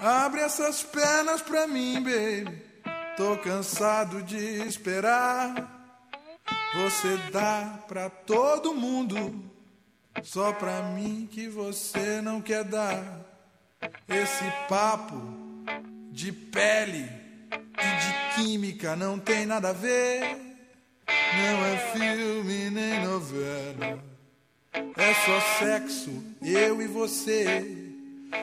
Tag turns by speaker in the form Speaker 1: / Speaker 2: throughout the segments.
Speaker 1: Abre essas pernas pra mim, baby. Tô cansado de esperar. Você dá pra todo mundo, só pra mim que você não quer dar. Esse papo de pele e de química não tem nada a ver. Não é filme nem novela, é só sexo, eu e você.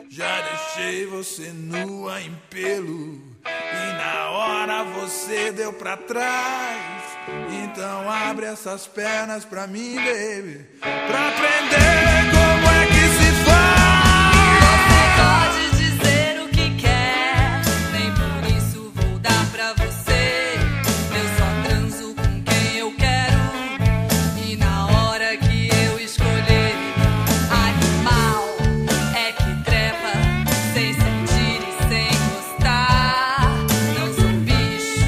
Speaker 1: Já deixei você nua em pelo e na hora você deu pra trás. Então abre essas pernas pra mim, baby, pra aprender como é que se faz.
Speaker 2: Pode dizer o que quer, nem por isso vou dar pra você. Eu só transo com quem eu quero e na hora que eu escolher. Animal é que trepa sem sentir e sem gostar. Não sou um bicho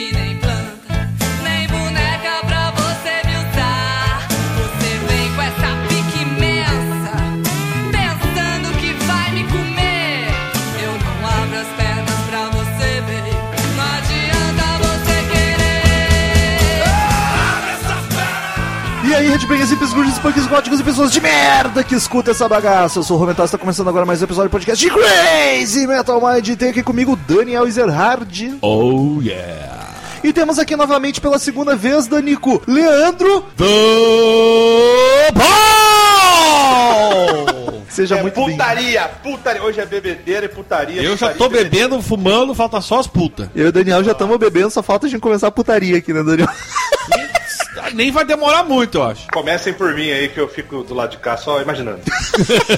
Speaker 2: e nem planta, nem boneca pra você me usar. Você vem com essa pique imensa, pensando que vai me comer. Eu não abro as pernas pra você ver. Não adianta você querer.
Speaker 3: E aí, Redbangers, hippies, grunges, punks, góticos e pessoas de merda que escuta essa bagaça. Eu sou o Romental, está começando agora mais um episódio do podcast de Crazy Metal Mind. E Tem aqui comigo o Daniel Ezerhard.
Speaker 4: Oh yeah!
Speaker 3: E temos aqui novamente pela segunda vez, Danico, Leandro.
Speaker 4: The Ball!
Speaker 3: Seja
Speaker 5: É
Speaker 3: muito bem-vindo.
Speaker 5: putaria, putaria. Hoje é bebedeira e putaria.
Speaker 4: Eu já
Speaker 5: putaria
Speaker 4: tô
Speaker 5: e bebedeira.
Speaker 4: bebendo, fumando, falta só as putas.
Speaker 3: Eu e o Daniel já estamos bebendo, só falta a gente começar a putaria aqui, né, Daniel?
Speaker 4: Nem vai demorar muito, eu acho.
Speaker 5: Comecem por mim aí que eu fico do lado de cá só imaginando.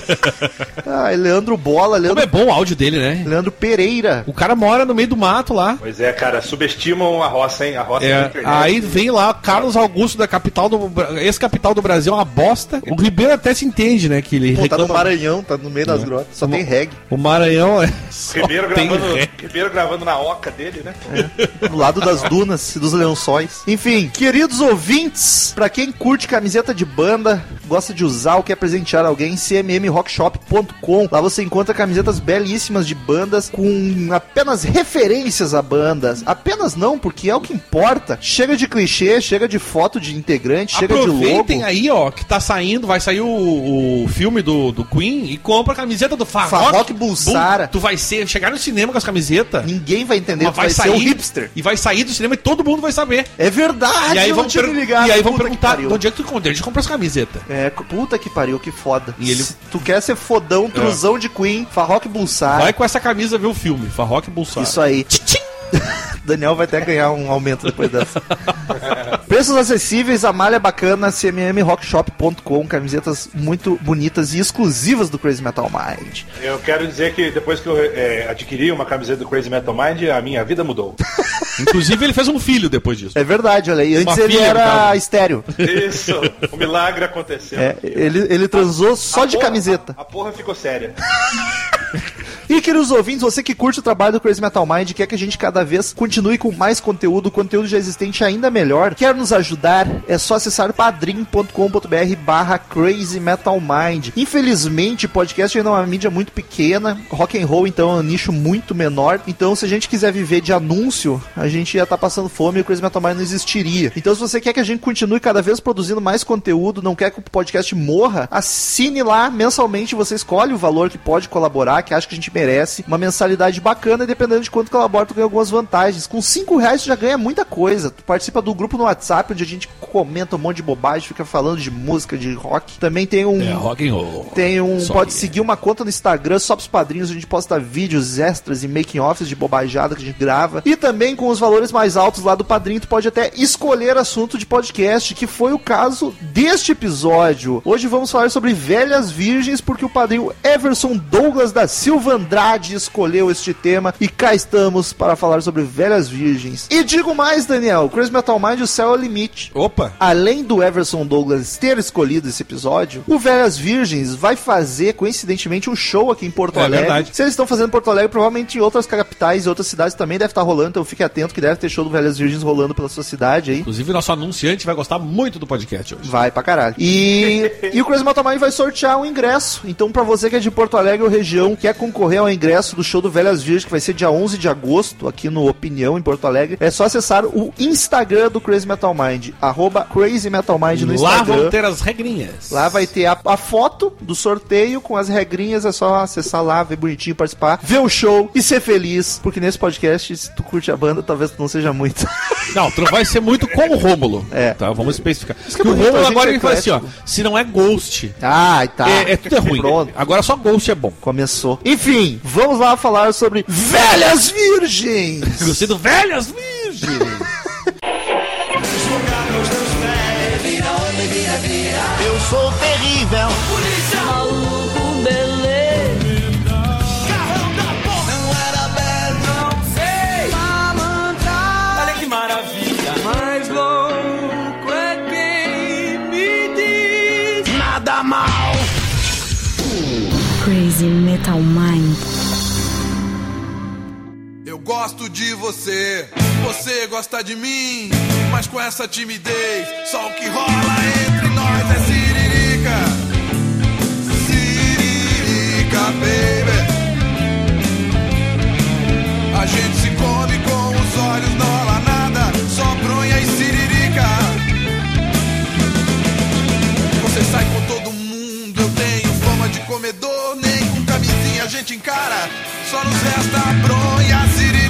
Speaker 3: Ai, Leandro Bola,
Speaker 4: Como
Speaker 3: Leandro,
Speaker 4: é bom o áudio dele, né?
Speaker 3: Leandro Pereira.
Speaker 4: O cara mora no meio do mato lá.
Speaker 5: pois é, cara, subestimam a roça, hein? A roça da
Speaker 4: É,
Speaker 5: internet.
Speaker 4: aí vem lá Carlos Augusto da capital do Bra- ex-capital do Brasil, uma bosta. O Ribeiro até se entende, né, que ele
Speaker 3: Pô, tá no
Speaker 4: reclama-
Speaker 3: Maranhão, tá no meio das grotas, só tem reggae.
Speaker 4: O Maranhão é só
Speaker 5: Ribeiro
Speaker 4: tem
Speaker 5: gravando,
Speaker 4: ré. É.
Speaker 5: Ribeiro gravando na oca dele, né?
Speaker 3: do lado das dunas e dos lençóis. Enfim, queridos ouvintes, pra quem curte camiseta de banda, gosta de usar ou quer presentear alguém, cmmrockshop.com. Lá você encontra camisetas belíssimas de bandas com apenas referências a bandas. Apenas não, porque é o que importa. Chega de clichê, chega de foto de integrante, chega de logo.
Speaker 4: Aproveitem aí, ó, que tá saindo, vai sair o, o filme do, do Queen e compra a camiseta do Farrock.
Speaker 3: Farrock Bulsara.
Speaker 4: Bum, Tu vai ser, chegar no cinema com as camisetas,
Speaker 3: Ninguém vai entender,
Speaker 4: mas
Speaker 3: tu vai, ser um hipster.
Speaker 4: E vai sair do cinema e todo mundo vai saber.
Speaker 3: É verdade,
Speaker 4: e aí
Speaker 3: eu
Speaker 4: vão,
Speaker 3: tinha
Speaker 4: per-
Speaker 3: me ligado.
Speaker 4: e aí vão
Speaker 3: Puta que
Speaker 4: perguntar,
Speaker 3: pariu.
Speaker 4: onde é que tu encontrou? Onde compra as camisetas?
Speaker 3: É, c- puta que pariu, que foda.
Speaker 4: E ele- É.
Speaker 3: Se tu quer ser fodão, truzão de Queen, farroque bulsar.
Speaker 4: Vai com essa camisa ver o filme, Farrock Bulsara.
Speaker 3: Isso aí. Daniel vai até ganhar um aumento depois dessa. Preços acessíveis, a malha bacana, cmmrockshop.com, camisetas muito bonitas e exclusivas do Crazy Metal Mind.
Speaker 5: Eu quero dizer que depois que eu é, adquiri uma camiseta do Crazy Metal Mind, a minha vida mudou.
Speaker 4: Inclusive, ele fez um filho depois disso.
Speaker 3: É verdade, olha aí. Antes
Speaker 4: Uma
Speaker 3: ele
Speaker 4: filha, no
Speaker 3: era
Speaker 4: caso.
Speaker 3: estéreo.
Speaker 5: Isso, o milagre aconteceu.
Speaker 3: É, ele, ele transou só de
Speaker 5: Porra,
Speaker 3: camiseta.
Speaker 5: A, a porra ficou séria.
Speaker 3: E queridos ouvintes, você que curte o trabalho do Crazy Metal Mind, quer que a gente cada vez continue com mais conteúdo, conteúdo já existente ainda melhor, quer nos ajudar, é só acessar padrim.com.br barra Crazy Metal Mind. Infelizmente, podcast ainda é uma mídia muito pequena, rock and roll então é um nicho muito menor, então se a gente quiser viver de anúncio, a gente ia estar passando fome e o Crazy Metal Mind não existiria. Então se você quer que a gente continue cada vez produzindo mais conteúdo, não quer que o podcast morra, assine lá mensalmente, você escolhe o valor que pode colaborar, que acha que a gente merece, uma mensalidade bacana e dependendo de quanto colabora, tu ganha algumas vantagens. Com 5 reais tu já ganha muita coisa. Tu participa do grupo no WhatsApp, onde a gente comenta um monte de bobagem, fica falando de música, de rock. Também tem um...
Speaker 4: É rock and roll.
Speaker 3: Tem um.
Speaker 4: Só
Speaker 3: pode
Speaker 4: que-
Speaker 3: seguir uma conta no Instagram, só pros padrinhos, onde a gente posta vídeos extras e making offs de bobajada que a gente grava. E também com os valores mais altos lá do padrinho, tu pode até escolher assunto de podcast, que foi o caso deste episódio. Hoje vamos falar sobre velhas virgens, porque o padrinho Everson Douglas da Silva Andrade escolheu este tema. E cá estamos para falar sobre velhas virgens. E digo mais, Daniel, Chris Metal Mind, o céu é o limite.
Speaker 4: Opa!
Speaker 3: Além do Everson Douglas ter escolhido esse episódio, o Velhas Virgens vai fazer, coincidentemente, um show aqui em Porto
Speaker 4: É
Speaker 3: Alegre.
Speaker 4: verdade.
Speaker 3: Se eles estão fazendo em Porto Alegre, provavelmente em outras capitais e outras cidades também deve estar rolando, então fique atento que deve ter show do Velhas Virgens rolando pela sua cidade aí.
Speaker 4: Inclusive, nosso anunciante vai gostar muito do podcast hoje.
Speaker 3: Vai pra caralho. E, e o Crazy Metal Mind vai sortear um ingresso. Então, pra você que é de Porto Alegre ou região, quer concorrer também ao ingresso do show do Velhas Virgens, que vai ser dia 11 de agosto, aqui no Opinião, em Porto Alegre. É só acessar o Instagram do Crazy Metal Mind, arroba Crazy Metal Mind no
Speaker 4: Lá
Speaker 3: Instagram.
Speaker 4: vão ter as regrinhas.
Speaker 3: Lá vai ter a, a foto do sorteio com as regrinhas, é só acessar lá, ver bonitinho, participar, ver o show e ser feliz, porque nesse podcast, se tu curte a banda, talvez tu não seja muito.
Speaker 4: Não, tu vai ser muito com o Rômulo.
Speaker 3: É.
Speaker 4: Tá, vamos especificar.
Speaker 3: que é
Speaker 4: Porque o
Speaker 3: bonito, a
Speaker 4: Rômulo
Speaker 3: gente
Speaker 4: agora
Speaker 3: é
Speaker 4: ele fala assim, ó. Se não é Ghost,
Speaker 3: Ah, e tá.
Speaker 4: é, é tudo é ruim.
Speaker 3: Pronto.
Speaker 4: Agora só Ghost é bom.
Speaker 3: Começou. Enfim, vamos lá falar sobre Velhas Virgens!
Speaker 4: Eu sinto velhas virgens.
Speaker 6: Eu sou terrível.
Speaker 2: Maluco, beleza.
Speaker 7: Não era belo,
Speaker 2: Não sei malandrar.
Speaker 7: olha que maravilha.
Speaker 2: Mas louco é quem me diz.
Speaker 6: Nada mal.
Speaker 8: Crazy Metal Mind.
Speaker 1: Eu gosto de você, você gosta de mim, mas com essa timidez, só o que rola entre nós é siririca. Siririca, baby. A gente se come com os olhos, não rola nada, só bronha e siririca. Você sai com todo mundo, eu tenho fama de comedor, nem com camisinha a gente encara, só nos resta a bronha, siririca.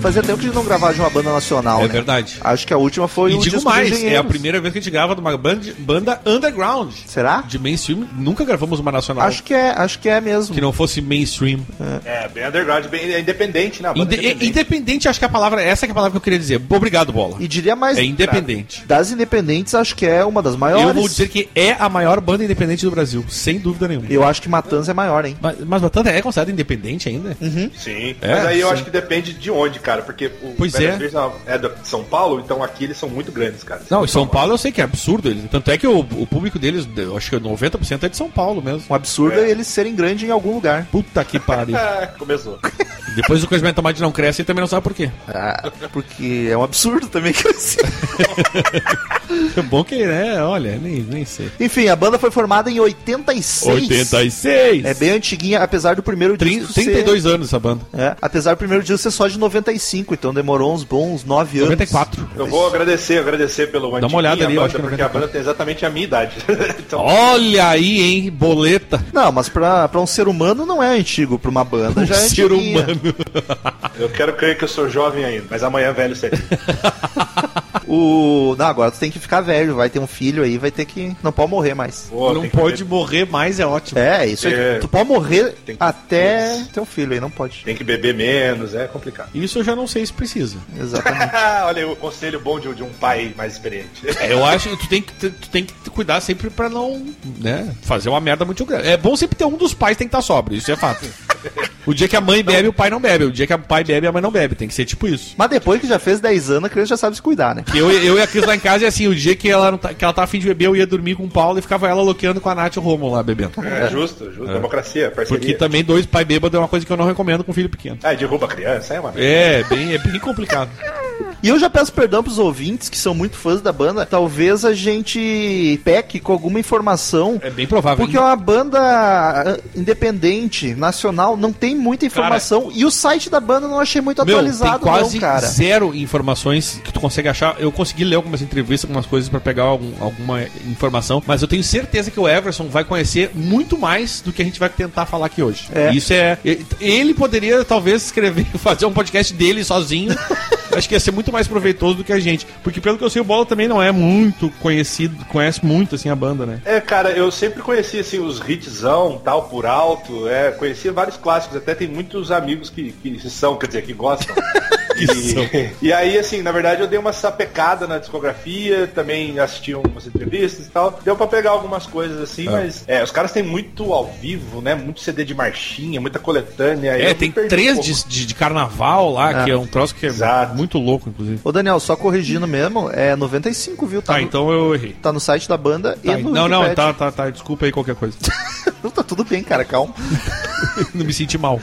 Speaker 3: Fazia tempo que a gente não gravava de uma banda nacional.
Speaker 4: É
Speaker 3: né?
Speaker 4: verdade.
Speaker 3: Acho que a última foi
Speaker 4: E
Speaker 3: o disco
Speaker 4: digo
Speaker 3: dos
Speaker 4: mais, é a
Speaker 3: Engenheiros.
Speaker 4: primeira vez que a gente grava de uma band- banda underground.
Speaker 3: Será?
Speaker 4: De mainstream, nunca gravamos uma nacional
Speaker 3: Acho que é, acho que é mesmo.
Speaker 4: que não fosse mainstream.
Speaker 5: É, bem underground, bem é independente, né? A banda
Speaker 4: Inde-
Speaker 5: independente.
Speaker 4: independente, acho que é a palavra. Essa que é a palavra que eu queria dizer. Obrigado, bola.
Speaker 3: E diria mais,
Speaker 4: É independente.
Speaker 3: das independentes, acho que é uma das maiores.
Speaker 4: Eu vou dizer que é a maior banda independente do Brasil, sem dúvida nenhuma.
Speaker 3: Eu acho que Matanza é maior, hein?
Speaker 4: Mas, mas Matanza é considerada independente ainda?
Speaker 3: Uhum.
Speaker 5: Sim.
Speaker 4: É,
Speaker 5: mas aí eu
Speaker 4: sim.
Speaker 5: acho que depende de onde, cara. Porque o
Speaker 4: Pois
Speaker 5: Velhas
Speaker 4: é.
Speaker 5: Verdes é de São Paulo, então aqui eles são muito grandes, cara.
Speaker 4: Não, em São Paulo eu sei que é absurdo. eles- Tanto é que o, o público deles, eu acho que 90% é de São Paulo mesmo.
Speaker 3: Um absurdo é
Speaker 5: É.
Speaker 3: eles serem grandes em algum lugar.
Speaker 4: Puta que pariu.
Speaker 5: Ah, começou.
Speaker 4: Depois o Coisa Metal Mind não cresce e também não sabe por quê.
Speaker 3: Ah, porque é um absurdo também crescer.
Speaker 4: É bom que, né? Olha, nem, nem sei.
Speaker 3: Enfim, a banda foi formada em 86.
Speaker 4: 86!
Speaker 3: É bem antiguinha, apesar do primeiro
Speaker 4: Trin-
Speaker 3: disco
Speaker 4: 32 anos essa banda.
Speaker 3: ser... É, apesar do primeiro disco ser só de 95, então demorou uns bons 9 anos.
Speaker 4: 94.
Speaker 5: Eu vou agradecer, agradecer pelo
Speaker 4: uma
Speaker 5: antiguinho,
Speaker 4: olhada
Speaker 5: a
Speaker 4: ali, eu
Speaker 5: banda,
Speaker 4: acho que é
Speaker 5: porque a
Speaker 4: 94.
Speaker 5: banda tem exatamente a minha idade. então,
Speaker 4: Olha aí, hein? Boleta.
Speaker 3: Não, mas pra, pra um ser humano não é antigo, pra uma banda já é
Speaker 4: Um ser
Speaker 5: né?
Speaker 3: antiguinha.
Speaker 4: humano.
Speaker 5: eu quero crer que eu sou jovem ainda, mas amanhã velho será.
Speaker 3: O... Não, agora tu tem que ficar velho, vai ter um filho aí, vai ter que... Não pode morrer mais.
Speaker 5: Pô,
Speaker 4: não
Speaker 5: tem que
Speaker 4: pode
Speaker 5: ver-
Speaker 4: morrer mais, é ótimo.
Speaker 3: É, isso aí.
Speaker 5: É.
Speaker 3: Tu pode morrer
Speaker 5: Tem que-
Speaker 3: até ter um filho aí, não pode.
Speaker 5: Tem que beber menos, é complicado.
Speaker 4: Isso eu já não sei se precisa.
Speaker 3: Exatamente.
Speaker 5: Olha aí o conselho bom de, de um pai mais experiente.
Speaker 4: É, eu acho que tu tem que, tu, tu tem que te cuidar sempre pra não né, fazer uma merda muito grande. É bom sempre ter um dos pais tem que estar sóbrio, isso é fato. O dia que a mãe bebe, o pai não bebe. O dia que o pai bebe, a mãe não bebe. Tem que ser tipo isso.
Speaker 3: mas depois que já fez 10 anos, a criança já sabe se cuidar, né?
Speaker 4: Eu, eu e a Cris lá em casa, é assim, o dia que ela, não tá, que ela tá afim de beber, eu ia dormir com o Paulo e ficava ela loqueando com a Nath e o Romulo lá bebendo.
Speaker 5: É justo, justo. Democracia, parceria.
Speaker 4: Porque tá- também dois pais bêbados é uma coisa que eu não recomendo com filho pequeno.
Speaker 5: Ah, derruba a criança, é uma
Speaker 4: É, bem, é bem complicado.
Speaker 3: E eu já peço perdão pros ouvintes que são muito fãs da banda. Talvez a gente peque com alguma informação.
Speaker 4: É bem provável.
Speaker 3: Porque é uma banda ah, independente, nacional, não tem muita informação. e o site da banda eu não achei muito
Speaker 4: Meu,
Speaker 3: Tá atualizado,
Speaker 4: tem quase
Speaker 3: não, cara.
Speaker 4: zero informações que tu consegue achar. Eu consegui ler algumas entrevistas, algumas coisas pra pegar algum- alguma informação, mas eu tenho certeza que o Everson vai conhecer muito mais do que a gente vai tentar falar aqui hoje.
Speaker 3: É.
Speaker 4: Isso é. Ele poderia talvez escrever, fazer um podcast dele sozinho. Acho que ia ser muito mais proveitoso do que a gente. Porque pelo que eu sei, o Bola também não é muito conhecido, conhece muito assim a banda, né?
Speaker 5: É, cara, eu sempre conheci assim, os hitzão, tal, por alto, é, conhecia vários clássicos, até tem muitos amigos que, que são, quer dizer, que gostam.
Speaker 4: Que são.
Speaker 5: E aí, assim, na verdade eu dei uma sapecada na discografia, também assisti umas entrevistas e tal. Deu pra pegar algumas coisas assim,
Speaker 4: Ah.
Speaker 5: mas é, os caras têm muito ao vivo, né? Muito CD de marchinha, muita coletânea. eu
Speaker 4: É,
Speaker 5: me
Speaker 4: tem
Speaker 5: perdi um
Speaker 4: três
Speaker 5: pouco.
Speaker 4: de, de- de carnaval lá, que é um troço que é
Speaker 5: Exato.
Speaker 4: muito louco, inclusive.
Speaker 3: Ô, Daniel, só corrigindo mesmo, é 95, viu? Tá,
Speaker 4: Tá,
Speaker 3: no,
Speaker 4: então eu errei.
Speaker 3: tá no site da banda
Speaker 4: Tá,
Speaker 3: e no
Speaker 4: não, não,
Speaker 3: Wikipedia.
Speaker 4: tá, tá, tá, desculpa aí qualquer coisa.
Speaker 3: tá tudo bem, cara, calma.
Speaker 4: não me senti mal.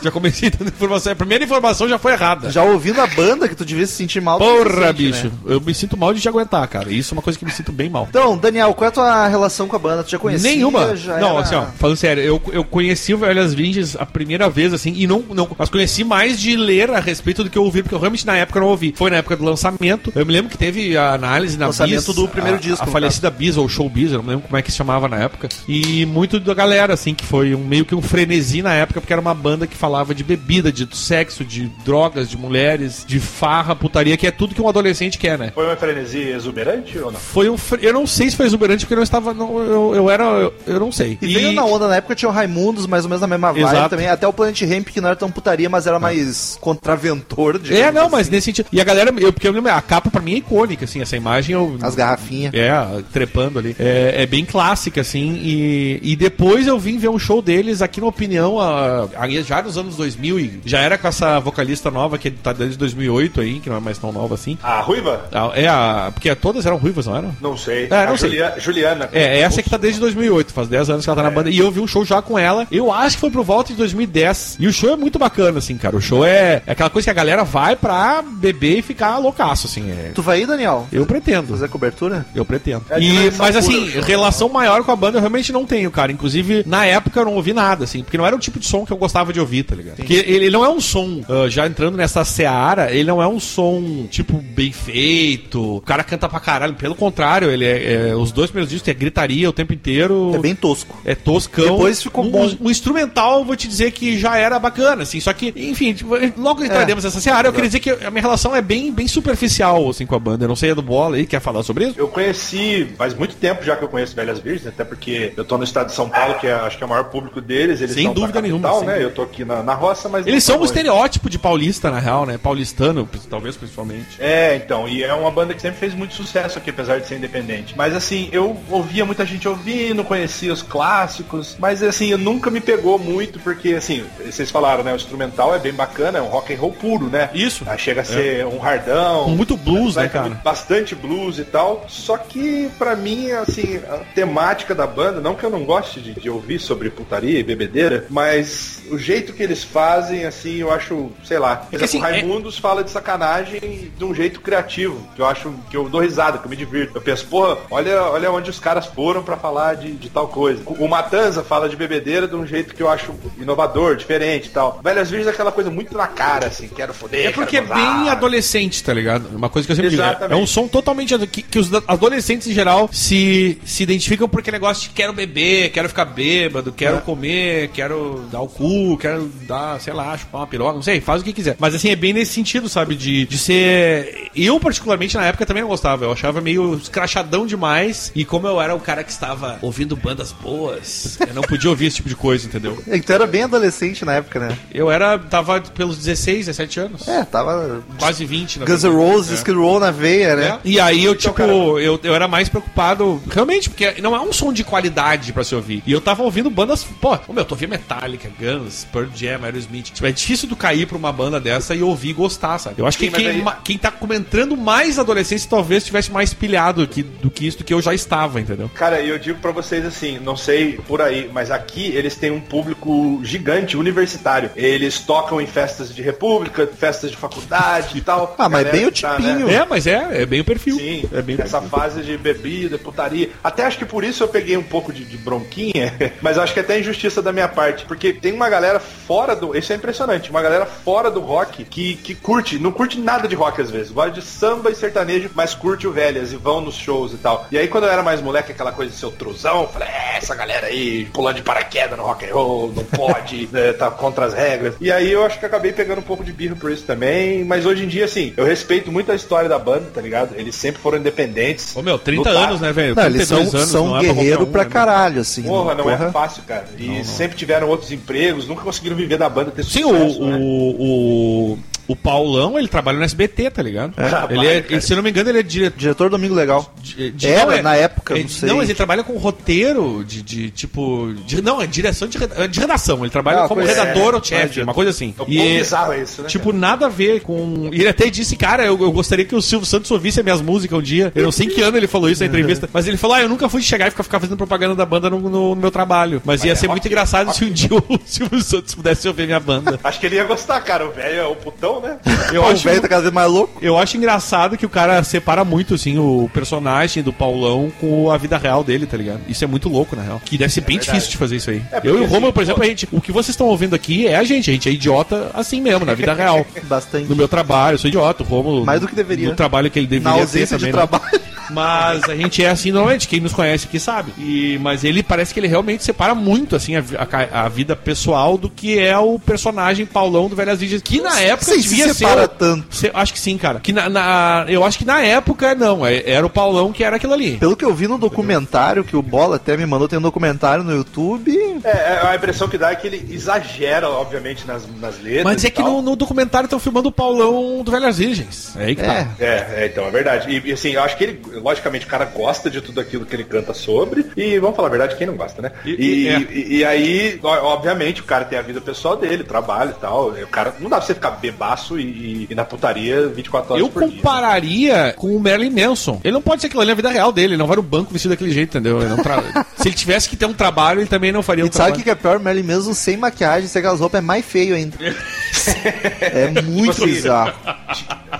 Speaker 4: Já comecei dando informação. A primeira informação já foi errada.
Speaker 3: Já ouvindo a banda que tu devia se sentir mal. tu se
Speaker 4: Porra,
Speaker 3: sente, né?
Speaker 4: bicho. Eu me sinto mal de te aguentar, cara. Isso é uma coisa que me sinto bem mal.
Speaker 3: Então, Daniel, qual é a tua relação com a banda? Tu já conhecia?
Speaker 4: Nenhuma.
Speaker 3: Já
Speaker 4: não,
Speaker 3: era-
Speaker 4: assim, ó, falando sério, eu, eu conheci o Velhas Vinges a primeira vez, assim, e não, não. Mas conheci mais de ler a respeito do que eu ouvi, porque eu realmente na época não ouvi. Foi na época do lançamento. Eu me lembro que teve a análise na
Speaker 3: Lançamento
Speaker 4: Bis,
Speaker 3: do primeiro
Speaker 4: a-
Speaker 3: disco,
Speaker 4: A
Speaker 3: no
Speaker 4: falecida Bis, ou Show Biz, eu não lembro como é que se chamava na época. E muito da galera, assim, que foi um, meio que um frenesi na época, porque era uma banda que falava de bebida, de sexo, de drogas, de mulheres, de farra, putaria, que é tudo que um adolescente quer, né?
Speaker 5: Foi uma frenesi exuberante ou não?
Speaker 4: Foi um. fre- Eu não sei se foi exuberante, porque eu não estava. Não, eu, eu era. Eu, eu não sei.
Speaker 3: E, veio na onda, na época tinha o Raimundos, mais ou menos na mesma vibe
Speaker 4: Exato.
Speaker 3: também. Até o Planet Ramp, que não era tão putaria, mas era mais contraventor.
Speaker 4: É,
Speaker 3: digamos
Speaker 4: não, mas
Speaker 3: assim.
Speaker 4: nesse sentido. E a galera. Eu, porque eu lembro, a capa pra mim é icônica, assim, essa imagem eu.
Speaker 3: As garrafinhas.
Speaker 4: É, trepando ali. É, é bem clássica, assim. E, e depois eu vim ver um show deles aqui na Opinião, a, a- já nos anos 2000, e já era com essa vocalista nova que tá desde 2008 aí, que não é mais tão nova assim.
Speaker 5: A Ruiva?
Speaker 4: A- É a. Porque todas eram ruivas, não eram?
Speaker 5: Não sei.
Speaker 4: É, não
Speaker 5: a
Speaker 4: sei.
Speaker 5: Julia- Juliana.
Speaker 4: É, essa que tá desde 2008, faz 10 anos que ela tá na banda. E eu vi um show já com ela, eu acho que foi por volta de 2010. E o show é muito bacana, assim, cara. O show é, é aquela coisa que a galera vai pra beber e ficar loucaço, assim. é.
Speaker 3: Tu vai aí, Daniel?
Speaker 4: Eu pretendo.
Speaker 3: Fazer a cobertura?
Speaker 4: Eu pretendo.
Speaker 5: É de
Speaker 4: E,
Speaker 5: relação
Speaker 4: mas
Speaker 5: pura,
Speaker 4: assim,
Speaker 5: show.
Speaker 4: relação maior com a banda eu realmente não tenho, cara. Inclusive, na época eu não ouvi nada, assim, porque não era o tipo de som que eu gostava de ouvir, tá ligado? Porque ele não é um som, ah, já entrando nessa seara, ele não é um som, tipo, bem feito. O cara canta pra caralho. Pelo contrário, ele é. é- os dois primeiros discos é gritaria o tempo inteiro.
Speaker 3: É bem tosco.
Speaker 4: É toscão.
Speaker 3: Depois ficou
Speaker 4: um,
Speaker 3: bom.
Speaker 4: Um instrumental, eu vou te dizer que já era bacana, assim. Só que, enfim, tipo,
Speaker 3: É.
Speaker 4: logo entraremos nessa seara. Eu queria dizer que a minha relação é bem, bem superficial, assim, com a banda. Eu não sei, é do Bola aí, quer falar sobre isso?
Speaker 5: Eu conheci, faz muito tempo já que eu conheço Velhas Virgens, até porque eu tô no estado de São Paulo, que é- acho que é o maior público deles. Eles
Speaker 4: Sem
Speaker 5: são da
Speaker 4: dúvida
Speaker 5: capital,
Speaker 4: nenhuma, sem
Speaker 5: né?
Speaker 4: dúvida.
Speaker 5: Eu tô aqui na, na roça, mas.
Speaker 4: Eles
Speaker 5: não
Speaker 4: são um
Speaker 5: tão longe.
Speaker 4: estereótipo de paulista, na real, né? Paulistano, talvez principalmente.
Speaker 5: É, então, e é uma banda que sempre fez muito sucesso aqui, apesar de ser independente. Mas assim, eu ouvia muita gente ouvindo, conhecia os clássicos, mas assim, eu nunca me pegou muito, porque assim, vocês falaram, né? O instrumental é bem bacana, é um rock and roll puro, né?
Speaker 4: Isso. É.
Speaker 5: Ah, chega a ser um hardão.
Speaker 4: Com muito blues,
Speaker 5: Vai
Speaker 4: né,
Speaker 5: com
Speaker 4: cara?
Speaker 5: muito- Bastante blues e tal. Só que, pra mim, assim, a temática da banda, não que eu não goste de, de ouvir sobre putaria e bebedeira, mas o jeito que eles fazem, assim, eu acho, sei lá. Por
Speaker 4: que,
Speaker 5: exemplo, o
Speaker 4: assim, é-
Speaker 5: Raimundos fala de sacanagem de um jeito criativo, que eu acho que eu dou risada, que eu me divirto. Eu penso, porra, olha, olha onde os caras foram pra falar de, de tal coisa. O o Matanza fala de bebedeira de um jeito que eu acho inovador, diferente e tal. Velhas Virgens é aquela coisa muito na cara, assim, quero foder.
Speaker 4: É porque é
Speaker 5: quero gozar.
Speaker 4: bem adolescente, tá ligado? Uma coisa que eu sempre digo. É, é
Speaker 5: Exatamente.
Speaker 4: um som totalmente. ado- Que, que os da- adolescentes em geral se, se identificam por aquele negócio de quero beber, quero ficar bêbado, quero comer, quero dar o cu, quero dar, sei lá, chupar uma piroca, não sei, faz o que quiser. Mas assim, é bem nesse sentido, sabe? De, de ser. Eu, particularmente, na época também não gostava. Eu achava meio escrachadão demais. E como eu era o cara que estava ouvindo bandas boas, eu não podia ouvir esse tipo de coisa, entendeu?
Speaker 3: É que tu era bem adolescente na época, né?
Speaker 4: Eu era. tava pelos 16, 17 anos.
Speaker 3: É, tava.
Speaker 4: Quase 20, na
Speaker 3: Guns N'
Speaker 4: verdade.
Speaker 3: Roses,
Speaker 4: É.
Speaker 3: Skid Row na veia, né?
Speaker 4: É. E aí eu, tipo,
Speaker 5: cara-
Speaker 4: eu, eu era mais preocupado, realmente, porque não é um som de qualidade pra se ouvir. E eu tava ouvindo bandas, pô, ô, meu, eu tô ouvindo Metallica, Guns, Pearl Jam, Aerosmith. Tipo, é difícil tu cair pra uma banda dessa e ouvir e gostar, sabe? Eu acho que
Speaker 5: Sim, mas
Speaker 4: quem,
Speaker 5: aí-
Speaker 4: ma- quem tá comentando mais adolescência talvez tivesse mais pilhado que- do que isso do que eu já estava, entendeu?
Speaker 5: Cara, eu digo pra vocês assim, não sei por aí, mas aqui eles têm um público gigante, universitário. Eles tocam em festas de república, festas de faculdade e tal.
Speaker 3: Ah, mas
Speaker 5: Galera
Speaker 3: bem o
Speaker 5: que tá,
Speaker 3: tipinho.
Speaker 5: né?
Speaker 4: É, mas é, é bem o perfil.
Speaker 5: Sim,
Speaker 4: é bem o
Speaker 5: essa fase de bebida, putaria. Até acho que por isso eu peguei um pouco de, de bronquinha, mas acho que até é injustiça da minha parte. Porque tem uma galera fora do. Isso é impressionante, uma galera fora do rock que, que curte, não curte nada de rock às vezes. Gosta de samba e sertanejo, mas curte o velhas e vão nos shows e tal. E aí quando eu era mais moleque, aquela coisa de seu truzão, eu falei, é, essa galera aí pulando de paraquedas no rock and roll, não pode, né, tá contra as regras. E aí eu acho que acabei pegando um pouco de birra por isso também, mas hoje em dia, assim, eu respeito muito a história da banda, tá ligado? Eles sempre foram independentes.
Speaker 4: Ô, meu, 30
Speaker 5: Lutaram.
Speaker 4: anos, né, velho?
Speaker 3: Não, eles são,
Speaker 4: 32 anos,
Speaker 3: são
Speaker 4: não é pra qualquer
Speaker 3: guerreiro
Speaker 4: um,
Speaker 3: pra
Speaker 4: né, meu?
Speaker 3: caralho, assim.
Speaker 5: Porra, não
Speaker 3: porra.
Speaker 5: é fácil, cara. E sempre tiveram outros empregos, nunca conseguiram viver da banda ter
Speaker 4: Sim,
Speaker 5: sucesso,
Speaker 4: o,
Speaker 5: né?
Speaker 4: o, o O Paulão, ele trabalha no SBT, tá ligado? ele é, ele, se eu não me engano, ele é diretor.
Speaker 3: Diretor Domingo Legal.
Speaker 4: de- de-
Speaker 3: Era,
Speaker 4: não, é-
Speaker 3: na época,
Speaker 4: é-
Speaker 3: não sei.
Speaker 4: mas ele trabalha com roteiro de, de, tipo. de- não, é direção de, reda- é de redação. Ele trabalha
Speaker 3: Ah,
Speaker 4: como
Speaker 3: coisa-
Speaker 4: redator
Speaker 5: é,
Speaker 4: ou chefe, uma coisa assim.
Speaker 5: É um pouco
Speaker 4: E-
Speaker 5: bizarro isso, né?
Speaker 4: Tipo, nada a ver com. E ele até disse, cara, eu, eu gostaria que o Silvio Santos ouvisse as minhas músicas um dia. Eu não sei em que ano ele falou isso na entrevista, mas ele falou: Ah, eu nunca fui chegar e ficar, ficar fazendo propaganda da banda no, no- no meu trabalho. Mas, ia ser muito engraçado se um dia o Silvio Santos pudesse ouvir minha banda.
Speaker 5: Acho que ele ia gostar, cara. O velho é o putão, né?
Speaker 4: Eu
Speaker 3: Pô,
Speaker 4: acho.
Speaker 3: o velho tá cada vez mais louco.
Speaker 4: Eu acho engraçado que o cara separa muito, assim, o personagem do Paulão com a vida real dele, tá ligado? Isso é muito louco, na real. Que deve ser bem
Speaker 3: É
Speaker 4: difícil de fazer isso aí.
Speaker 5: porque,
Speaker 4: eu e o Romulo,
Speaker 5: assim,
Speaker 4: por exemplo, a gente, o que vocês estão ouvindo aqui é a gente. A gente é idiota assim mesmo, na vida real.
Speaker 3: Bastante.
Speaker 4: No meu trabalho, eu sou idiota, o Romulo.
Speaker 3: Mais do que deveria.
Speaker 4: No trabalho que ele
Speaker 3: Na
Speaker 4: deveria ter
Speaker 3: ausência de
Speaker 4: também. né?
Speaker 3: trabalho.
Speaker 4: Mas a gente é assim normalmente, quem nos conhece aqui sabe. E, mas ele parece que ele realmente separa muito assim a, vi- a ca- a vida pessoal do que é o personagem Paulão do Velhas Virgens, que na época
Speaker 3: sei se separa tanto.
Speaker 4: Se- acho que sim, cara. Que na, na- eu acho que na época não, é- era o Paulão que era aquilo ali.
Speaker 3: Pelo que eu vi no documentário, que o Bola até me mandou, tem um documentário no YouTube.
Speaker 5: É, é, a impressão que dá é que ele exagera, obviamente, nas, nas letras.
Speaker 4: Mas é
Speaker 5: e
Speaker 4: que
Speaker 5: tal.
Speaker 4: no, no documentário estão filmando o Paulão do Velhas Virgens. É aí que
Speaker 3: É.
Speaker 4: tá.
Speaker 5: É, é, então, é verdade. E, e, assim, eu acho que ele, logicamente, o cara gosta de tudo aquilo que ele canta sobre. E vamos falar a verdade, quem não gosta, né?
Speaker 4: E-
Speaker 5: E,
Speaker 4: e- é.
Speaker 5: e- e aí, ó, obviamente, o cara tem a vida pessoal dele, trabalho e tal. O cara, não dá pra você ficar bebaço e, e- e na putaria 24 horas
Speaker 4: Eu
Speaker 5: por dia. né?
Speaker 4: compararia com o Merlin Manson. Ele não pode ser aquilo ali na vida real dele. Ele não vai no banco vestido daquele jeito, entendeu? Ele não tra- Se ele tivesse que ter um trabalho, ele também não faria um
Speaker 3: E sabe o
Speaker 4: trabalho.
Speaker 3: que, que é pior? Merlin mesmo sem maquiagem, sem aquelas roupas, é mais feio ainda.
Speaker 4: Tipo
Speaker 3: é
Speaker 4: assim, né?
Speaker 3: muito bizarro.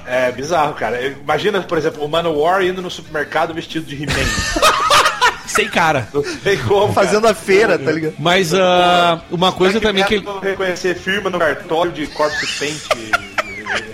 Speaker 5: É bizarro, cara. Eu- Imagina, por exemplo, o Manowar indo no supermercado vestido de He-Man.
Speaker 4: Sem cara.
Speaker 5: não sei como.
Speaker 3: Fazendo a feira, tá ligado?
Speaker 4: Mas ah, uma coisa
Speaker 5: Coisa
Speaker 4: também que ele.
Speaker 5: reconhecer firma no cartório de corpus paint.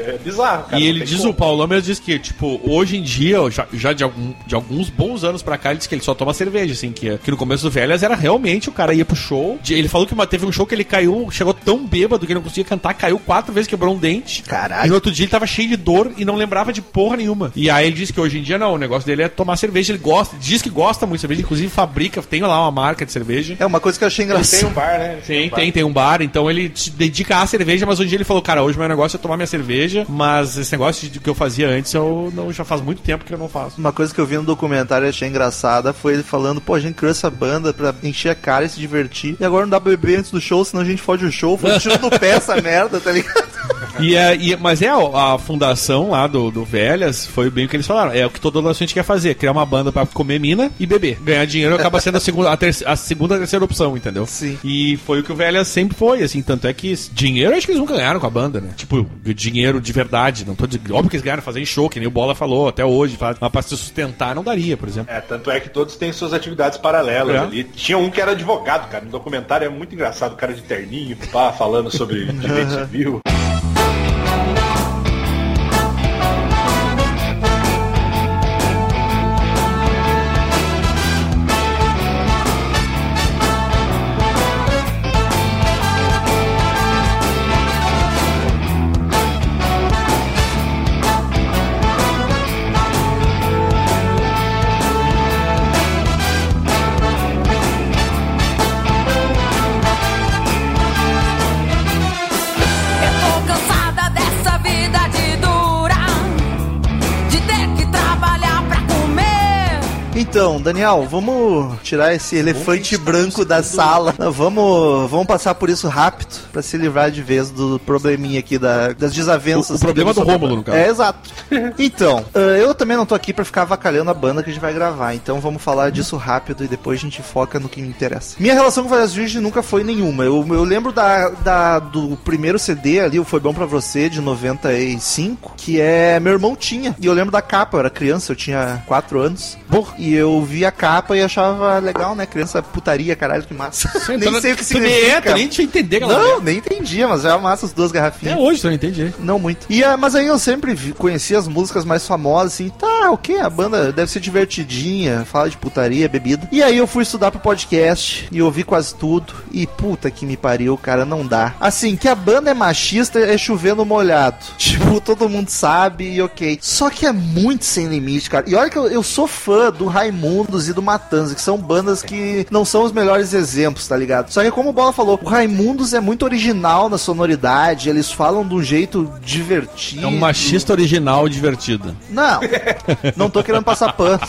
Speaker 5: É bizarro, cara.
Speaker 4: E
Speaker 5: não
Speaker 4: ele
Speaker 5: tem
Speaker 4: diz,
Speaker 5: como.
Speaker 4: o Paulão mesmo diz que, tipo, hoje em dia, ó, já, já de, algum- de alguns bons anos pra cá, ele diz que ele só toma cerveja, assim, que, que no começo do Velhas era realmente o cara ia pro show. De- Ele falou que uma- teve um show que ele caiu, chegou tão bêbado que ele não conseguia cantar, caiu quatro vezes, quebrou um dente.
Speaker 3: Caralho.
Speaker 4: E no outro dia ele tava cheio de dor e não lembrava de porra nenhuma. E aí ele diz que hoje em dia não, o negócio dele é tomar cerveja, ele gosta, diz que gosta muito de cerveja, inclusive fabrica, tem lá uma marca de cerveja.
Speaker 3: É uma coisa que eu achei
Speaker 5: Ele tem
Speaker 3: engraçada.
Speaker 5: um bar, né?
Speaker 4: Tem,
Speaker 5: Ele um bar.
Speaker 4: assim. tem, tem um bar, então ele se dedica à cerveja, mas um dia ele falou, cara, hoje meu negócio é tomar minha cerveja, mas esse negócio de que eu fazia antes, eu não já faz muito tempo que eu não faço.
Speaker 3: Uma coisa que eu vi no documentário e achei engraçada foi ele falando, pô, a gente criou essa banda pra encher a cara e se divertir. E agora não dá pra beber antes do show, senão a gente fode o show. Foi um tiro no pé essa merda, tá ligado?
Speaker 4: E, é, e- mas é, ó, a fundação lá do, do Velhas foi bem o que eles falaram. É o que todo adolescente quer fazer, criar uma banda pra comer mina e beber. Ganhar dinheiro acaba sendo a segunda, a, terce- a segunda, a terceira opção, entendeu?
Speaker 3: Sim.
Speaker 4: E foi o que o Velhas sempre foi, assim, tanto é que dinheiro acho que eles nunca ganharam com a banda, né? Tipo, dinheiro de verdade, não tô de, óbvio que eles ganharam fazer em show, que nem o Bola falou até hoje, faz- mas pra se sustentar não daria, por exemplo.
Speaker 5: É, tanto é que todos têm suas atividades paralelas
Speaker 4: É.
Speaker 5: ali. Tinha um que era advogado, cara. No documentário é muito engraçado, o cara de terninho, pá, falando sobre direito civil.
Speaker 2: Eu tô cansada dessa vida de dura, de ter que trabalhar pra comer.
Speaker 3: Então, Daniel, vamos tirar esse elefante branco da sala. Não, Vamos, vamos passar por isso rápido pra se livrar de vez do probleminha aqui da- das desavenças.
Speaker 4: O- o problema
Speaker 3: que temos
Speaker 4: do
Speaker 3: sobre-
Speaker 4: Rômulo, no caso.
Speaker 3: É, exato. Então, ah, eu também não tô aqui pra ficar avacalhando a banda que a gente vai gravar, então vamos falar disso rápido e depois a gente foca no que me interessa. Minha relação com Várias Virgens nunca foi nenhuma. Eu, eu lembro da, da- do primeiro CD ali, o Foi Bom Pra Você, de 95, que é meu irmão tinha. E eu lembro da capa, eu era criança, eu tinha 4 anos. E eu vi a capa e achava legal, né? Criança putaria, caralho, que massa. nem sei o que
Speaker 4: Tu nem é,
Speaker 3: significa.
Speaker 4: tu nem tinha entender aquela
Speaker 3: Não,
Speaker 4: merda.
Speaker 3: nem entendia, mas já massa as duas garrafinhas.
Speaker 4: Até hoje tu não entende. né?
Speaker 3: Não muito. E, ah, mas aí eu sempre vi- conheci as músicas mais famosas, assim, tá, ok, a banda deve ser divertidinha, fala de putaria, bebida. E aí eu fui estudar pro podcast e ouvi quase tudo. E puta que me pariu, cara, não dá. Assim, que a banda é machista é chovendo molhado. Tipo, todo mundo sabe e ok. Só que é muito sem limite, cara. E olha que eu, eu sou fã do Raimundo. Raimundos e do Matanza, que são bandas que não são os melhores exemplos, tá ligado? Só que como o Bola falou, o Raimundos é muito original na sonoridade, eles falam de um jeito divertido.
Speaker 4: É um machista original divertido.
Speaker 3: Não, não tô querendo passar pano.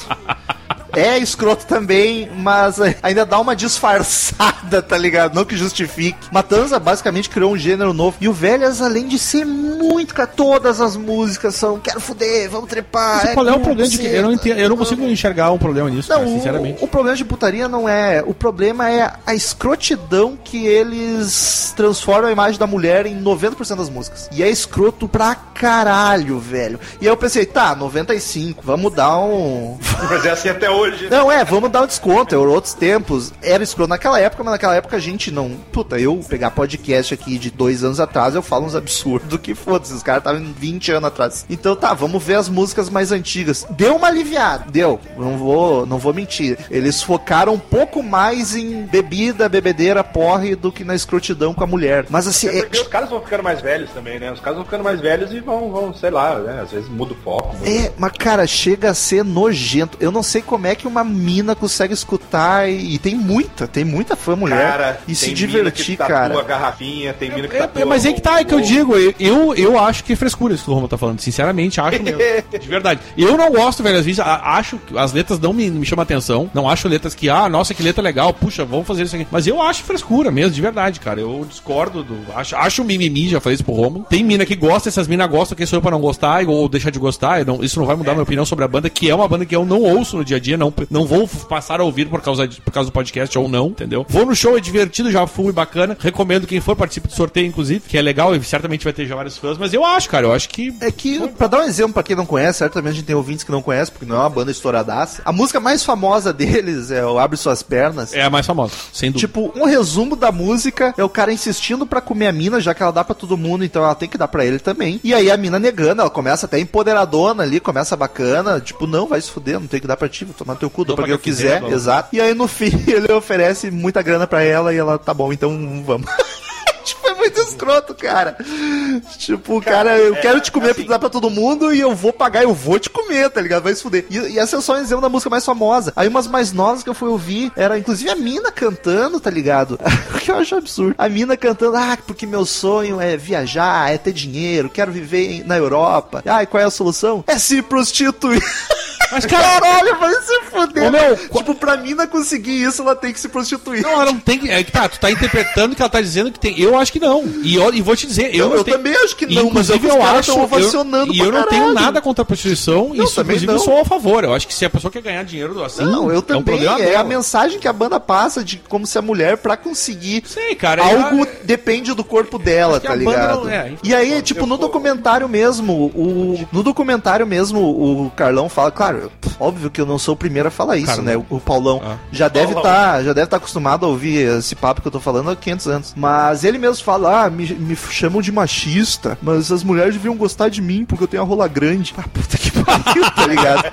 Speaker 3: É escroto também, mas ainda dá uma disfarçada, tá ligado? Não que justifique. Matanza basicamente criou um gênero novo. E o Velhas, além de ser muito. Cara, todas as músicas são quero fuder, vamos trepar.
Speaker 4: Mas qual é o problema de que eu não
Speaker 3: entendo.
Speaker 4: entendo, eu não consigo enxergar um problema nisso,
Speaker 3: Não,
Speaker 4: cara,
Speaker 3: o-
Speaker 4: sinceramente.
Speaker 3: O, problema de putaria não é. O problema é a escrotidão que eles transformam a imagem da mulher em 90% das músicas. E é escroto pra caralho, velho. E aí eu pensei, tá, 95, vamos dar um.
Speaker 5: Mas é assim até hoje.
Speaker 3: Não, é, vamos dar um desconto, eram outros tempos. Era escroto naquela época, mas naquela época a gente não. Puta, eu pegar podcast aqui de dois anos atrás, eu falo uns absurdos que foda-se, os caras estavam 20 anos atrás. Então tá, vamos ver as músicas mais antigas. Deu uma aliviada, deu. Não vou, não vou mentir. Eles focaram um pouco mais em bebida, bebedeira, porre do que na escrotidão com a mulher. Mas assim,
Speaker 5: É
Speaker 3: é,
Speaker 5: porque os caras vão ficando mais velhos também, né? Os caras vão ficando mais velhos e vão, vão sei lá, né? Às vezes muda o foco. muda-
Speaker 3: É, mas cara, chega a ser nojento. Eu não sei como é que uma mina consegue escutar e, e tem muita, tem muita fã mulher e se
Speaker 5: tem
Speaker 3: divertir,
Speaker 5: mina que tá tatua
Speaker 3: cara.
Speaker 5: a garrafinha, tem mina que
Speaker 4: É,
Speaker 5: tatua
Speaker 4: mas é que tá, é que eu
Speaker 5: o-
Speaker 4: digo, eu- eu, eu acho que é frescura isso que o Roma tá falando, sinceramente, acho mesmo, de verdade. Eu não gosto, velho, às vezes, a- acho que as letras não me, me chamam atenção, não acho letras que, ah, nossa, que letra legal, puxa, vamos fazer isso aqui. Mas eu acho frescura mesmo, de verdade, cara, eu discordo do, acho, acho mimimi, já falei isso pro Roma. Tem mina que gosta, essas minas gostam, quem sou eu pra não gostar e- ou deixar de gostar, eu não- isso não vai mudar minha opinião sobre a banda, que é uma banda que eu não ouço no dia a dia, não, não vou f- passar a ouvir por causa, de- por causa do podcast ou não, entendeu? Vou no show, é divertido, já fui bacana, recomendo quem for, participe do sorteio, inclusive, que é legal e certamente vai ter já vários fãs, mas eu acho, cara, eu acho que
Speaker 3: É que, pra dar um exemplo pra quem não conhece, certamente a gente tem ouvintes que não conhece, porque não é uma banda estouradaça. A música mais famosa deles é o Abre Suas Pernas.
Speaker 4: é a mais famosa, sem dúvida.
Speaker 3: Tipo, um resumo da música é o cara insistindo pra comer a mina, já que ela dá pra todo mundo, então ela tem que dar pra ele também. E aí a mina negando, ela começa até empoderadona ali, começa bacana, tipo, não, vai se fuder, não tem que dar pra ti, vou tomar no teu cu, dá
Speaker 4: Dou
Speaker 3: pra quem eu quiser,
Speaker 4: blá, blá.
Speaker 3: exato. E aí no fim ele oferece muita grana pra ela e ela, tá bom, então vamos. Tipo, é muito escroto, cara. Tipo, cara, eu quero te comer pra dar pra todo mundo e eu vou pagar, eu vou te comer, tá ligado? Vai se fuder. E, e essa é só um exemplo da música mais famosa. Aí umas mais novas que eu fui ouvir era, inclusive, a mina cantando, tá ligado? O que eu acho absurdo. A mina cantando, ah, porque meu sonho é viajar, é ter dinheiro, quero viver em- na Europa. Ah, e qual é a solução? É se prostituir.
Speaker 4: Mas, cara,
Speaker 3: Caralho, vai se fuder.
Speaker 4: Ô, meu,
Speaker 3: tipo, pra mina conseguir isso, ela tem que se prostituir.
Speaker 4: não, ela não tem que. É que tá, tu tá interpretando que ela tá dizendo que tem. Eu acho que não. E, eu, e vou te dizer, eu,
Speaker 3: Eu,
Speaker 4: não
Speaker 3: eu
Speaker 4: tenho-
Speaker 3: também acho que
Speaker 4: E,
Speaker 3: não, mas é que
Speaker 4: inclusive
Speaker 3: os
Speaker 4: eu
Speaker 3: caras
Speaker 4: acho
Speaker 3: estão ovacionando
Speaker 4: eu, e eu
Speaker 3: pra
Speaker 4: não tenho
Speaker 3: caralho.
Speaker 4: nada contra a prostituição,
Speaker 3: Não,
Speaker 4: isso
Speaker 3: também
Speaker 4: inclusive eu
Speaker 3: não.
Speaker 4: sou a favor. Eu acho que se a pessoa quer ganhar dinheiro assim,
Speaker 3: Não, eu também. É,
Speaker 4: dela.
Speaker 3: a mensagem que a banda passa de como se a mulher, pra conseguir
Speaker 4: Sei, cara, é
Speaker 3: algo,
Speaker 4: ela-
Speaker 3: depende do corpo dela,
Speaker 4: que
Speaker 3: tá
Speaker 4: a banda
Speaker 3: ligado?
Speaker 4: não- é, enfim.
Speaker 3: e aí, tipo, no documentário mesmo, o no documentário mesmo, o Carlão fala, claro, eu- pff, óbvio que eu não sou o primeiro a falar isso,
Speaker 4: Carlão.
Speaker 3: né? O, o Paulão
Speaker 4: Ah.
Speaker 3: já deve
Speaker 5: Paulão.
Speaker 3: tá, já deve estar acostumado a ouvir esse papo que eu tô falando há 500 anos. Mas ele mesmo fala, ah, me, me chamam de machista, mas as mulheres deviam gostar de mim porque eu tenho a rola grande. Ah, puta que pariu, tá ligado?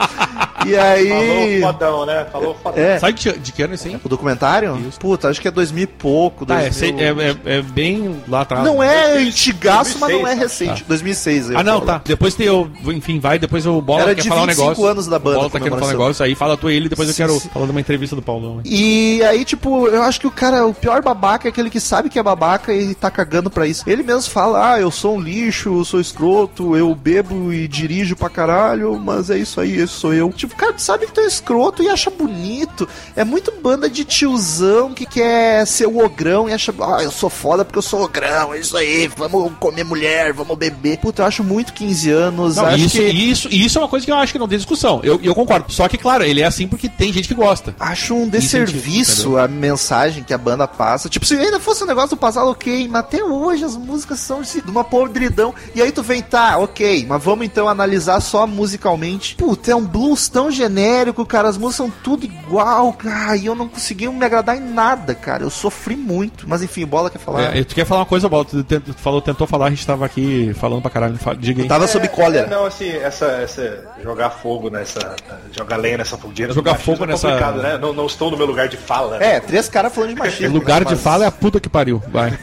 Speaker 3: E aí...
Speaker 5: Falou fodão, né? Falou fodão.
Speaker 3: É.
Speaker 4: Sabe de, de que ano é isso aí?
Speaker 3: O documentário?
Speaker 4: Isso.
Speaker 3: Puta, acho que é 2000 e pouco.
Speaker 4: Tá, é,
Speaker 3: 2000.
Speaker 4: sei- é- é- é bem lá atrás.
Speaker 3: Não é
Speaker 5: 2006,
Speaker 3: antigaço, mas não é
Speaker 5: 2006,
Speaker 3: recente. 2006. eu
Speaker 4: Ah, não,
Speaker 3: falo.
Speaker 4: tá. Depois tem eu. Enfim, vai, depois eu bola
Speaker 3: Era
Speaker 4: quer
Speaker 3: de
Speaker 4: falar um
Speaker 3: 25
Speaker 4: negócio.
Speaker 3: anos da banda,
Speaker 4: bola tá querendo falar um
Speaker 3: comemoração.
Speaker 4: negócio aí, fala tu e ele, depois eu
Speaker 3: Sim,
Speaker 4: quero
Speaker 3: sim.
Speaker 4: falar de uma entrevista do Paulão. né?
Speaker 3: E aí, tipo, eu acho que o cara, o pior babaca é aquele que sabe que é babaca e tá cagando pra isso. Ele mesmo fala, ah, eu sou um lixo, eu sou escroto, eu bebo e dirijo pra caralho, mas é isso aí, esse sou eu. Tipo, cara, tu sabe que tu é escroto e acha bonito. É muito banda de tiozão que quer ser o ogrão e acha, ah, eu sou foda porque eu sou ogrão, é isso aí, vamos comer mulher, vamos beber. Puta, eu acho muito 15 anos,
Speaker 4: Não,
Speaker 3: acho
Speaker 4: isso,
Speaker 3: que...
Speaker 4: isso, isso é uma coisa que eu acho que não tem discussão. Eu, eu concordo. Só que, claro, ele é assim porque tem gente que gosta.
Speaker 3: Acho um desserviço a mensagem que a banda passa. Tipo, se ainda fosse um negócio do passado, ok, mas até hoje as músicas são de de uma podridão. E aí tu vem, tá, ok, mas vamos então analisar só musicalmente. Puta, é um blues tão genérico, cara, as músicas são tudo igual, cara, e eu não consegui me agradar em nada, cara. Eu sofri muito. Mas enfim, bola quer falar.
Speaker 4: É, e tu quer falar uma coisa, Bola? Tu, te- tu falou, tentou falar, a gente tava aqui falando pra caralho. Fala- Diga aí.
Speaker 3: Tava sob
Speaker 5: É,
Speaker 3: cólera.
Speaker 5: não, assim, essa, essa. Jogar fogo nessa. Jogar lenha nessa fogueira. do
Speaker 4: Jogar
Speaker 5: machismo
Speaker 4: fogo
Speaker 5: é
Speaker 4: nessa-
Speaker 5: complicado, né? Não, não estou no meu lugar de fala. né?
Speaker 3: É, três caras falando de machismo.
Speaker 4: Lugar
Speaker 3: né,
Speaker 4: de
Speaker 3: mas-
Speaker 4: fala é a puta que pariu. Vai.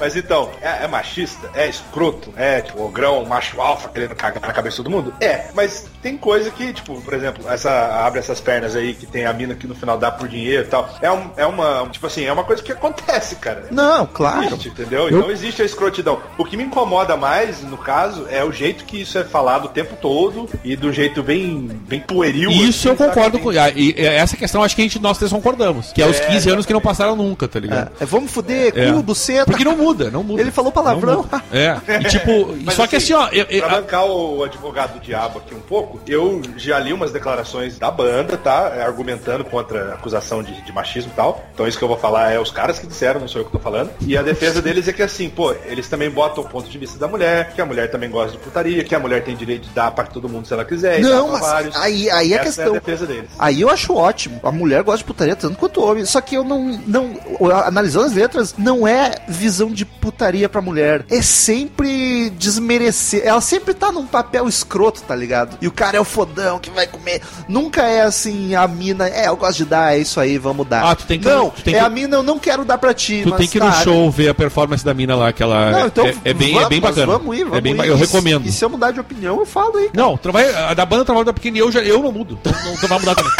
Speaker 5: Mas então, é, é machista? É escroto? É tipo, ogrão, macho alfa querendo cagar na cabeça de todo mundo? É. É, mas tem coisa que, tipo, por exemplo, essa abre essas pernas aí que tem a mina que no final dá por dinheiro e tal. É, um, é uma, tipo assim, é uma coisa que acontece, cara.
Speaker 3: Não, claro.
Speaker 5: Existe, entendeu? Então existe a escrotidão. O que me incomoda mais, no caso, é o jeito que isso é falado o tempo todo e do jeito bem, bem pueril.
Speaker 4: Isso
Speaker 5: assim,
Speaker 4: eu concordo
Speaker 5: sabe?
Speaker 4: com. ah, E e essa questão acho que a gente, nós três concordamos. Que é os 15 anos que não passaram nunca, tá ligado?
Speaker 3: É, vamos foder,
Speaker 4: É.
Speaker 3: cu, buceta.
Speaker 4: Porque não muda, não muda.
Speaker 3: Ele falou palavrão.
Speaker 4: Não muda. É. E tipo,
Speaker 5: Mas,
Speaker 4: só que assim, ó. eu- eu-
Speaker 5: pra
Speaker 4: a-
Speaker 5: bancar o advogado do diabo aqui um pouco, eu já li umas declarações da banda, tá? É, Argumentando contra a acusação de, de machismo e tal. Então isso que eu vou falar é os caras que disseram, não sou eu que tô falando. E a defesa deles é que assim, pô, eles também botam o ponto de vista da mulher, que a mulher também gosta de putaria, que a mulher tem direito de dar pra todo mundo se ela quiser. e dar
Speaker 3: Não,
Speaker 5: pra
Speaker 3: mas
Speaker 5: É, vários.
Speaker 3: aí, aí é a
Speaker 5: Essa
Speaker 3: questão.
Speaker 5: é a defesa deles.
Speaker 3: Aí eu acho ótimo. A mulher gosta de putaria tanto quanto o homem. Só que eu não, não. o- Analisando as letras, não é visão de putaria pra mulher. É sempre desmerecer. Ela sempre tá num papel escroto, tá ligado? E o cara é o fodão que vai comer. Nunca é assim, a mina. É, eu gosto de dar, é isso aí, vamos dar.
Speaker 4: Ah, tu tem que-
Speaker 3: Não,
Speaker 4: tu tem
Speaker 3: é
Speaker 4: que-
Speaker 3: a mina, eu não quero dar pra ti.
Speaker 4: Tu
Speaker 3: mas
Speaker 4: tem que ir no
Speaker 3: tá,
Speaker 4: show ver a performance da mina lá, que ela.
Speaker 3: Não, então
Speaker 4: é, é bem, é
Speaker 3: vamos,
Speaker 4: bem
Speaker 3: mas
Speaker 4: bacana.
Speaker 3: Vamos ir, vamos
Speaker 4: é bem,
Speaker 3: ir. é
Speaker 4: ba- Eu
Speaker 3: E se-
Speaker 4: recomendo.
Speaker 3: E se eu mudar de opinião, eu falo aí.
Speaker 4: Não, trabalha- a da banda trabalha da pequena e eu, já, eu não mudo. Então não, tu vai mudar também.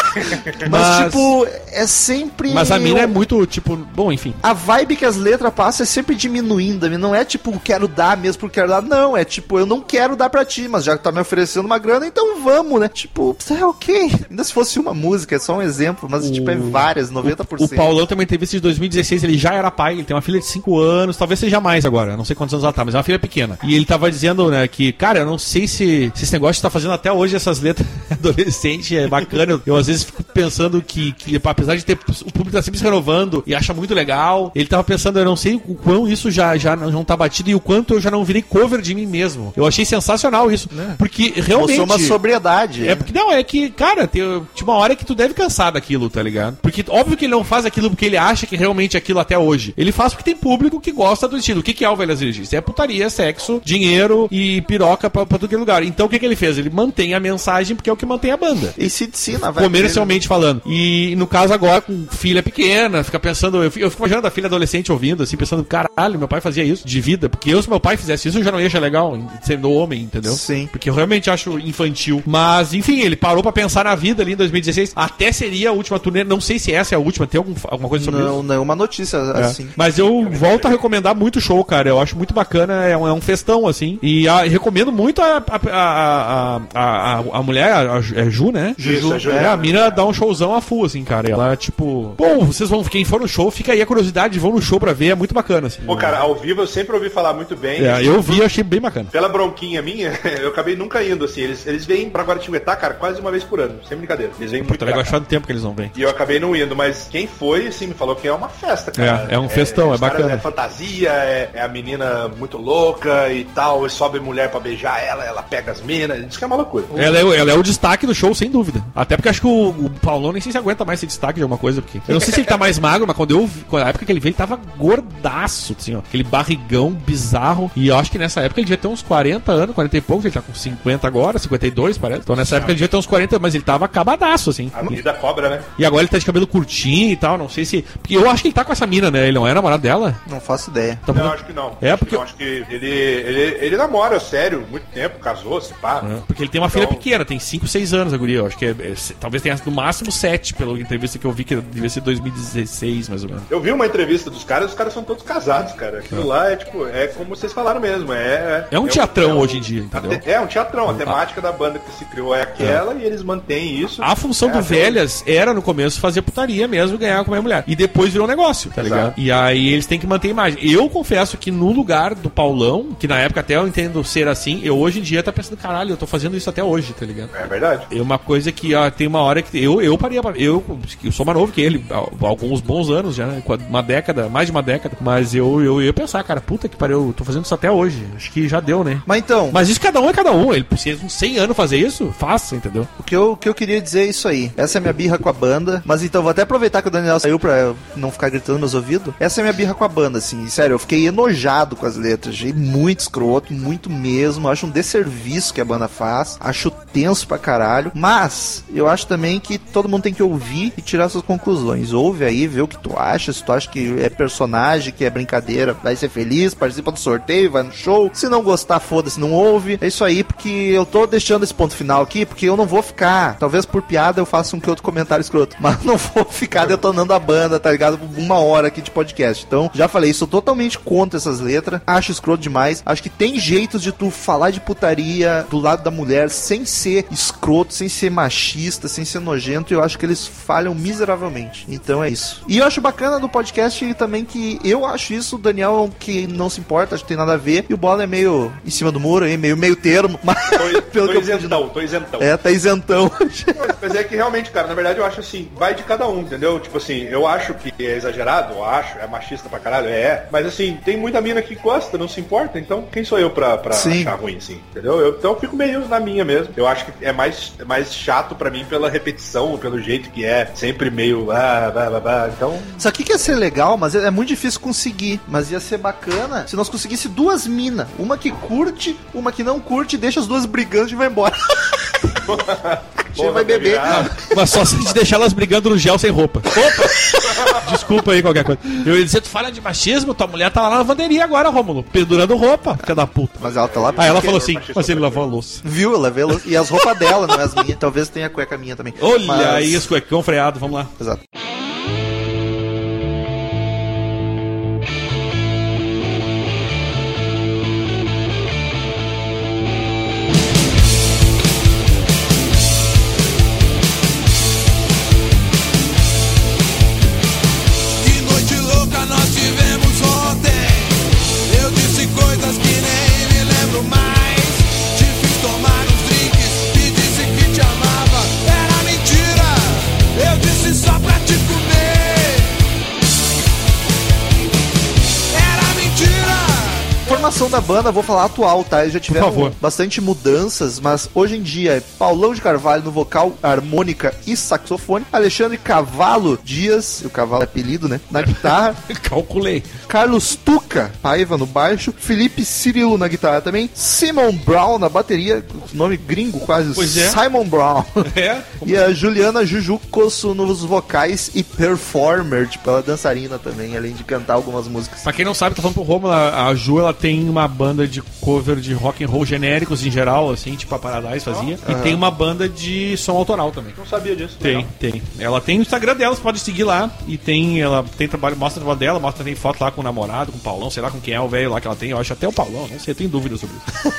Speaker 3: Mas, tipo, é sempre.
Speaker 4: Mas a mina é muito, tipo, bom, enfim.
Speaker 3: A vibe que as letras passam é sempre diminuindo. Não é tipo, quero dar mesmo porque quero dar. Não, é tipo, eu não quero dar pra ti, mas já que tá me oferecendo uma grana, então vamos, né? Tipo, é ok. Ainda se fosse uma música, é só um exemplo, mas tipo, é várias, 90%.
Speaker 4: O Paulão também teve esse de 2016, ele já era pai, ele tem uma filha de 5 anos, talvez seja mais agora, não sei quantos anos ela tá, mas é uma filha pequena. E ele tava dizendo, né, que, cara, eu não sei se, se esse negócio tá fazendo até hoje essas letras adolescente, é bacana. Eu, eu às vezes fico pensando que, que, apesar de ter o público tá sempre se renovando e acha muito legal, ele tava pensando, eu não sei o quão isso já, já não não tá batido e o quanto eu já não virei cover de mim mesmo. Eu achei sensacional isso, porque realmente...
Speaker 3: Né? Mostrou uma sobriedade.
Speaker 4: É porque não, é que, cara, tem tipo, uma hora que tu deve cansar daquilo, tá ligado? Porque óbvio que ele não faz aquilo porque ele acha que realmente é aquilo até hoje. Ele faz porque tem público que gosta do estilo. O que, que é o Velhas Virgens? É putaria, sexo, dinheiro e piroca pra, pra todo aquele lugar. Então o que, que ele fez? Ele mantém a mensagem porque é o que mantém a banda.
Speaker 3: E se ensina, vai.
Speaker 4: Comercialmente falando. E no caso agora, com filha pequena, fica pensando, eu fico, eu fico imaginando a filha adolescente ouvindo, assim, pensando, caralho, meu pai fazia isso de vida. Porque eu, se meu pai fizesse isso, eu já não ia achar legal, sendo homem, entendeu?
Speaker 3: Sim.
Speaker 4: Porque eu realmente acho infantil. Mas, enfim, ele parou pra pensar na vida ali em 2016. Até seria a última turnê. Não sei se essa é a última. Tem algum, alguma coisa sobre isso?
Speaker 3: Não, não, uma notícia
Speaker 4: É.
Speaker 3: assim.
Speaker 4: Mas eu volto a recomendar muito o show, cara. Eu acho muito bacana, é um, é um festão, assim. E ah, recomendo muito a, a, a, a, a, a mulher, a, a Ju- é Ju, né?
Speaker 5: Isso, a Ju.
Speaker 4: É, a mina dá um showzão a full, assim, cara. Ela, tipo... Bom, vocês vão... Quem for no show, fica aí a curiosidade. Vão no show pra ver, é muito bacana, assim.
Speaker 5: Pô, cara, ao vivo eu sempre ouvi falar muito bem.
Speaker 4: É, eu vi, achei bem bacana.
Speaker 5: Pela bronquinha minha, eu acabei nunca indo, assim. Eles, eles vêm pra Guaratinguetá, cara, quase uma vez por ano. Sem brincadeira. Eles vêm muito
Speaker 4: Tá legal,
Speaker 5: pra
Speaker 4: acho que
Speaker 5: cá.
Speaker 4: faz tempo que eles não vêm.
Speaker 5: E eu acabei não indo, mas quem foi, assim, me falou que é uma festa, cara.
Speaker 4: É, é um festão, é
Speaker 5: os caras-
Speaker 4: bacana.
Speaker 5: É fantasia, é, é a menina muito louca e tal, e sobe mulher pra beijar ela, ela pega as minas, diz que é uma loucura.
Speaker 4: Ela é, o- ela é o destaque do show, sem dúvida. Até porque acho que o, o Paulão nem sei se aguenta mais esse destaque de alguma coisa. Porque eu não sei se ele tá mais magro, mas quando eu vi- quando- na época que ele veio, ele tava gordaço, assim, ó. Aquele barrigão bizarro. E eu acho que nessa época ele devia ter uns 40 anos, 40 e poucos. Ele tá com 50 agora, 52, parece. Então nessa época ele devia ter uns 40, mas ele tava acabadaço, assim.
Speaker 5: A menina cobra, né?
Speaker 4: E agora ele tá de cabelo curtinho e tal, não sei se. Porque eu acho que ele tá com essa mina, né? Ele não é namorado dela?
Speaker 3: Não faço ideia.
Speaker 4: Tá
Speaker 5: Não,
Speaker 4: fazendo-
Speaker 5: acho que não.
Speaker 4: É,
Speaker 5: Acho
Speaker 4: porque-
Speaker 5: que não, Acho que ele, ele, ele namora, sério, muito tempo, casou, se pá.
Speaker 4: É, Porque ele tem uma
Speaker 5: Então-
Speaker 4: filha pequena, tem 5, 6 anos a guria. Eu acho que é, é, se- talvez tenha no máximo 7, pela entrevista que eu vi, que devia ser 2016, mais ou menos.
Speaker 5: Eu vi uma entrevista dos caras, os caras são todos casados, cara. Aquilo lá é tipo, é como vocês falaram mesmo. É,
Speaker 4: É um teatrão hoje em dia,
Speaker 5: a te-
Speaker 4: entendeu?
Speaker 5: É um teatrão. A temática da banda que se criou é aquela e eles mantêm isso.
Speaker 4: A função
Speaker 5: É,
Speaker 4: do
Speaker 5: até
Speaker 4: Velhas era, no começo, fazer putaria mesmo, ganhar com a mulher. E depois virou um negócio, tá
Speaker 5: Exato.
Speaker 4: ligado? E aí eles têm que manter a imagem. Eu confesso que no lugar do Paulão, que na época até eu entendo ser assim, eu hoje em dia tá pensando, caralho, eu tô fazendo isso até hoje, tá ligado?
Speaker 5: É verdade.
Speaker 4: É uma coisa que ó, tem uma hora que eu eu parei pra- eu, eu sou mais novo que ele há alguns bons anos já né? Qua- uma década mais de uma década mas eu eu ia pensar cara puta que pariu eu tô fazendo isso até hoje acho que já deu né
Speaker 3: Mas então,
Speaker 4: mas isso cada um é cada um ele precisa de uns 100 anos fazer isso faça entendeu
Speaker 3: O que, eu, o que eu queria dizer é isso aí. Essa é minha birra com a banda. Mas então, vou até aproveitar que o Daniel saiu pra eu não ficar gritando nos meus ouvidos. Essa é minha birra com a banda, assim. E, Sério, eu fiquei enojado com as letras. Achei muito escroto, muito mesmo. Acho um desserviço que a banda faz. Acho tenso pra caralho. Mas, eu acho também que todo mundo tem que ouvir e tirar suas conclusões. Ouve aí, vê o que tu acha. Se tu acha que é personagem, que é brincadeira, vai ser feliz, participa do sorteio, vai no show, Se não gostar, foda-se, não ouve. É isso aí, porque eu tô deixando esse ponto final aqui, porque eu não vou ficar. Talvez por piada eu faça um que outro comentário escroto, mas não vou ficar detonando a banda, tá ligado? Por Uma hora aqui de podcast. Então, já falei, sou totalmente contra essas letras. Acho escroto demais. Acho que tem jeitos de tu falar de putaria do lado da mulher sem ser escroto, sem ser machista, sem ser nojento. E eu acho que eles falham miseravelmente. Então é isso. E eu acho bacana do podcast também que eu acho isso, o Daniel é um que não se importa, acho que tem nada a ver. E o Bola é meio em cima do muro aí, meio meio termo, mas
Speaker 5: Tô,
Speaker 3: pelo
Speaker 5: tô
Speaker 3: que eu pude
Speaker 5: isentão, tô isentão.
Speaker 3: é, tá isentão.
Speaker 5: Mas- Mas é que realmente, cara, na verdade eu acho assim, vai de cada um, entendeu? Tipo assim, eu acho que é exagerado, eu acho, é machista pra caralho, é. Mas assim, tem muita mina que gosta, não se importa, então quem sou eu pra, pra
Speaker 3: Sim.
Speaker 5: achar ruim, assim, entendeu? Eu- então eu fico meio na minha mesmo. Eu acho que é mais, é mais chato pra mim pela repetição, pelo jeito que é, sempre meio, ah, blá, blá, blá. Então,
Speaker 3: Isso aqui que ia ser legal, mas é é muito difícil conseguir. Mas ia ser bacana se nós conseguisse duas minas. Uma que curte, uma que não curte, deixa as duas brigando e vai embora. A gente
Speaker 5: porra, tá
Speaker 3: vai beber.
Speaker 5: virar-
Speaker 4: Mas só se a gente deixar elas brigando no gel sem roupa. Opa! Desculpa aí qualquer coisa. Eu ia dizer, tu fala de machismo, tua mulher tá lá na lavanderia agora, Rômulo, pendurando roupa, filha da puta.
Speaker 3: Mas é ela tá lá.
Speaker 4: Aí ela
Speaker 3: porque-
Speaker 4: falou assim, mas ele lavou a louça.
Speaker 3: Viu? Ela vê e as roupas dela, não é as minhas. Talvez tenha a cueca minha também.
Speaker 4: Olha
Speaker 3: Mas-
Speaker 4: aí, isso, cuecão freado, vamos lá.
Speaker 3: Exato.
Speaker 7: Que noite louca nós tivemos ontem. Eu disse coisas que nem me lembro mais. Te fiz tomar uns drinks e disse que te amava. Era mentira, eu disse só pra te comer. Era mentira.
Speaker 3: Formação da banda, vou falar atual, tá? Eu já tiveram
Speaker 4: favor.
Speaker 3: bastante mudanças, mas hoje em dia é Paulão de Carvalho no vocal, harmônica e saxofone, Alexandre Cavalo Dias, o cavalo é apelido, né? Na guitarra,
Speaker 4: Calculei.
Speaker 3: Carlos Tuca Paiva no baixo, Felipe Cirilo na guitarra também, Simon Brown na bateria, nome gringo quase,
Speaker 4: Pois é.
Speaker 3: Simon Brown.
Speaker 4: É?
Speaker 3: E a Juliana Juju Cosso nos vocais e performer, tipo, ela é dançarina também, além de cantar algumas músicas.
Speaker 4: Pra quem não sabe, tá falando pro Romulo, a a Ju, ela tem uma banda de cover de rock and roll genéricos em geral, assim, tipo a Paradise fazia. E tem uma banda de som autoral também.
Speaker 5: Não sabia disso.
Speaker 4: Tem,
Speaker 5: legal.
Speaker 4: tem. Ela tem o Instagram dela, você pode seguir lá. E tem, ela tem trabalho, mostra o trabalho dela, mostra tem foto lá com o namorado, com o Paulão, sei lá com quem é o velho lá que ela tem. Eu acho até o Paulão, não sei, eu tenho dúvida sobre isso.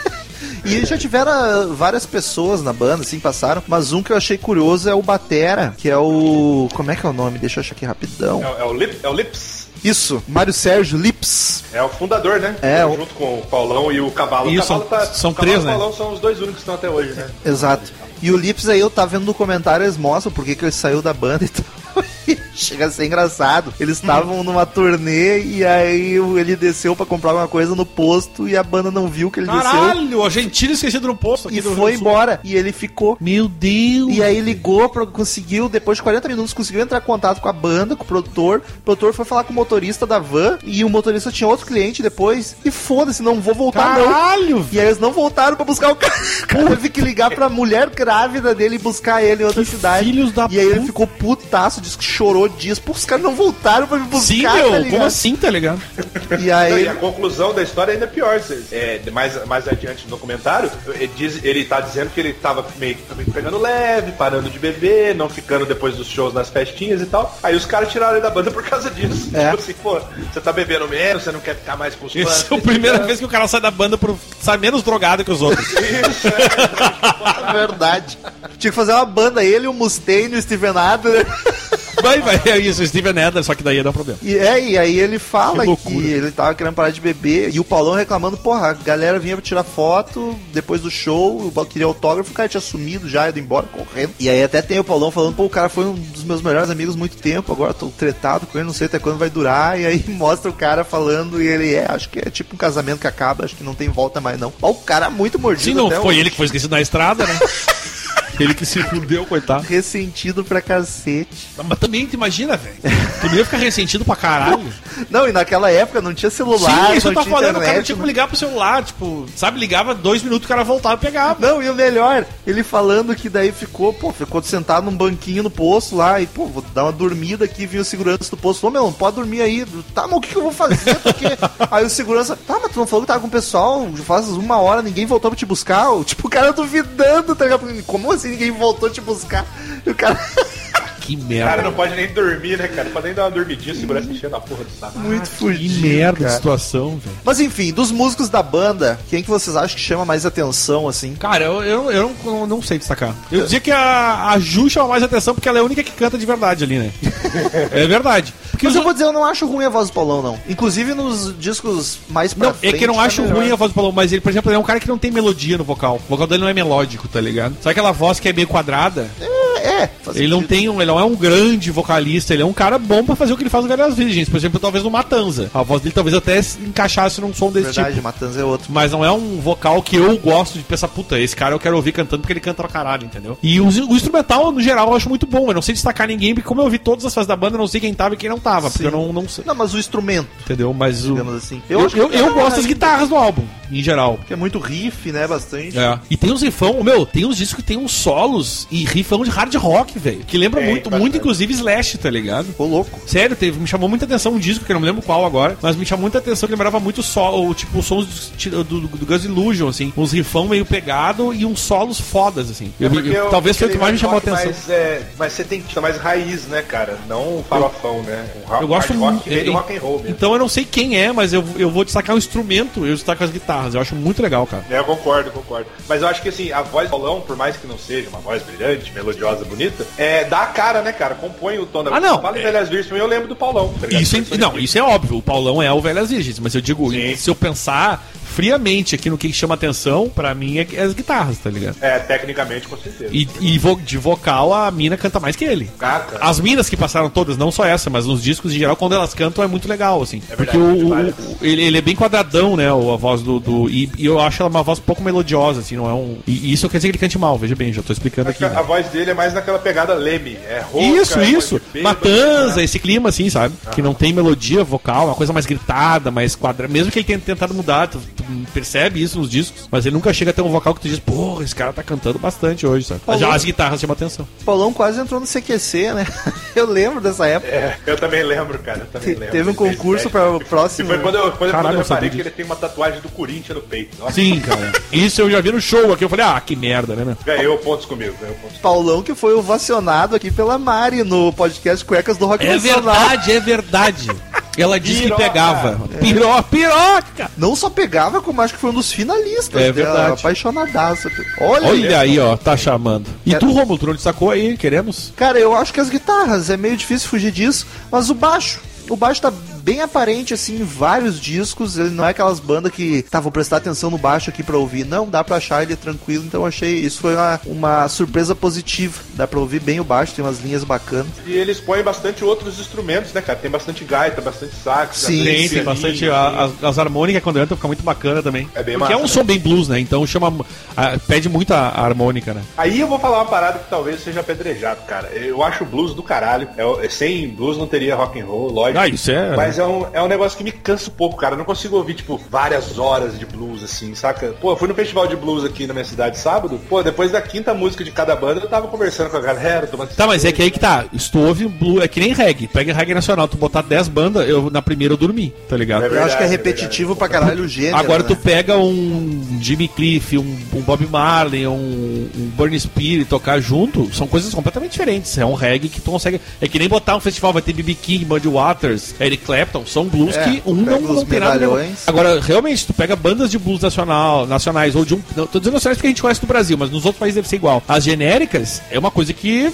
Speaker 3: E já tiveram ah, várias pessoas na banda, assim, passaram. Mas um que eu achei curioso é o Batera, que é o. Como é que é o nome? Deixa eu achar aqui rapidão.
Speaker 5: É, o- é o Lip, é o Lips.
Speaker 3: Isso, Mário Sérgio Lips.
Speaker 5: É o fundador, né?
Speaker 3: É, o-
Speaker 5: Junto com o Paulão e o Cavalo.
Speaker 4: Isso,
Speaker 5: o Cavalo tá,
Speaker 4: são
Speaker 5: o Cavalo
Speaker 4: três,
Speaker 5: e
Speaker 4: né?
Speaker 5: O Paulão são os dois únicos que estão até hoje, né?
Speaker 3: Exato. E o Lips aí eu tava vendo no comentário, eles mostram porque que ele saiu da banda e tal. Chega a ser engraçado. Eles estavam numa turnê e aí o- ele desceu pra comprar alguma coisa no posto e a banda não viu que ele desceu.
Speaker 4: Caralho, a Argentina esquecido no posto aqui
Speaker 3: E
Speaker 4: do Rio
Speaker 3: foi
Speaker 4: do Sul.
Speaker 3: embora. E ele ficou.
Speaker 4: Meu Deus!
Speaker 3: E aí ligou, pro- conseguiu, depois de 40 minutos, conseguiu entrar em contato com a banda, com o produtor. O produtor foi falar com o motorista da van e o motorista tinha outro cliente depois. E foda-se, não vou voltar
Speaker 4: Ah,
Speaker 3: não.
Speaker 4: Caralho!
Speaker 3: E aí eles não voltaram pra buscar o cara. O cara teve que ligar pra mulher grávida dele e buscar ele em outra
Speaker 4: Que
Speaker 3: cidade.
Speaker 4: filhos da
Speaker 3: e aí ele
Speaker 4: puta.
Speaker 3: ficou putaço, disse que chorou dias. Pô, os caras não voltaram pra me buscar.
Speaker 4: Sim,
Speaker 3: tá
Speaker 4: meu,
Speaker 3: ligado?
Speaker 4: como assim, tá ligado?
Speaker 3: E
Speaker 5: Não,
Speaker 3: aí.
Speaker 5: e a conclusão da história ainda é pior. cê- É, mais, mais adiante no documentário, ele, diz, ele tá dizendo que ele tava meio que também pegando leve, parando de beber, não ficando depois dos shows nas festinhas e tal. Aí os caras tiraram ele da banda por causa disso.
Speaker 3: É.
Speaker 5: Tipo assim, pô, você tá bebendo menos, você não quer ficar mais com os fãs.
Speaker 4: Essa é a primeira
Speaker 5: tipo-
Speaker 4: vez que o cara sai da banda por sai menos drogado que os outros.
Speaker 5: Isso, é.
Speaker 3: É verdade. Tinha que fazer uma banda, ele, o Mustaine, o Steven Adler.
Speaker 4: vai, vai, é isso, Steven Adler, só que daí ia dar um problema.
Speaker 3: E, é, e aí ele fala
Speaker 4: Que
Speaker 3: que,
Speaker 4: loucura.
Speaker 3: ele tava querendo parar de beber e o Paulão reclamando, porra, a galera vinha pra tirar foto depois do show, o Paulo queria autógrafo, o cara tinha sumido já, ido embora correndo. E aí até tem o Paulão falando, pô, o cara foi um dos meus melhores amigos há muito tempo, agora tô tretado com ele, não sei até quando vai durar. E aí mostra o cara falando e ele, é, acho que é tipo um casamento que acaba, acho que não tem volta mais não. Ó, o cara muito mordido
Speaker 4: Sim, não
Speaker 3: até
Speaker 4: foi
Speaker 3: hoje.
Speaker 4: ele que foi esquecido na estrada, né? Ele que se fudeu, coitado.
Speaker 3: Ressentido pra cacete.
Speaker 4: Mas também, tu imagina, velho. Tu não ia ficar ressentido pra caralho.
Speaker 3: Não, e naquela época não tinha celular,
Speaker 4: Sim, isso
Speaker 3: não
Speaker 4: eu tô
Speaker 3: tinha
Speaker 4: falando, o cara
Speaker 3: internet,
Speaker 4: tinha né? que
Speaker 3: não-
Speaker 4: ligar pro celular, tipo, sabe, ligava dois minutos, o cara voltava e pegava.
Speaker 3: Não, e o melhor, ele falando que daí ficou, pô, ficou sentado num banquinho no posto lá e, pô, vou dar uma dormida aqui, viu o segurança do posto, ô meu, não pode dormir aí, tá, mas o que, que eu vou fazer? Porque... aí o segurança, tá, mas tu não falou que tava com o pessoal, já faz uma hora, ninguém voltou pra te buscar, Ô, tipo, o cara duvidando, tá ligado? Como assim ninguém voltou te buscar? E o cara,
Speaker 4: Que
Speaker 5: O
Speaker 4: merda.
Speaker 5: cara não pode nem dormir, né, cara? Não pode nem dar uma dormidinha, segurança enchendo a porra do saco.
Speaker 3: muito
Speaker 4: Ah, que
Speaker 3: fudido,
Speaker 4: merda de
Speaker 3: cara.
Speaker 4: situação, velho.
Speaker 3: Mas enfim, dos músicos da banda, quem que vocês acham que chama mais atenção, assim?
Speaker 4: Cara, eu, eu, eu não, não sei destacar. Eu dizia que a, a Ju chama mais atenção porque ela é a única que canta de verdade ali, né? é verdade. Porque
Speaker 3: Mas
Speaker 4: os
Speaker 3: eu vou dizer, eu não acho ruim a voz do Paulão, não. Inclusive nos discos mais pra
Speaker 4: Não, é que eu não
Speaker 3: frente,
Speaker 4: acho
Speaker 3: tá melhor.
Speaker 4: ruim a voz do Paulão, mas ele, por exemplo, ele é um cara que não tem melodia no vocal. O vocal dele não é melódico, tá ligado? Sabe aquela voz que é meio quadrada?
Speaker 3: É, é, faz
Speaker 4: Ele não
Speaker 3: sentido.
Speaker 4: tem um, ele não é um grande vocalista, ele é um cara bom pra fazer o que ele faz no Galhas Virgens. Por exemplo, talvez no Matanza. A voz dele talvez até se encaixasse num som desse
Speaker 3: Verdade,
Speaker 4: tipo.
Speaker 3: Matanza é outro.
Speaker 4: Mas não é um vocal que eu gosto de pensar, puta, esse cara eu quero ouvir cantando porque ele canta pra caralho, entendeu? E os- o, instrumental, no geral, eu acho muito bom. Eu não sei destacar ninguém, porque como eu ouvi todas as fases da banda, eu não sei quem tava e quem não tava, porque eu não, não sei.
Speaker 3: Não, mas o instrumento,
Speaker 4: Entendeu? Mas o.
Speaker 3: digamos assim.
Speaker 4: Eu,
Speaker 3: acho que-
Speaker 4: eu, eu gosto das
Speaker 3: Ah,
Speaker 4: guitarras do álbum, em geral.
Speaker 3: Que é muito riff, né? Bastante.
Speaker 4: É. E tem uns rifão, meu, tem uns discos que tem uns solos e rifão de hard rock, velho. Que lembra
Speaker 5: Tem
Speaker 4: muito, muito
Speaker 5: bastante.
Speaker 4: inclusive Slash, tá ligado?
Speaker 3: Ficou louco.
Speaker 4: Sério, teve, me chamou muita atenção um disco, que eu não me lembro qual agora, mas me chamou muita atenção que lembrava muito só, o, tipo, os sons do, do, do Guns Illusion, assim. Uns rifão meio pegado e uns solos fodas, assim. Eu- eu-
Speaker 5: É porque o-
Speaker 4: talvez foi o que
Speaker 5: aquele
Speaker 4: mais me chamou a
Speaker 5: rock
Speaker 4: atenção.
Speaker 5: mais, é, mas você tem que estar mais raiz, né, cara? Não um farofão, né? Um rock,
Speaker 4: Eu gosto
Speaker 5: hard rock
Speaker 4: muito.
Speaker 5: vem do
Speaker 4: é,
Speaker 5: rock and roll mesmo.
Speaker 4: Então eu não sei quem é, mas eu, eu vou destacar o instrumento, eu destaco as guitarras. Eu acho muito legal, cara.
Speaker 5: É, eu concordo, concordo. Mas eu acho que assim, a voz do Paulão, por mais que não seja uma voz brilhante, melodiosa, bonita, é, dá a cara, né, cara? Compõe o tom da
Speaker 4: Ah, não.
Speaker 5: Fala em
Speaker 4: É.
Speaker 5: Velhas Virgens, eu lembro do Paulão. tá ligado?
Speaker 4: Isso é, não, isso é óbvio. O Paulão é o Velhas Virgens, mas eu digo,
Speaker 5: Sim.
Speaker 4: se eu pensar friamente aqui no que chama atenção, pra mim é, é as guitarras, tá ligado?
Speaker 5: É, tecnicamente, com certeza.
Speaker 4: E, e vo- de vocal a mina canta mais que ele.
Speaker 5: Ah, cara.
Speaker 4: As minas que passaram todas, não só essa, mas nos discos em geral, quando elas cantam é muito legal, assim.
Speaker 5: É
Speaker 4: porque
Speaker 5: verdade,
Speaker 4: o, o-
Speaker 5: várias.
Speaker 4: o- ele, ele é bem quadradão, né? o- A voz do. do- e, e eu acho ela uma voz pouco melodiosa, assim, não é um. E, e isso quer dizer que ele cante mal, veja bem, já tô explicando
Speaker 5: Acho
Speaker 4: aqui.
Speaker 5: que a, a
Speaker 4: né?
Speaker 5: voz dele é mais naquela pegada leme. É rouca,
Speaker 4: Isso,
Speaker 5: é voz
Speaker 4: isso.
Speaker 5: de bêbado,
Speaker 4: Matanza,
Speaker 5: né?
Speaker 4: esse clima, assim, sabe? Que não tem melodia vocal, uma coisa mais gritada, mais quadrada. Mesmo que ele tenha tentado mudar, tu, tu percebe isso nos discos, mas ele nunca chega a ter um vocal que tu diz, porra, esse cara tá cantando bastante hoje, sabe? Mas já as guitarras chamam atenção.
Speaker 3: O Paulão quase entrou no CQC, né? Eu lembro dessa época.
Speaker 5: É, eu também lembro, cara. Eu também
Speaker 3: Te-
Speaker 5: lembro.
Speaker 3: teve um
Speaker 5: Ele fez
Speaker 3: concurso
Speaker 5: teste.
Speaker 3: para o
Speaker 5: E
Speaker 3: próximo.
Speaker 5: foi quando eu, quando,
Speaker 4: Caralho,
Speaker 5: quando eu
Speaker 4: não sabia
Speaker 5: reparei que
Speaker 4: disso.
Speaker 5: ele tem uma tatuagem do Corinthians no peito. Nossa,
Speaker 4: Sim, cara. Isso eu já vi no show aqui. Eu falei, ah, que merda, né, meu?
Speaker 5: ganhou pontos comigo, ganhou pontos.
Speaker 3: Paulão que foi ovacionado aqui pela Mari no podcast Cuecas do Rock
Speaker 4: É
Speaker 3: Nacional.
Speaker 4: verdade, é verdade. Ela disse que
Speaker 5: Piroca.
Speaker 4: pegava. Piro, piroca!
Speaker 3: Não só pegava, como acho que foi um dos finalistas.
Speaker 4: É
Speaker 3: né?
Speaker 4: verdade.
Speaker 3: Apaixonadaço. Olha,
Speaker 4: Olha aí, ó, tá chamando. E tu, Romulo, tu não destacou aí, queremos?
Speaker 3: Cara, eu acho que as guitarras, é meio difícil fugir disso, mas o baixo, o baixo tá bem aparente assim em vários discos, ele não é aquelas bandas que tá, vou prestar atenção no baixo aqui pra ouvir, não, dá pra achar ele tranquilo, então eu achei, isso foi uma, uma surpresa positiva, dá pra ouvir bem o baixo, tem umas linhas bacanas.
Speaker 5: E eles põem bastante outros instrumentos, né, cara? Tem bastante gaita, bastante sax.
Speaker 3: Sim,
Speaker 4: Tem,
Speaker 5: né?
Speaker 4: tem
Speaker 5: pianinho,
Speaker 4: bastante.
Speaker 5: assim.
Speaker 4: a- as, as harmônicas quando entra fica muito bacana também.
Speaker 5: É bem
Speaker 4: Porque é um
Speaker 5: massa,
Speaker 4: som bem blues, né? Então chama. a- pede muito a, a harmônica, né?
Speaker 5: Aí eu vou falar uma parada que talvez seja apedrejado, cara. Eu acho blues do caralho. É, é- sem blues não teria rock and roll, lógico.
Speaker 4: Ah, isso é-
Speaker 5: Mas é um, é um negócio que me cansa um pouco, cara. Eu não consigo ouvir, tipo, várias horas de blues, assim, saca? Pô, eu fui no festival de blues aqui na minha cidade sábado. Pô, depois da quinta música de cada banda, eu tava conversando com a galera, tomando...
Speaker 4: Tá, mas é que aí que tá. Se tu ouve blue, é que nem reggae. Pega reggae nacional, tu botar 10 bandas, eu na primeira eu dormi, tá ligado?
Speaker 5: É
Speaker 3: eu acho que é
Speaker 5: verdade,
Speaker 3: repetitivo pra caralho o gênero.
Speaker 4: Agora
Speaker 3: né?
Speaker 4: tu pega um Jimmy Cliff, um, um Bob Marley, um, um Bernie Spears tocar junto, são coisas completamente diferentes. É um reggae que tu consegue. É que nem botar um festival, vai ter BB King, Muddy Waters, Eric Clapton, são blues
Speaker 3: É,
Speaker 4: que um não,
Speaker 3: pega os
Speaker 4: não tem nada. a ver.
Speaker 3: medalhões.
Speaker 4: Agora, realmente, tu pega bandas de blues nacional, nacionais ou de um. Não, tô dizendo nacionais porque a gente conhece do Brasil, mas nos outros países deve ser igual. As genéricas é uma coisa que.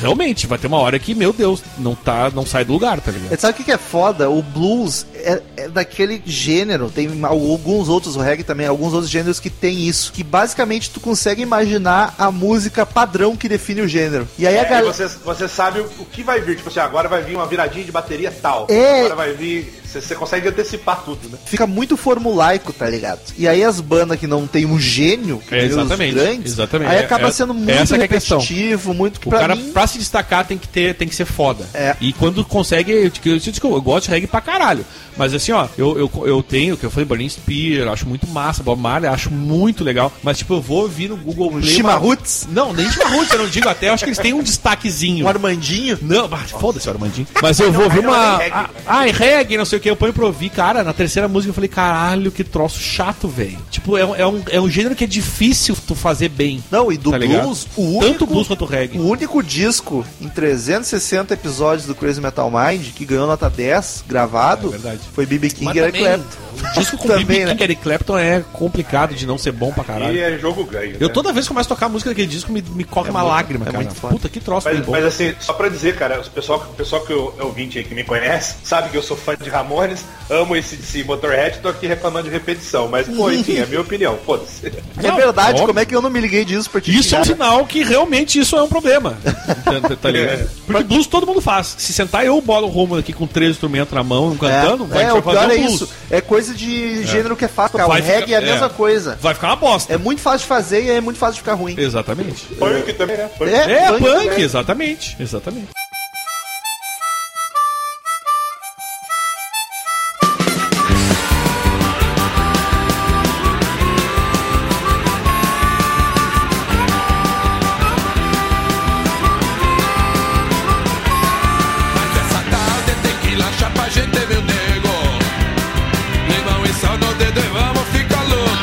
Speaker 4: Realmente, vai ter uma hora que, meu Deus, não, tá, não sai do lugar, tá ligado?
Speaker 3: É, Sabe o que que é foda? O blues é, é daquele gênero, tem al- alguns outros, o reggae também, alguns outros gêneros que tem isso, que basicamente tu consegue imaginar a música padrão que define o gênero. E aí a
Speaker 5: É, e
Speaker 3: galera...
Speaker 5: você, você sabe o, o que vai vir. Tipo assim, agora vai vir uma viradinha de bateria tal.
Speaker 3: É.
Speaker 5: Agora vai vir, Você você consegue antecipar tudo, né?
Speaker 3: Fica muito formulaico, tá ligado? E aí as bandas que não tem um gênio, que
Speaker 4: É,
Speaker 3: nem os
Speaker 4: exatamente,
Speaker 3: grandes,
Speaker 4: exatamente.
Speaker 3: aí
Speaker 4: É,
Speaker 3: acaba
Speaker 4: é-
Speaker 3: sendo muito
Speaker 4: essa que é a questão.
Speaker 3: repetitivo, muito que
Speaker 4: O
Speaker 3: pra
Speaker 4: cara,
Speaker 3: mim...
Speaker 4: pra se destacar, tem que, ter, tem que ser foda.
Speaker 3: É.
Speaker 4: E quando consegue. Eu, te- eu, te- desculpa, eu gosto de reggae pra caralho. Mas assim, ó, eu, eu, eu tenho, que eu falei, Berlin Spear, acho muito massa, Bob Marley, acho muito legal. Mas, tipo, eu vou ouvir no Google Play. uma-
Speaker 3: Chimarruts?
Speaker 4: Não, nem Chimarruts, eu não digo até, eu acho que eles têm um destaquezinho.
Speaker 3: Um Armandinho?
Speaker 4: Não, ah, foda-se, Armandinho. Mas eu vou ouvir uma. ah, Ah, é reggae, não sei o que. Eu ponho pra ouvir, cara. Na terceira música eu falei, caralho, que troço chato, velho. Tipo, é, um- é um, é um gênero que é difícil tu fazer bem.
Speaker 3: Não, e do
Speaker 4: Tá ligado?
Speaker 3: blues, o
Speaker 4: Tanto
Speaker 3: único,
Speaker 4: blues quanto reggae.
Speaker 3: o único disco em 360 episódios do Crazy Metal Mind que ganhou nota 10 gravado
Speaker 4: É verdade.
Speaker 3: foi B.B. King
Speaker 4: Mas
Speaker 3: e Eric
Speaker 4: também,
Speaker 3: Clapton.
Speaker 4: O disco com
Speaker 3: Também,
Speaker 4: Bibi King
Speaker 3: né?
Speaker 4: e Eric Clapton é complicado de não ser bom pra
Speaker 5: E
Speaker 4: caralho.
Speaker 5: é jogo ganho.
Speaker 4: Eu
Speaker 5: né?
Speaker 4: toda vez que começo a tocar a música daquele disco, me, me corre uma lágrima,
Speaker 3: é
Speaker 4: cara.
Speaker 3: muito foda.
Speaker 4: Puta, que troço bem
Speaker 5: Mas,
Speaker 4: bom.
Speaker 5: mas assim, só pra dizer, cara, o pessoal, o pessoal que eu, é ouvinte aí que me conhece sabe que eu sou fã de Ramones, amo esse DC Motorhead, tô aqui reclamando de repetição, mas pô, enfim, é a minha opinião, foda-se.
Speaker 3: É
Speaker 4: Não,
Speaker 3: verdade,
Speaker 4: óbvio.
Speaker 3: como é que eu não me liguei disso pra te
Speaker 4: Isso é um
Speaker 3: tirar?
Speaker 4: sinal que realmente isso é um problema. Tá- tá ligado? Porque blues todo mundo faz. Se sentar eu bolo o Romulo aqui com três instrumentos na mão, cantando,
Speaker 3: é,
Speaker 4: vai,
Speaker 3: o pior
Speaker 4: vai fazer
Speaker 3: é
Speaker 4: um blues.
Speaker 3: isso. É coisa de gênero que é fácil. tocar. O
Speaker 4: Vai ficar-
Speaker 3: reggae é a
Speaker 4: é.
Speaker 3: mesma coisa.
Speaker 4: Vai ficar uma bosta.
Speaker 3: É muito fácil de fazer e é muito fácil de ficar ruim.
Speaker 4: Exatamente.
Speaker 5: Punk também, né? Punk.
Speaker 4: É, punk,
Speaker 3: né?
Speaker 4: exatamente. Exatamente.
Speaker 7: Mas essa tarde tem que lanchar pra gente, meu nego. Limão e sal no dedo e vamos ficar louco.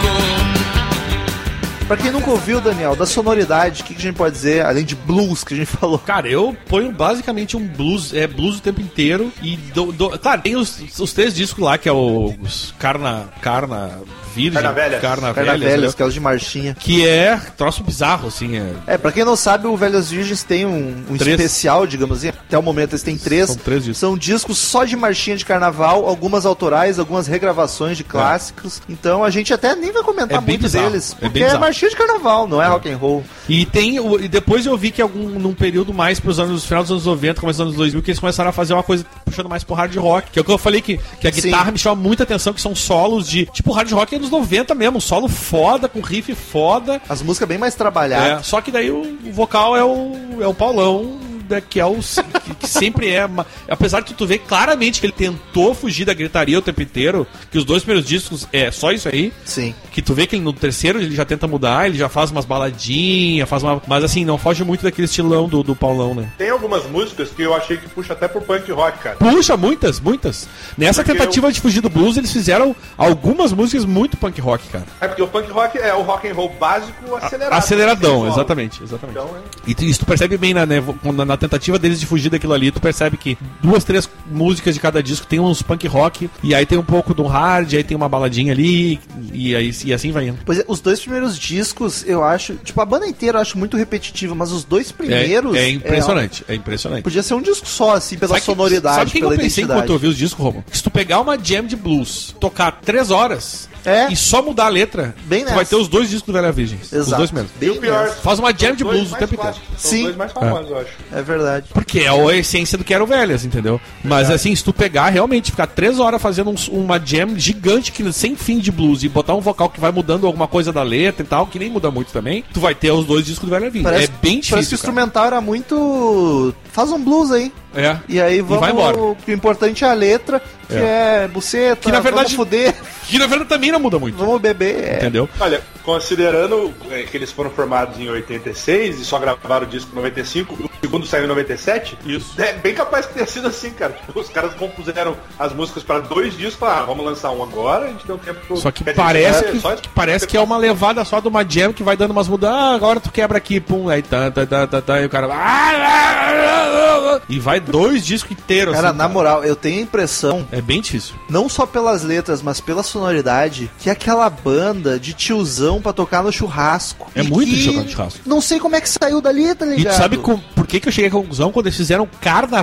Speaker 3: Pra quem nunca ouviu, Daniel, da sonoridade, o que, que a gente pode dizer, além de blues que a gente falou?
Speaker 4: Cara, eu ponho basicamente um blues, é blues o tempo inteiro e dou- dou- claro, tem os, os três discos lá que é o os Carna Carna Virgem,
Speaker 5: Carna Velha.
Speaker 4: Carna
Speaker 3: Carna
Speaker 4: Velha,
Speaker 3: Velhas,
Speaker 4: entendeu?
Speaker 3: aquelas é de marchinha.
Speaker 4: que é troço bizarro assim, é
Speaker 3: É, pra quem não sabe, o Velhas Virgens tem um, um
Speaker 4: Três.
Speaker 3: especial, digamos assim. Até o momento eles têm três.
Speaker 4: São três discos.
Speaker 3: São discos só de marchinha de carnaval, algumas autorais, algumas regravações de clássicos. Então a gente até nem vai comentar
Speaker 4: É bem
Speaker 3: muito
Speaker 4: bizarro.
Speaker 3: deles.
Speaker 4: É bem
Speaker 3: Porque é,
Speaker 4: bizarro.
Speaker 3: marchinha de carnaval, não é, rock and roll.
Speaker 4: E tem o- e depois eu vi que algum num período mais pros anos final dos anos 90, começo dos anos 2000, que eles começaram a fazer uma coisa puxando mais pro hard rock, que é o que eu falei que, que a
Speaker 3: Sim.
Speaker 4: guitarra me chama muita atenção, que são solos de, tipo hard rock é dos 90 mesmo, um solo foda com riff foda.
Speaker 3: As músicas bem mais
Speaker 4: É,
Speaker 3: trabalhadas.
Speaker 4: só que daí o, o vocal é o é o Paulão, né, que é o se- que, que sempre é, ma- apesar de tu ver claramente que ele tentou fugir da gritaria o tempo inteiro, que os dois primeiros discos é só isso aí.
Speaker 3: Sim.
Speaker 4: Que tu vê que no terceiro ele já tenta mudar, ele já faz umas baladinhas, faz uma. Mas assim, não foge muito daquele estilão do, do Paulão, né?
Speaker 5: Tem algumas músicas que eu achei que puxa até pro punk rock, cara.
Speaker 4: Puxa, muitas, muitas. Nessa
Speaker 5: Porque
Speaker 4: tentativa de fugir do blues, eles fizeram algumas músicas muito punk rock, cara.
Speaker 5: É porque o punk rock é o rock and roll básico acelerado.
Speaker 4: Aceleradão,
Speaker 5: Sem solo.
Speaker 4: exatamente, exatamente.
Speaker 5: Então, é.
Speaker 4: E tu- isso tu percebe bem na, né, vo- quando- na tentativa deles de fugir daquilo ali, tu percebe que duas, três músicas de cada disco tem uns punk rock, e aí tem um pouco do hard, aí tem uma baladinha ali, e, aí, e assim vai indo.
Speaker 3: Pois é, os dois primeiros discos, eu acho. Tipo, a banda inteira eu acho muito repetitiva, mas os dois primeiros.
Speaker 4: é, é impressionante, é impressionante.
Speaker 3: podia ser um disco só, assim, pela
Speaker 4: Sabe que-
Speaker 3: sonoridade,
Speaker 4: sabe o que
Speaker 3: pela
Speaker 4: eu pensei enquanto
Speaker 3: identidade.
Speaker 4: eu ouvi os discos, Romulo? Que se tu pegar uma jam de blues, tocar três horas
Speaker 3: É.
Speaker 4: e só mudar a letra,
Speaker 3: Bem
Speaker 4: tu
Speaker 3: nessa.
Speaker 4: vai ter os dois discos do Velha Virgem. Os
Speaker 3: Exato.
Speaker 4: dois mesmo.
Speaker 5: E
Speaker 3: Bem
Speaker 5: o pior.
Speaker 3: mesmo.
Speaker 4: Faz uma jam
Speaker 5: os
Speaker 4: de
Speaker 5: dois
Speaker 4: blues o
Speaker 5: mais
Speaker 4: tempo inteiro.
Speaker 5: clássicos,
Speaker 3: Sim.
Speaker 5: São os dois mais famosos, eu acho.
Speaker 3: É verdade.
Speaker 4: Porque é a essência do que era o Velhas, entendeu? Mas assim, se tu pegar realmente, ficar três horas fazendo uns- uma jam gigante que sem fim de blues e botar um vocal que vai mudando alguma coisa da letra e tal, que nem muda muito também, tu vai ter os dois discos do Velha Virgem. É bem
Speaker 3: Parece que
Speaker 4: difícil.
Speaker 3: o
Speaker 4: cara.
Speaker 3: instrumental era muito. Faz um blues aí.
Speaker 4: É.
Speaker 3: E aí vamos.
Speaker 4: vai embora.
Speaker 3: O importante é a letra, que é, buceta,
Speaker 4: Que, na verdade-
Speaker 3: vamos fuder,
Speaker 4: Que na verdade também não muda muito.
Speaker 3: vamos beber. é.
Speaker 4: Entendeu?
Speaker 5: Olha, considerando é, que eles foram formados em 86 e só gravaram o disco em 95, o segundo saiu em 97,
Speaker 4: Isso.
Speaker 5: é bem capaz que tenha sido assim, cara. Tipo, os caras compuseram as músicas para dois discos, falaram, ah, vamos lançar um agora, a gente deu tempo pro...
Speaker 4: Só que
Speaker 5: Quer dizer,
Speaker 4: parece
Speaker 5: é,
Speaker 4: que,
Speaker 5: só-
Speaker 4: que parece que é uma levada só de uma jam que vai dando umas mudanças. Ah, agora tu quebra aqui, pum, aí tá, tá, tá, tá, tá, e o cara vai. "Ah, ah, ah, ah", E vai dois discos inteiros.
Speaker 3: Cara,
Speaker 4: assim,
Speaker 3: na moral, eu tenho a impressão,
Speaker 4: É bem difícil.
Speaker 3: não só pelas letras, mas pela sonoridade, que é aquela banda de tiozão pra tocar no churrasco.
Speaker 4: É
Speaker 3: E
Speaker 4: muito
Speaker 3: que
Speaker 4: de tocar no churrasco.
Speaker 3: Não sei como é que saiu dali, tá
Speaker 4: E tu
Speaker 3: ligado?
Speaker 4: sabe com- por que, que eu cheguei à conclusão quando eles fizeram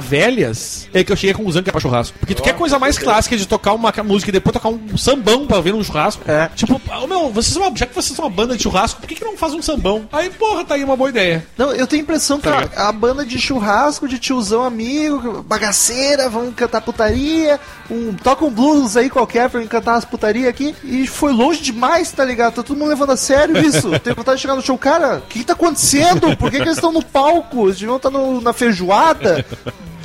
Speaker 4: carnavelhas? É que eu cheguei à conclusão que é pra churrasco. Porque tu quer coisa mais clássica de tocar uma ca- música e depois tocar um sambão pra ver num churrasco.
Speaker 3: É.
Speaker 4: Tipo, ah, meu, vocês são uma- já que vocês são uma banda de churrasco, por que, que não faz um sambão? Aí, porra, tá aí uma boa ideia.
Speaker 3: Não, eu tenho a impressão que
Speaker 4: Tá
Speaker 3: a, a banda de churrasco, de tiozão amigo, bagaceira, vamos cantar putaria, um, toca um blues aí qualquer pra eu cantar as putaria aqui, e foi longe demais, tá ligado? Tá todo mundo levando a sério isso. Tenho vontade de chegar no show, cara, o que, que tá acontecendo? Por que, que eles estão no palco? Eles deviam estar no- na feijoada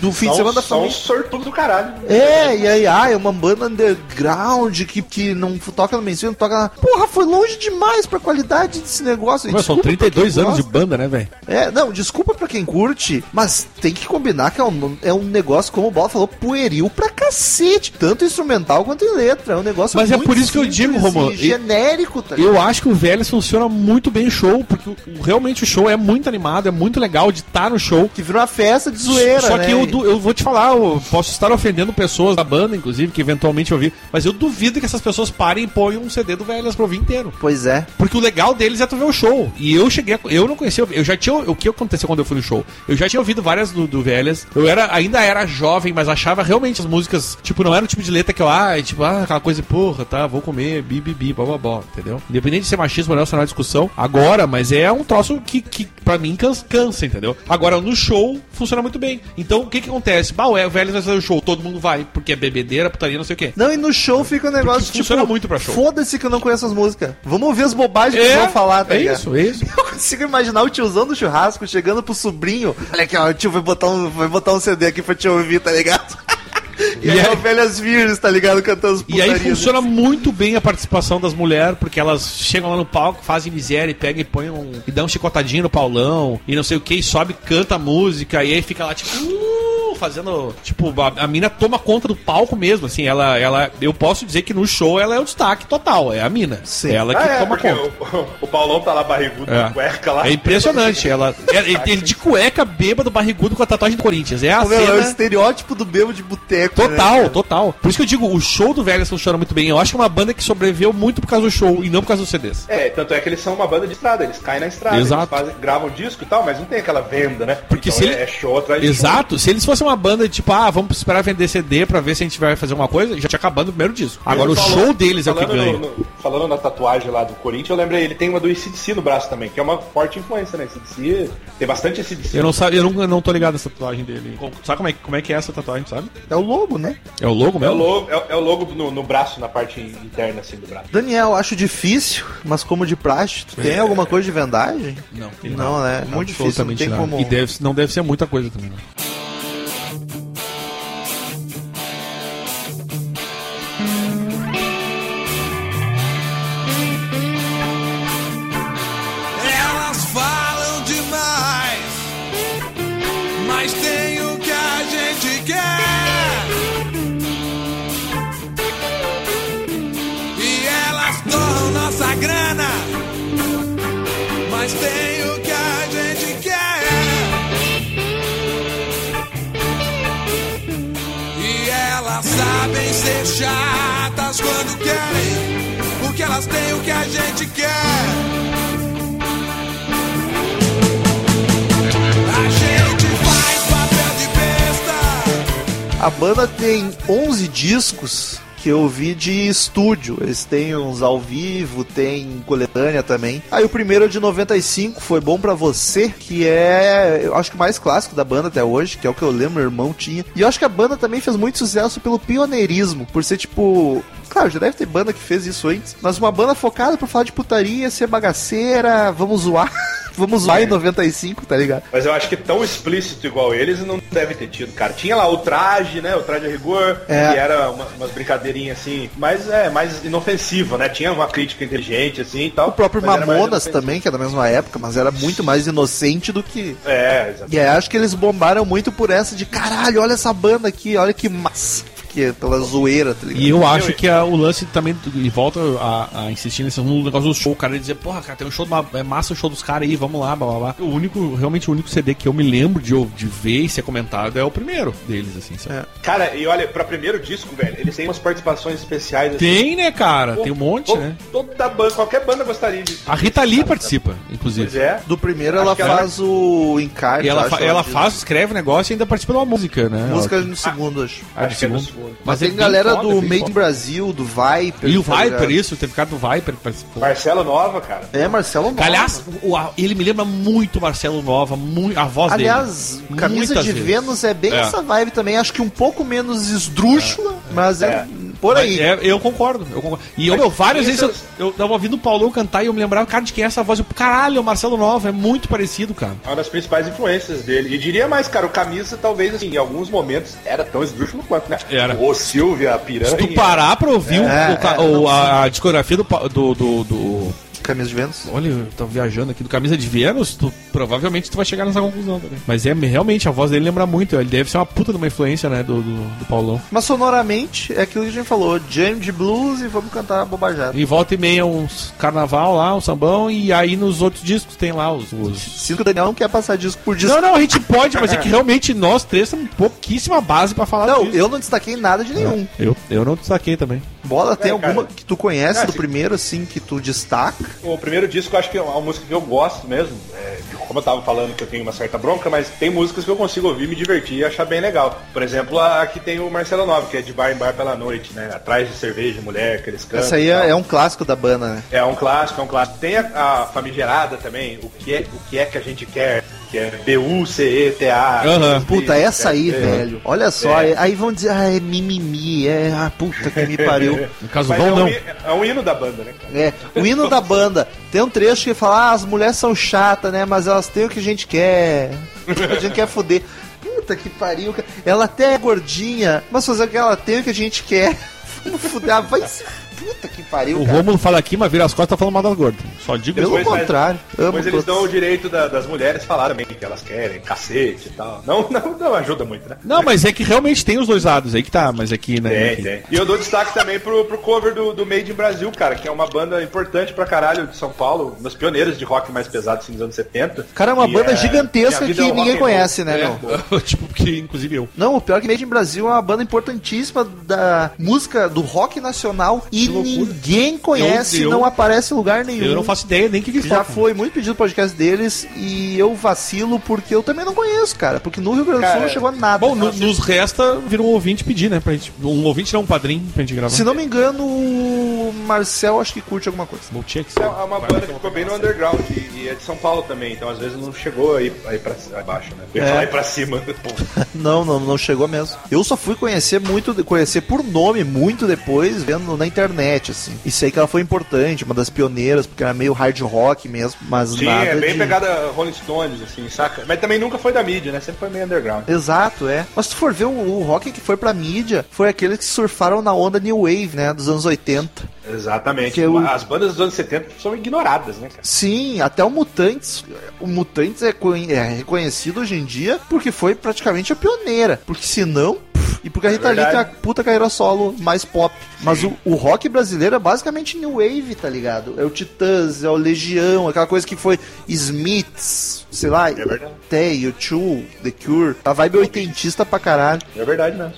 Speaker 3: do fim de
Speaker 5: Só
Speaker 3: semana
Speaker 5: um,
Speaker 3: da
Speaker 5: só um
Speaker 3: família.
Speaker 5: sortudo do caralho.
Speaker 3: É, e aí, ah, é uma banda underground que, que não toca no mainstream, não toca na... Porra, foi longe demais pra qualidade desse negócio.
Speaker 4: Mas são
Speaker 3: Desculpa pra quem
Speaker 4: 32 anos de
Speaker 3: gosta.
Speaker 4: banda, né, velho?
Speaker 3: É, não, desculpa pra quem curte, mas tem que combinar que é um, é um negócio, como o Bola falou, pueril pra cacete. Tanto instrumental quanto em letra. É um negócio
Speaker 4: Mas é
Speaker 3: muito
Speaker 4: por isso que eu digo,
Speaker 3: simples
Speaker 4: Romulo,
Speaker 3: e
Speaker 4: e-
Speaker 3: genérico, tá ligado?
Speaker 4: Eu acho que o Vélez funciona muito bem em show, porque o- o- realmente o show é muito animado, é muito legal de estar no show.
Speaker 3: Que vira uma festa de zoeira,
Speaker 4: Só
Speaker 3: né?
Speaker 4: que eu, du- eu vou te falar, eu posso estar ofendendo pessoas da banda, inclusive, que eventualmente eu vi, mas eu duvido que essas pessoas parem e ponham um CD do Vélez pra ouvir inteiro.
Speaker 3: Pois é.
Speaker 4: Porque o legal deles é tu ver o show. E eu cheguei, a, eu não conhecia, eu já tinha, o que aconteceu quando eu fui no show? Eu já tinha ouvido várias do, do Velhas. Eu era, ainda era jovem, mas achava realmente as músicas, tipo, não era o tipo de letra que eu, ah, tipo, ah, aquela coisa, porra, tá, vou comer, bi, bi, bi, blá, blá, blá, entendeu? Independente de ser machismo ou não, isso não é uma discussão agora, mas é um troço que, que pra mim, cansa, cansa, entendeu? Agora, no show, funciona muito bem. Então, o que que acontece? Bah, o Velhas vai fazer o show, todo mundo vai, porque é bebedeira, putaria, não sei o quê.
Speaker 3: Não, e no show fica um negócio tipo.
Speaker 4: funciona muito pra show.
Speaker 3: Foda-se que eu não conheço as músicas. Vamos ouvir as bobagens que vão falar, tá
Speaker 4: é
Speaker 3: ligado?
Speaker 4: isso, é isso.
Speaker 3: Eu consigo imaginar o tiozão do churrasco chegando pro sobrinho. Olha aqui, ó, o tio vai botar um, vai botar um CD aqui pra te ouvir, tá ligado? E,
Speaker 4: E
Speaker 3: aí,
Speaker 4: aí-
Speaker 3: é o Velhas Virgens, tá ligado? Cantando as
Speaker 4: E aí
Speaker 3: putarias.
Speaker 4: funciona
Speaker 5: né?
Speaker 4: muito bem a participação das mulheres, porque elas chegam lá no palco, fazem miséria e pegam e põem um. e dão um chicotadinho no Paulão, e não sei o que, e sobe, canta a música, e aí fica lá tipo. "Uh", Fazendo, tipo, a, a mina toma conta do palco mesmo, assim, ela, ela, eu posso dizer que no show ela é o destaque total, é a mina,
Speaker 3: Sim.
Speaker 4: ela que
Speaker 5: Ah, é,
Speaker 4: toma
Speaker 5: porque
Speaker 4: conta.
Speaker 5: o, o Paulão tá lá barrigudo,
Speaker 4: É.
Speaker 5: de cueca lá.
Speaker 4: É impressionante, ela, é- ele, ele de cueca, bêbado, barrigudo com a tatuagem do Corinthians, é a
Speaker 3: Ô, meu, é o
Speaker 4: cena...
Speaker 3: estereótipo do bebo de boteco. né,
Speaker 4: Total,
Speaker 5: É.
Speaker 3: cara?
Speaker 4: total. Por isso que eu digo, o show do Vegas funciona muito bem. Eu acho que é uma banda que sobreviveu muito por causa do show e não por causa dos CDs.
Speaker 5: É, tanto é que eles são uma banda de estrada, eles caem na estrada,
Speaker 4: Exato.
Speaker 5: eles fazem, gravam disco e tal, mas não tem aquela venda, né?
Speaker 4: Porque
Speaker 5: Então
Speaker 4: se
Speaker 5: é,
Speaker 4: ele-
Speaker 5: é show atrás de show.
Speaker 4: Exato, se eles fossem uma banda tipo, ah, vamos esperar vender CD pra ver se a gente vai fazer alguma coisa, já tinha acabando o primeiro disco. Agora o
Speaker 5: Falando-
Speaker 4: show deles é o que
Speaker 5: falando
Speaker 4: ganha.
Speaker 5: no- no- falando na tatuagem lá do Corinthians, eu lembrei, ele tem uma do ICDC no braço também, que é uma forte influência, né? ICDC, tem bastante ICDC.
Speaker 4: Eu não, sabe, eu, não, eu não tô ligado nessa tatuagem dele. Com- Sabe como é, como é que é essa tatuagem, sabe?
Speaker 3: É o lobo, né?
Speaker 4: É o logo
Speaker 5: É o
Speaker 4: mesmo?
Speaker 5: logo, é, o- é o logo no, no braço, na parte interna assim do braço.
Speaker 3: Daniel, acho difícil, mas como de praxe, tu tem alguma coisa de vendagem?
Speaker 4: É. Não, tem
Speaker 3: Não, né? É muito difícil, não
Speaker 4: Absolutamente
Speaker 3: tem
Speaker 4: nada.
Speaker 3: como...
Speaker 4: E deve- não deve ser muita coisa também. né?
Speaker 7: Elas falam demais, mas tem o que a gente quer. E elas torram nossa grana, mas tem o que a gente quer. E elas sabem ser chatas quando querem, porque elas têm o que a gente quer. A gente faz papel de besta.
Speaker 3: A banda tem 11 discos que eu vi de estúdio. Eles têm uns ao vivo, tem coletânea também. Aí o primeiro é de 95, Foi Bom Pra Você, que é, eu acho que o mais clássico da banda até hoje, que é o que eu lembro, meu irmão tinha. E eu acho que a banda também fez muito sucesso pelo pioneirismo, por ser tipo... Claro, já deve ter banda que fez isso antes, mas uma banda focada pra falar de putaria, ser bagaceira, vamos zoar. Vamos zoar em 95, tá ligado?
Speaker 5: Mas eu acho que tão explícito igual eles não deve ter tido, cara. Tinha lá o traje, né? O traje a rigor,
Speaker 3: É.
Speaker 5: que era uma- umas brincadeirinhas assim, mas é mais inofensivo, né? Tinha uma crítica inteligente assim e tal.
Speaker 3: O próprio
Speaker 5: mas era mais
Speaker 3: Mamonas
Speaker 5: inofensivo.
Speaker 3: também, que é da mesma época, mas era muito mais inocente do que
Speaker 5: É, exatamente.
Speaker 3: E aí acho que eles bombaram muito por essa de caralho, olha essa banda aqui, olha que massa. que é pela zoeira, tá ligado?
Speaker 4: E eu acho que a- o lance também, e volta a, a insistir nesse no negócio do show, o cara dizer, porra, cara, tem um show, do- é massa o show dos caras aí, vamos lá, blá blá blá. O único, realmente o único CD que eu me lembro de, ou- de ver e ser comentado é o primeiro deles, assim,
Speaker 3: É.
Speaker 4: sabe?
Speaker 5: Cara, e olha, pra primeiro disco, velho, eles têm umas participações especiais. assim.
Speaker 4: Tem, né, cara? Tem um monte,
Speaker 5: Todo-
Speaker 4: né? Ah,
Speaker 5: Toda banda, qualquer banda gostaria de.
Speaker 4: A Rita Lee participa, inclusive.
Speaker 5: Pois é.
Speaker 3: Do primeiro
Speaker 5: Acho
Speaker 3: ela
Speaker 5: que ela-
Speaker 3: faz o encarte.
Speaker 4: E ela,
Speaker 3: eu
Speaker 4: fa-
Speaker 3: acho,
Speaker 4: ela
Speaker 3: diz.
Speaker 4: faz, escreve o negócio e ainda participa de uma música, né?
Speaker 3: Música no segundo, acho.
Speaker 4: Ela-
Speaker 5: Acho que é do
Speaker 4: segundo.
Speaker 5: segundo.
Speaker 3: Mas
Speaker 4: é
Speaker 3: tem
Speaker 4: bem
Speaker 3: galera
Speaker 4: foda,
Speaker 3: do
Speaker 4: bem
Speaker 3: Made
Speaker 4: foda.
Speaker 3: in Brasil, do Viper.
Speaker 4: E o
Speaker 3: tá ligado?
Speaker 4: Viper, isso, teve cara do Viper que participou.
Speaker 5: Marcelo Nova, cara.
Speaker 3: É, Marcelo Nova.
Speaker 4: Aliás, o- a- ele me lembra muito Marcelo Nova, mui- a voz
Speaker 3: Aliás,
Speaker 4: dele.
Speaker 3: camisa
Speaker 4: Muitas
Speaker 3: de
Speaker 4: vezes.
Speaker 3: Vênus é bem
Speaker 4: É.
Speaker 3: essa vibe também. Acho que um pouco menos esdrúxula, mas é,
Speaker 5: É.
Speaker 3: por aí.
Speaker 4: É, eu concordo, eu concordo. E eu, meu, várias
Speaker 5: Mas
Speaker 4: vezes eu, eu tava ouvindo o Paulão cantar e eu me lembrava, cara, de quem é essa voz? Eu, caralho, é o Marcelo Nova, é muito parecido, cara.
Speaker 5: É uma das principais influências dele. E diria mais, cara, o Camisa talvez, assim, em alguns momentos era tão esdrúxulo quanto, né?
Speaker 4: Era.
Speaker 5: Ô, Silvia, a piranha.
Speaker 4: Se tu parar pra ouvir o-
Speaker 3: É,
Speaker 4: o ca-
Speaker 3: é,
Speaker 4: o-
Speaker 3: não,
Speaker 4: a, a discografia do, pa- do, do, do-
Speaker 3: Camisa de Vênus.
Speaker 4: Olha, eu tô viajando aqui do Camisa de Vênus, tu, provavelmente tu vai chegar nessa conclusão também. Mas é realmente, a voz dele lembra muito, ele deve ser uma puta de uma influência, né, do, do, do Paulão.
Speaker 3: Mas sonoramente é aquilo que a gente falou, jam de blues e vamos cantar bobajada.
Speaker 4: E volta e meia uns carnaval lá, um sambão, e aí nos outros discos tem lá os. os-
Speaker 3: Sinto que o Daniel não quer passar disco por disco.
Speaker 4: Não, não, a gente pode, mas é que realmente nós três temos pouquíssima base pra falar
Speaker 3: Não,
Speaker 4: disso.
Speaker 3: eu não destaquei nada de nenhum.
Speaker 4: Eu, eu não destaquei também.
Speaker 3: Bola, tem
Speaker 5: É, cara.
Speaker 3: alguma que tu conhece
Speaker 5: Ah,
Speaker 3: do
Speaker 5: sim.
Speaker 3: primeiro, assim, que tu destaca?
Speaker 5: O primeiro disco, eu acho que é uma música que eu gosto mesmo. É, como eu tava falando que eu tenho uma certa bronca, mas tem músicas que eu consigo ouvir, me divertir e achar bem legal. Por exemplo, a, a que tem o Marcelo Nova, que é de bar em bar pela noite, né? Atrás de cerveja, mulher, aqueles cantos.
Speaker 3: Essa aí
Speaker 5: e tal.
Speaker 3: é, é um clássico da banda, né?
Speaker 5: É um clássico, é um clássico. Tem a, a famigerada também, o que, é, o que é que a gente quer, que é B-U-C-E-T-A.
Speaker 4: Aham.
Speaker 3: Puta, essa aí,
Speaker 5: É.
Speaker 3: velho. Olha só,
Speaker 5: É.
Speaker 3: aí vão dizer, ah, é mimimi, é, ah, puta que me pariu.
Speaker 4: No caso,
Speaker 5: Mas
Speaker 4: vão
Speaker 5: é, um,
Speaker 4: não.
Speaker 5: hi- é um hino da banda, né, cara?
Speaker 3: É, o hino da banda. Tem um trecho que fala, ah, as mulheres são chatas, né? Mas elas têm o que a gente quer. A gente quer foder. Puta que pariu, cara. Ela até é gordinha, mas fazer o que ela tem o que a gente quer. Vamos fuder. Ah, vai se... Puta que
Speaker 4: O
Speaker 3: pariu, cara.
Speaker 4: Rômulo fala aqui, mas vira as costas tá falando mal das gordas. Só digo
Speaker 3: Pelo
Speaker 5: Depois faz-
Speaker 3: contrário, amo
Speaker 5: Depois eles
Speaker 3: todos.
Speaker 5: dão o direito da- das mulheres falar também o que elas querem, cacete e tal. Não, não, não ajuda muito, né?
Speaker 4: Não, mas é que realmente tem os dois lados aí que tá, mas aqui, né?
Speaker 5: Tem,
Speaker 4: aqui-
Speaker 5: tem. E eu dou destaque também pro, pro cover do, do Made in Brasil, cara, que é uma banda importante pra caralho de São Paulo, um dos pioneiros de rock mais pesado assim, dos anos 70.
Speaker 3: Cara, é uma
Speaker 5: E
Speaker 3: banda gigantesca
Speaker 5: Minha Vida
Speaker 3: que
Speaker 5: é um Rock
Speaker 3: ninguém
Speaker 5: and Roll.
Speaker 3: conhece, né,
Speaker 5: É,
Speaker 3: meu?
Speaker 5: pô.
Speaker 4: tipo, porque inclusive eu.
Speaker 3: Não, o pior é que Made in Brasil é uma banda importantíssima da música, do rock nacional e ninguém conhece,
Speaker 4: Eu- eu-
Speaker 3: não aparece em lugar nenhum.
Speaker 4: Eu não faço ideia nem o que, que eles
Speaker 3: Já
Speaker 4: tocam.
Speaker 3: foi muito pedido o podcast deles e eu vacilo porque eu também não conheço, cara. Porque no Rio Grande do Sul
Speaker 5: Cara,
Speaker 3: não chegou nada.
Speaker 4: Bom, no- nos resta vir um ouvinte pedir, né? Pra gente, um ouvinte não, um padrinho pra gente gravar.
Speaker 3: Se não me engano, o Marcel acho que curte alguma coisa.
Speaker 4: Bom, tinha que ser.
Speaker 5: É uma banda que ficou bem no underground e, e é de São Paulo também, então às vezes não chegou aí, aí pra aí baixo, né? Eu ia
Speaker 3: É.
Speaker 5: falar aí pra cima.
Speaker 3: Não, não, não chegou mesmo. Eu só fui conhecer muito, conhecer por nome muito depois, vendo na internet, assim. E sei que ela foi importante, uma das pioneiras, porque era meio hard rock mesmo, mas
Speaker 5: Sim,
Speaker 3: nada
Speaker 5: é bem
Speaker 3: de...
Speaker 5: pegada Rolling Stones, assim, saca? Mas também nunca foi da mídia, né? Sempre foi meio underground.
Speaker 3: Exato, é. Mas se tu for ver o, o rock que foi pra mídia, foi aquele que surfaram na onda New Wave, né? Dos anos 80.
Speaker 5: Exatamente.
Speaker 3: Que eu-
Speaker 5: As bandas dos anos 70 são ignoradas, né, cara?
Speaker 3: Sim, até o Mutantes. O Mutantes é, conhe- é reconhecido hoje em dia porque foi praticamente a pioneira. Porque senão. pff, E porque a Rita Lee tem a
Speaker 5: É verdade.
Speaker 3: puta carreira solo mais pop. Mas o, o rock brasileiro é basicamente new wave, tá ligado? É o Titãs, é o Legião, aquela coisa que foi Smiths, sei lá,
Speaker 5: É verdade.
Speaker 3: até U2, The Cure. A vibe oitentista pra caralho.
Speaker 5: É verdade mesmo.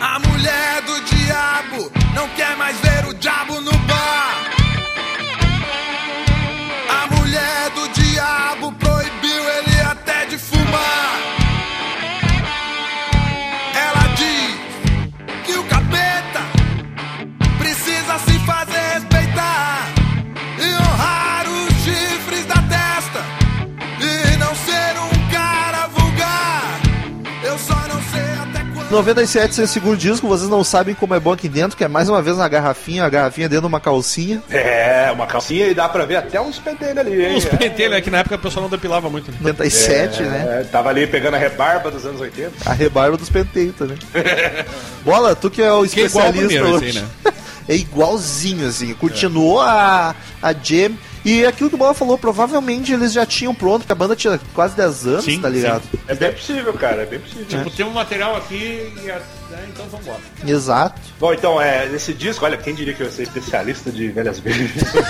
Speaker 7: A mulher do diabo não quer mais ver o diabo no bar. A mulher do diabo proibiu ele até de fumar. Ela diz: um
Speaker 3: 97 seu segundo disco, vocês não sabem como é bom aqui dentro, que é mais uma vez uma garrafinha, uma garrafinha dentro de uma calcinha.
Speaker 5: É, uma calcinha e dá pra ver até uns pentelhos ali, hein?
Speaker 4: Uns pentelhos, é que na época o pessoal não depilava muito. né?
Speaker 3: 97, né?
Speaker 5: É, tava ali pegando a rebarba dos anos 80.
Speaker 3: A rebarba dos penteios também. Bola, tu que é o
Speaker 4: Que é igual ao
Speaker 3: especialista
Speaker 4: primeiro,
Speaker 3: hoje.
Speaker 4: esse aí,
Speaker 3: É igualzinho, assim. Continuou a, a jam. E aquilo que o Bola falou, provavelmente eles já tinham pronto, porque a banda tinha quase 10 anos,
Speaker 4: Sim,
Speaker 3: tá ligado?
Speaker 5: É bem possível, cara, é bem possível.
Speaker 4: Tipo, tem um material aqui e. a- né, Então vambora.
Speaker 3: Exato.
Speaker 5: Bom, então, é, esse disco, olha, quem diria que eu sou especialista de velhas virgens? né?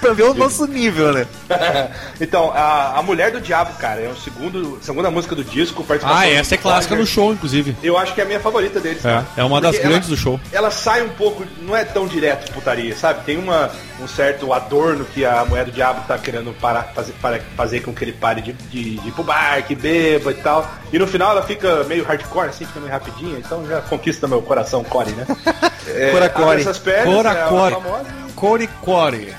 Speaker 3: Pra ver o nosso nível, né?
Speaker 5: então, a, a Mulher do Diabo, cara, é o segundo, segunda música do disco. participação
Speaker 4: Ah,
Speaker 5: do
Speaker 4: essa é
Speaker 5: Mick
Speaker 4: clássica no
Speaker 5: Jagger.
Speaker 4: show, inclusive.
Speaker 5: Eu acho que é a minha favorita deles. cara.
Speaker 4: É, é uma das
Speaker 5: Porque
Speaker 4: grandes
Speaker 5: ela-
Speaker 4: do show.
Speaker 5: Ela sai um pouco, não é tão direto putaria, sabe? Tem uma, um certo adorno que a mulher do diabo tá querendo parar, fazer, para- fazer com que ele pare de, de, de ir pro bar, que beba e tal. E no final ela fica meio hardcore, assim, fica meio rapidinha, então já conquista meu coração core, né? É,
Speaker 3: Coracore.
Speaker 5: abre essas pernas,
Speaker 4: Coracore.
Speaker 5: é a famosa.
Speaker 4: Core Core.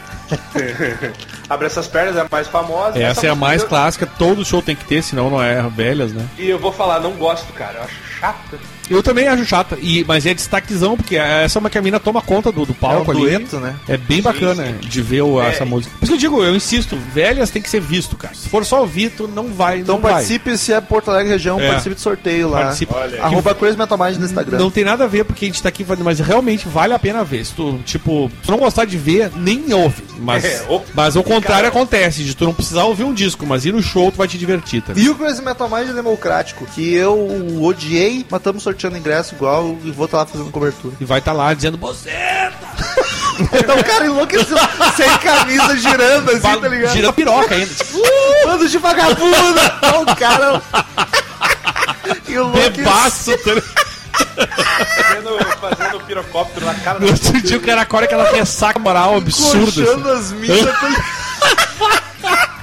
Speaker 5: Abre essas pernas, é a mais famosa.
Speaker 4: Essa é a
Speaker 5: música
Speaker 4: mais
Speaker 5: eu-
Speaker 4: clássica, todo show tem que ter, senão não é velhas, né?
Speaker 5: E eu vou falar, não gosto, cara. Eu acho chata.
Speaker 4: Eu também acho chata, e, mas é destaquezão, porque essa é uma que a mina toma conta do, do palco
Speaker 3: É um
Speaker 4: ali.
Speaker 3: dueto, né?
Speaker 4: É bem bacana de ver o-
Speaker 5: É.
Speaker 4: essa música. Por isso que eu digo, eu insisto, velhas tem que ser visto, cara. Se for só ouvir, tu não vai,
Speaker 3: Então
Speaker 4: não vai.
Speaker 3: participe se é Porto Alegre região,
Speaker 4: É.
Speaker 3: participe do sorteio lá.
Speaker 4: Participe. Olha aí.
Speaker 3: Arroba Crazy Metal Mind no Instagram.
Speaker 4: Não tem nada a ver porque a gente tá aqui fazendo, mas realmente vale a pena ver. Se tu, tipo, se tu não gostar de ver, nem ouve. Mas,
Speaker 5: É, o-
Speaker 4: mas o contrário
Speaker 5: cara-
Speaker 4: acontece, de tu não precisar ouvir um disco, mas ir no show tu vai te divertir, tá?
Speaker 3: E o Crazy Metal Mind é democrático, que eu odiei, mas estamos sorteando ingresso igual e vou estar lá fazendo cobertura.
Speaker 4: E vai estar lá dizendo, você
Speaker 3: Então o cara enlouqueceu, sem camisa, girando assim, tá ligado?
Speaker 4: gira piroca ainda. tipo,
Speaker 3: Bando de vagabundo! Então, o cara. Enlouquecido.
Speaker 4: Bebaço, tá ligado?
Speaker 5: Fazendo, fazendo pirocóptero na cara
Speaker 4: No
Speaker 5: do
Speaker 4: outro dia o cara acorda aquela ressaca moral absurda. assim.
Speaker 3: Coxando as minas. tá ligado?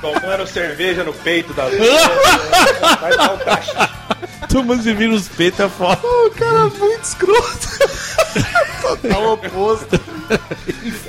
Speaker 5: tomando cerveja no peito da Vai dar um tacho.
Speaker 4: Tomando de vir nos peitos é foda.
Speaker 3: o cara é muito escroto. Total oposto.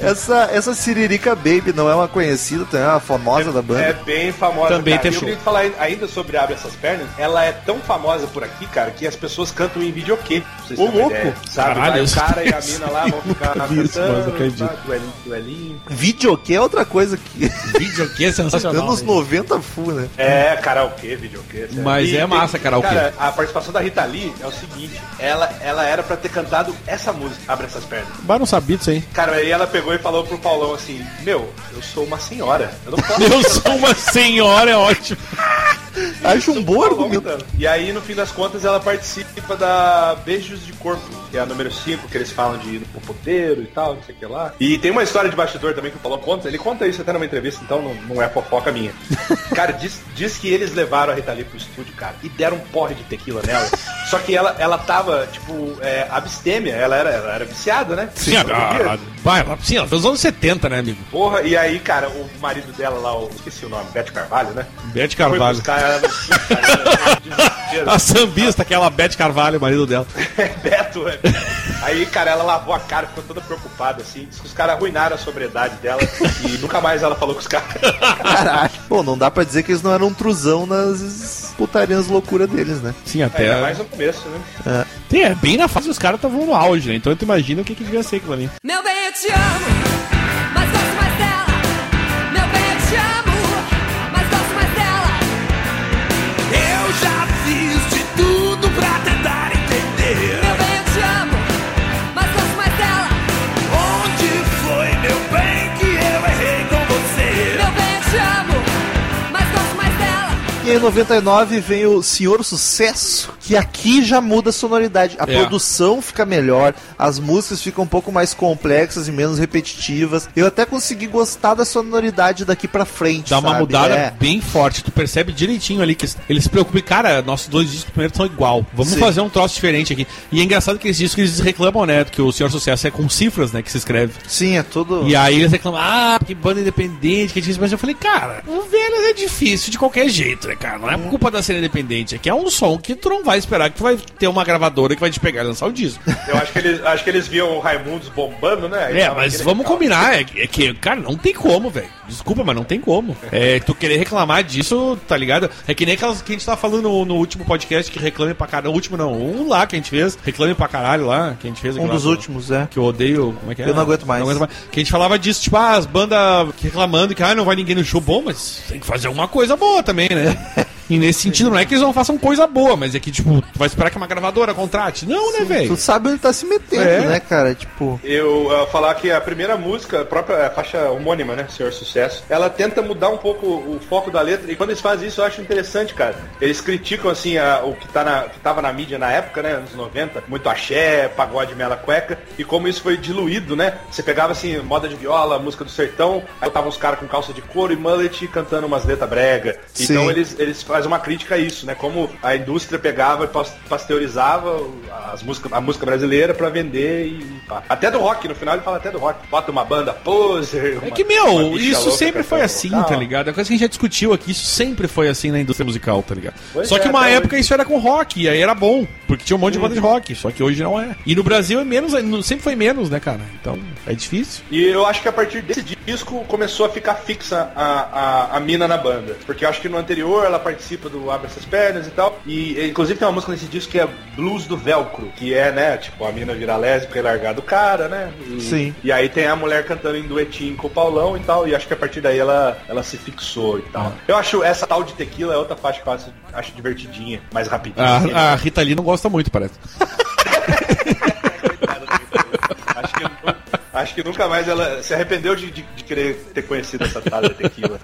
Speaker 3: Essa, essa Siririca Baby não é uma conhecida, também é uma famosa da banda.
Speaker 5: É bem famosa.
Speaker 4: Também
Speaker 5: cara.
Speaker 4: tem
Speaker 5: E eu
Speaker 4: show.
Speaker 5: queria falar ainda sobre Abre Essas Pernas. Ela é tão famosa por aqui, cara, que as pessoas cantam em videokê. pra Vocês
Speaker 3: Ô,
Speaker 5: terem uma
Speaker 3: louco!
Speaker 5: ideia, sabe?
Speaker 4: Caralho,
Speaker 5: Vai
Speaker 4: eu
Speaker 5: o cara e a
Speaker 4: sei
Speaker 5: mina lá vão ficar
Speaker 4: vi isso, mas eu
Speaker 5: cantando,
Speaker 4: acredito.
Speaker 5: tá? duelinho, duelinho.
Speaker 3: Videokê é outra coisa que.
Speaker 4: Vídeo aqui é sensacional.
Speaker 3: Anos
Speaker 4: né?
Speaker 3: 90 full, né?
Speaker 5: É, karaokê, videokê. sério.
Speaker 4: Mas é massa,
Speaker 5: tem-
Speaker 4: karaokê.
Speaker 5: Cara, a participação da Rita Lee é o seguinte, ela, ela era pra ter cantado essa música, Abre Essas Pernas.
Speaker 4: Mas não sabia disso aí.
Speaker 5: Cara, aí ela pegou e falou pro Paulão assim, meu, eu sou uma senhora, eu não posso
Speaker 4: Eu sou uma senhora, é ótimo.
Speaker 3: Acho um bom argumento.
Speaker 5: E aí, no fim das contas, ela participa da Beijos de Corpo, que é a número 5, que eles falam de ir no popoteiro e tal, não sei o que lá. E tem uma história de bastidor também que o Paulão conta, ele conta isso até numa entrevista, então não, não é fofoca minha. Cara, diz, diz que eles levaram a Rita Lee pro estúdio, cara, e deram um porre de tequila nela. Só que ela, ela tava, tipo, é, abstêmia, ela era, ela era viciada, né?
Speaker 4: Sim, ah,
Speaker 5: Ela bebia.
Speaker 4: a, a, vai, lá- sim, ela fez os anos 70, né, amigo?
Speaker 5: Porra, e aí, cara, o marido dela lá, o, esqueci o nome, Bete Carvalho, né?
Speaker 4: Bete
Speaker 5: Foi
Speaker 4: Carvalho.
Speaker 5: buscar ela no estúdio, cara, desespero.
Speaker 4: A sambista, aquela Bete Carvalho, marido dela.
Speaker 5: É Beto, é. Aí, cara, ela lavou a cara, ficou toda preocupada, assim. Diz que os caras arruinaram a sobriedade dela e nunca mais ela falou com os caras.
Speaker 3: Caralho. Bom, não dá pra dizer que eles não eram um truzão nas putarinhas loucura deles, né?
Speaker 4: Sim,
Speaker 5: É,
Speaker 4: até.
Speaker 5: Ainda mais no começo, né?
Speaker 4: Tem, é bem na fase os caras estavam no auge, né? Então tu imagina o que, que devia ser aquilo ali.
Speaker 2: Meu bem, eu te amo, mas gosto mais dela. Meu bem, eu te amo, mas gosto mais dela.
Speaker 7: Eu já fiz de tudo pra tentar entender
Speaker 2: Meu bem, eu te amo, mas gosto mais dela.
Speaker 7: onde foi meu bem que eu errei com você.
Speaker 2: Meu bem, eu te amo, mas gosto mais dela.
Speaker 3: E em 99 vem o Senhor Sucesso, que aqui já muda a sonoridade. A
Speaker 4: É.
Speaker 3: produção fica melhor, as músicas ficam um pouco mais complexas e menos repetitivas. Eu até consegui gostar da sonoridade daqui pra frente.
Speaker 4: Dá uma
Speaker 3: sabe?
Speaker 4: mudada
Speaker 3: É.
Speaker 4: bem forte. Tu percebe direitinho ali que eles se preocupam. Cara, nossos dois discos primeiro são igual. Vamos
Speaker 3: Sim.
Speaker 4: fazer um troço diferente aqui. E é engraçado que esses discos eles reclamam, né? Que o Senhor Sucesso é com cifras, né? Que se escreve.
Speaker 3: Sim, é tudo.
Speaker 4: E aí eles reclamam, ah, que banda independente, que é difícil. Mas eu falei, cara, o Velhas é difícil de qualquer jeito, né, né, cara? Não é culpa da cena independente. É que é um som que tu não vai esperar que tu vai ter uma gravadora que vai te pegar e lançar o disco.
Speaker 5: Eu acho que eles, acho que eles viam o Raimundos bombando, né? Aí
Speaker 4: É,
Speaker 5: tava
Speaker 4: mas
Speaker 5: aquele
Speaker 4: vamos
Speaker 5: legal.
Speaker 4: combinar. É, que- é que, cara, não tem como, velho. Desculpa, mas não tem como. É, tu querer reclamar disso, tá ligado? É que nem aquelas que a gente tava falando no, no último podcast que reclame pra caralho. O último não, um lá que a gente fez. Reclame pra caralho lá, que a gente fez.
Speaker 3: Um
Speaker 4: aquela-
Speaker 3: dos últimos, é.
Speaker 4: Que eu odeio. Como é que é?
Speaker 3: Eu não aguento mais.
Speaker 4: Que a gente falava disso, tipo, ah, as bandas que reclamando que ah, não vai ninguém no show bom, mas tem que fazer alguma coisa boa também, né? E nesse sentido, não é que eles não façam coisa boa, mas é que, tipo, tu vai esperar que uma gravadora contrate. Não, né,
Speaker 3: Tu
Speaker 4: velho?
Speaker 3: sabe onde tá se metendo,
Speaker 4: É.
Speaker 3: né, cara? Tipo.
Speaker 5: Eu eh, falar que a primeira música, a própria faixa homônima, né? Senhor Sucesso, ela tenta mudar um pouco o foco da letra. E quando eles fazem isso, eu acho interessante, cara. Eles criticam, assim, a- o que, tá na, que tava na mídia na época, né? Anos 90, muito axé, pagode mela cueca. E como isso foi diluído, né? Você pegava, assim, moda de viola, música do sertão, aí tava uns caras com calça de couro e mullet cantando umas letras brega.
Speaker 3: Sim.
Speaker 5: Então eles, eles fazem uma crítica a isso, né? Como a indústria pegava e pas- pasteurizava o- as músicas, a música brasileira pra vender e pá. Até do rock, no final ele fala até do rock. Bota uma banda poser.
Speaker 4: É
Speaker 5: uma-
Speaker 4: que,
Speaker 5: uma
Speaker 4: meu,
Speaker 5: bicha
Speaker 4: isso
Speaker 5: louca
Speaker 4: sempre foi
Speaker 5: cantando
Speaker 4: assim,
Speaker 5: vocal.
Speaker 4: tá ligado? É coisa que a gente já discutiu aqui, isso sempre foi assim na indústria musical, tá ligado?
Speaker 5: Pois
Speaker 4: só
Speaker 5: é,
Speaker 4: que uma
Speaker 5: até
Speaker 4: época
Speaker 5: hoje.
Speaker 4: isso era com rock, e aí era bom, porque tinha um monte de banda de rock, só que hoje não é. E no Brasil é menos, sempre foi menos, né, cara? Então, é difícil.
Speaker 5: E eu acho que a partir desse disco começou a ficar fixa a, a, a mina na banda. Porque eu acho que no anterior ela participa do Abre Essas Pernas e tal. E e, inclusive tem uma música nesse disco que é Blues do Velcro. Que é, né, tipo, a mina virar lésbica e largar do cara, né? E,
Speaker 3: Sim.
Speaker 5: E aí tem a mulher cantando em duetinho com o Paulão e tal. E acho que a partir daí ela, ela se fixou e tal. Eu acho essa tal de tequila é outra faixa que eu acho, acho divertidinha, mais rapidinha. assim,
Speaker 4: A, a Rita Lee não gosta muito, parece.
Speaker 5: Acho que, nu- acho que nunca mais ela se arrependeu de, de- de querer ter conhecido essa tal de tequila.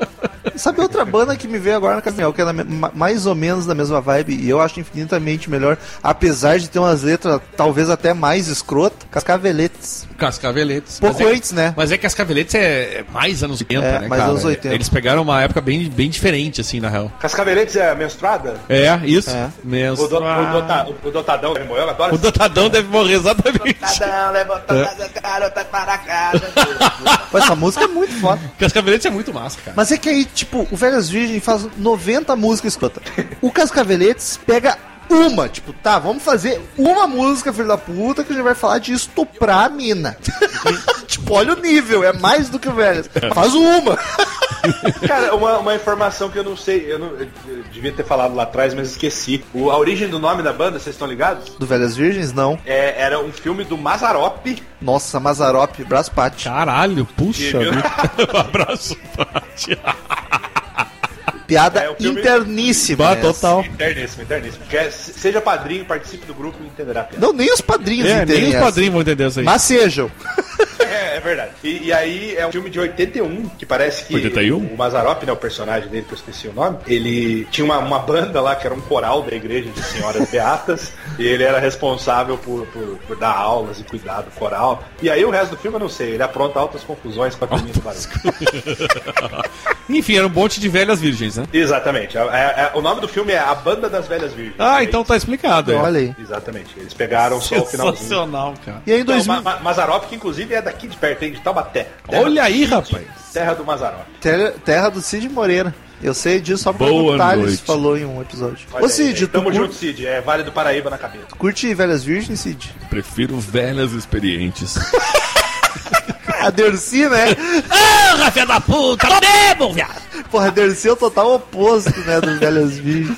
Speaker 3: Sabe outra banda que me veio agora na caminhão, que é na me- ma- mais ou menos da mesma vibe, e eu acho infinitamente melhor, apesar de ter umas letras talvez até mais escrota, Cascaveletes.
Speaker 4: Cascaveletes.
Speaker 3: Pouco
Speaker 4: Mas é-
Speaker 3: antes, né?
Speaker 4: Mas é que as caveletes é é mais anos 80,
Speaker 3: É,
Speaker 4: né,
Speaker 3: mais
Speaker 4: cara?
Speaker 3: anos 80.
Speaker 4: Eles pegaram uma época bem, bem diferente, assim, na real.
Speaker 5: Cascaveletes é a menstruada?
Speaker 4: É, isso.
Speaker 3: É.
Speaker 5: O,
Speaker 4: Mesmo. Ah.
Speaker 5: do, o, dota, o, o Dotadão, ele morreu, eu adoro
Speaker 4: O Dotadão deve morrer exatamente.
Speaker 6: Cadão levantou as garotas para casa.
Speaker 3: Pô, Essa música é muito foda.
Speaker 4: Cascaveletes é muito massa, cara.
Speaker 3: Mas é que aí, tipo, o Velhas Virgem faz 90 músicas escrota. O Cascaveletes pega uma, tipo, tá, vamos fazer uma música, filho da puta, que a gente vai falar de estuprar a mina. tipo, olha o nível, é mais do que o Velhas. Faz uma.
Speaker 5: Cara, uma, uma informação que eu não sei, eu, não, eu devia ter falado lá atrás, mas esqueci. O, a origem do nome da banda, vocês estão ligados?
Speaker 3: Do Velhas Virgens, não.
Speaker 5: É, era um filme do Mazarop.
Speaker 3: Nossa, Mazarop, Braço Pate.
Speaker 4: Tá. Caralho, puxa.
Speaker 5: Viu?
Speaker 4: vida. um abraço, Paty.
Speaker 3: Piada
Speaker 5: É, o filme-
Speaker 3: interníssima.
Speaker 4: Bah,
Speaker 3: essa.
Speaker 4: total.
Speaker 5: Interníssimo, interníssimo. Quer- é, se- seja padrinho, participe do grupo e entenderá. a piada.
Speaker 3: Não, nem os padrinhos
Speaker 4: É,
Speaker 3: entendem
Speaker 4: nem os
Speaker 3: essa.
Speaker 4: padrinhos vão entender isso aí.
Speaker 3: Mas sejam.
Speaker 5: É, é verdade. E, e aí é um filme de 81, que parece que
Speaker 4: 81?
Speaker 5: o Mazarop, né, o personagem dele, que eu esqueci o nome, ele tinha uma, uma banda lá que era um coral da igreja de senhoras beatas, e ele era responsável por, por- por dar aulas e cuidar do coral. E aí o resto do filme eu não sei, ele apronta altas confusões com a turminha do barulho.
Speaker 4: Enfim, era um monte de velhas virgens, né?
Speaker 5: Exatamente. É- é- o nome do filme é A Banda das Velhas Virgens.
Speaker 4: Ah,
Speaker 5: É
Speaker 4: então tá explicado. é.
Speaker 3: Olha aí.
Speaker 5: isso. Exatamente. Eles pegaram só o finalzinho.
Speaker 4: Sensacional, cara.
Speaker 3: E aí em
Speaker 5: Então,
Speaker 3: 2000...
Speaker 5: Ma- Ma- Mazarop, que inclusive é daqui de perto, hein, de Taubaté. Terra-
Speaker 4: Olha aí, rapaz.
Speaker 5: Terra do Mazarop.
Speaker 3: Terra, terra do Cid Moreira. Eu sei disso só porque
Speaker 4: Boa
Speaker 3: o Thales
Speaker 4: noite.
Speaker 3: falou em um episódio.
Speaker 5: Olha
Speaker 3: Ô
Speaker 5: aí,
Speaker 3: Cid, tu
Speaker 5: Tamo
Speaker 3: cur-
Speaker 5: junto, Cid. É Vale do Paraíba na cabeça.
Speaker 3: curte Velhas Virgens, Cid?
Speaker 4: Prefiro velhas experientes.
Speaker 3: A Ah, Dercy, né?
Speaker 4: Porra, filha da puta! Tô bebo, viado!
Speaker 3: Porra, a Dercy é o total oposto, né, do Velhas Virgens.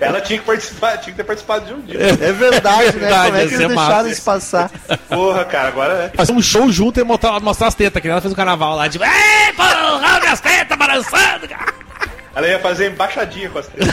Speaker 5: Ela tinha que participar, tinha que ter participado de um dia.
Speaker 3: É verdade, né?
Speaker 4: verdade,
Speaker 3: Como é
Speaker 4: ia
Speaker 3: que
Speaker 4: ser
Speaker 3: eles deixaram
Speaker 4: massa.
Speaker 3: isso passar?
Speaker 5: Porra, cara, agora é.
Speaker 4: Fazer um show junto e mostrar, mostrar as tetas, que ela fez um carnaval lá, tipo, Ei, porra, minhas tetas balançando, cara!
Speaker 5: Ela ia fazer embaixadinha com as três.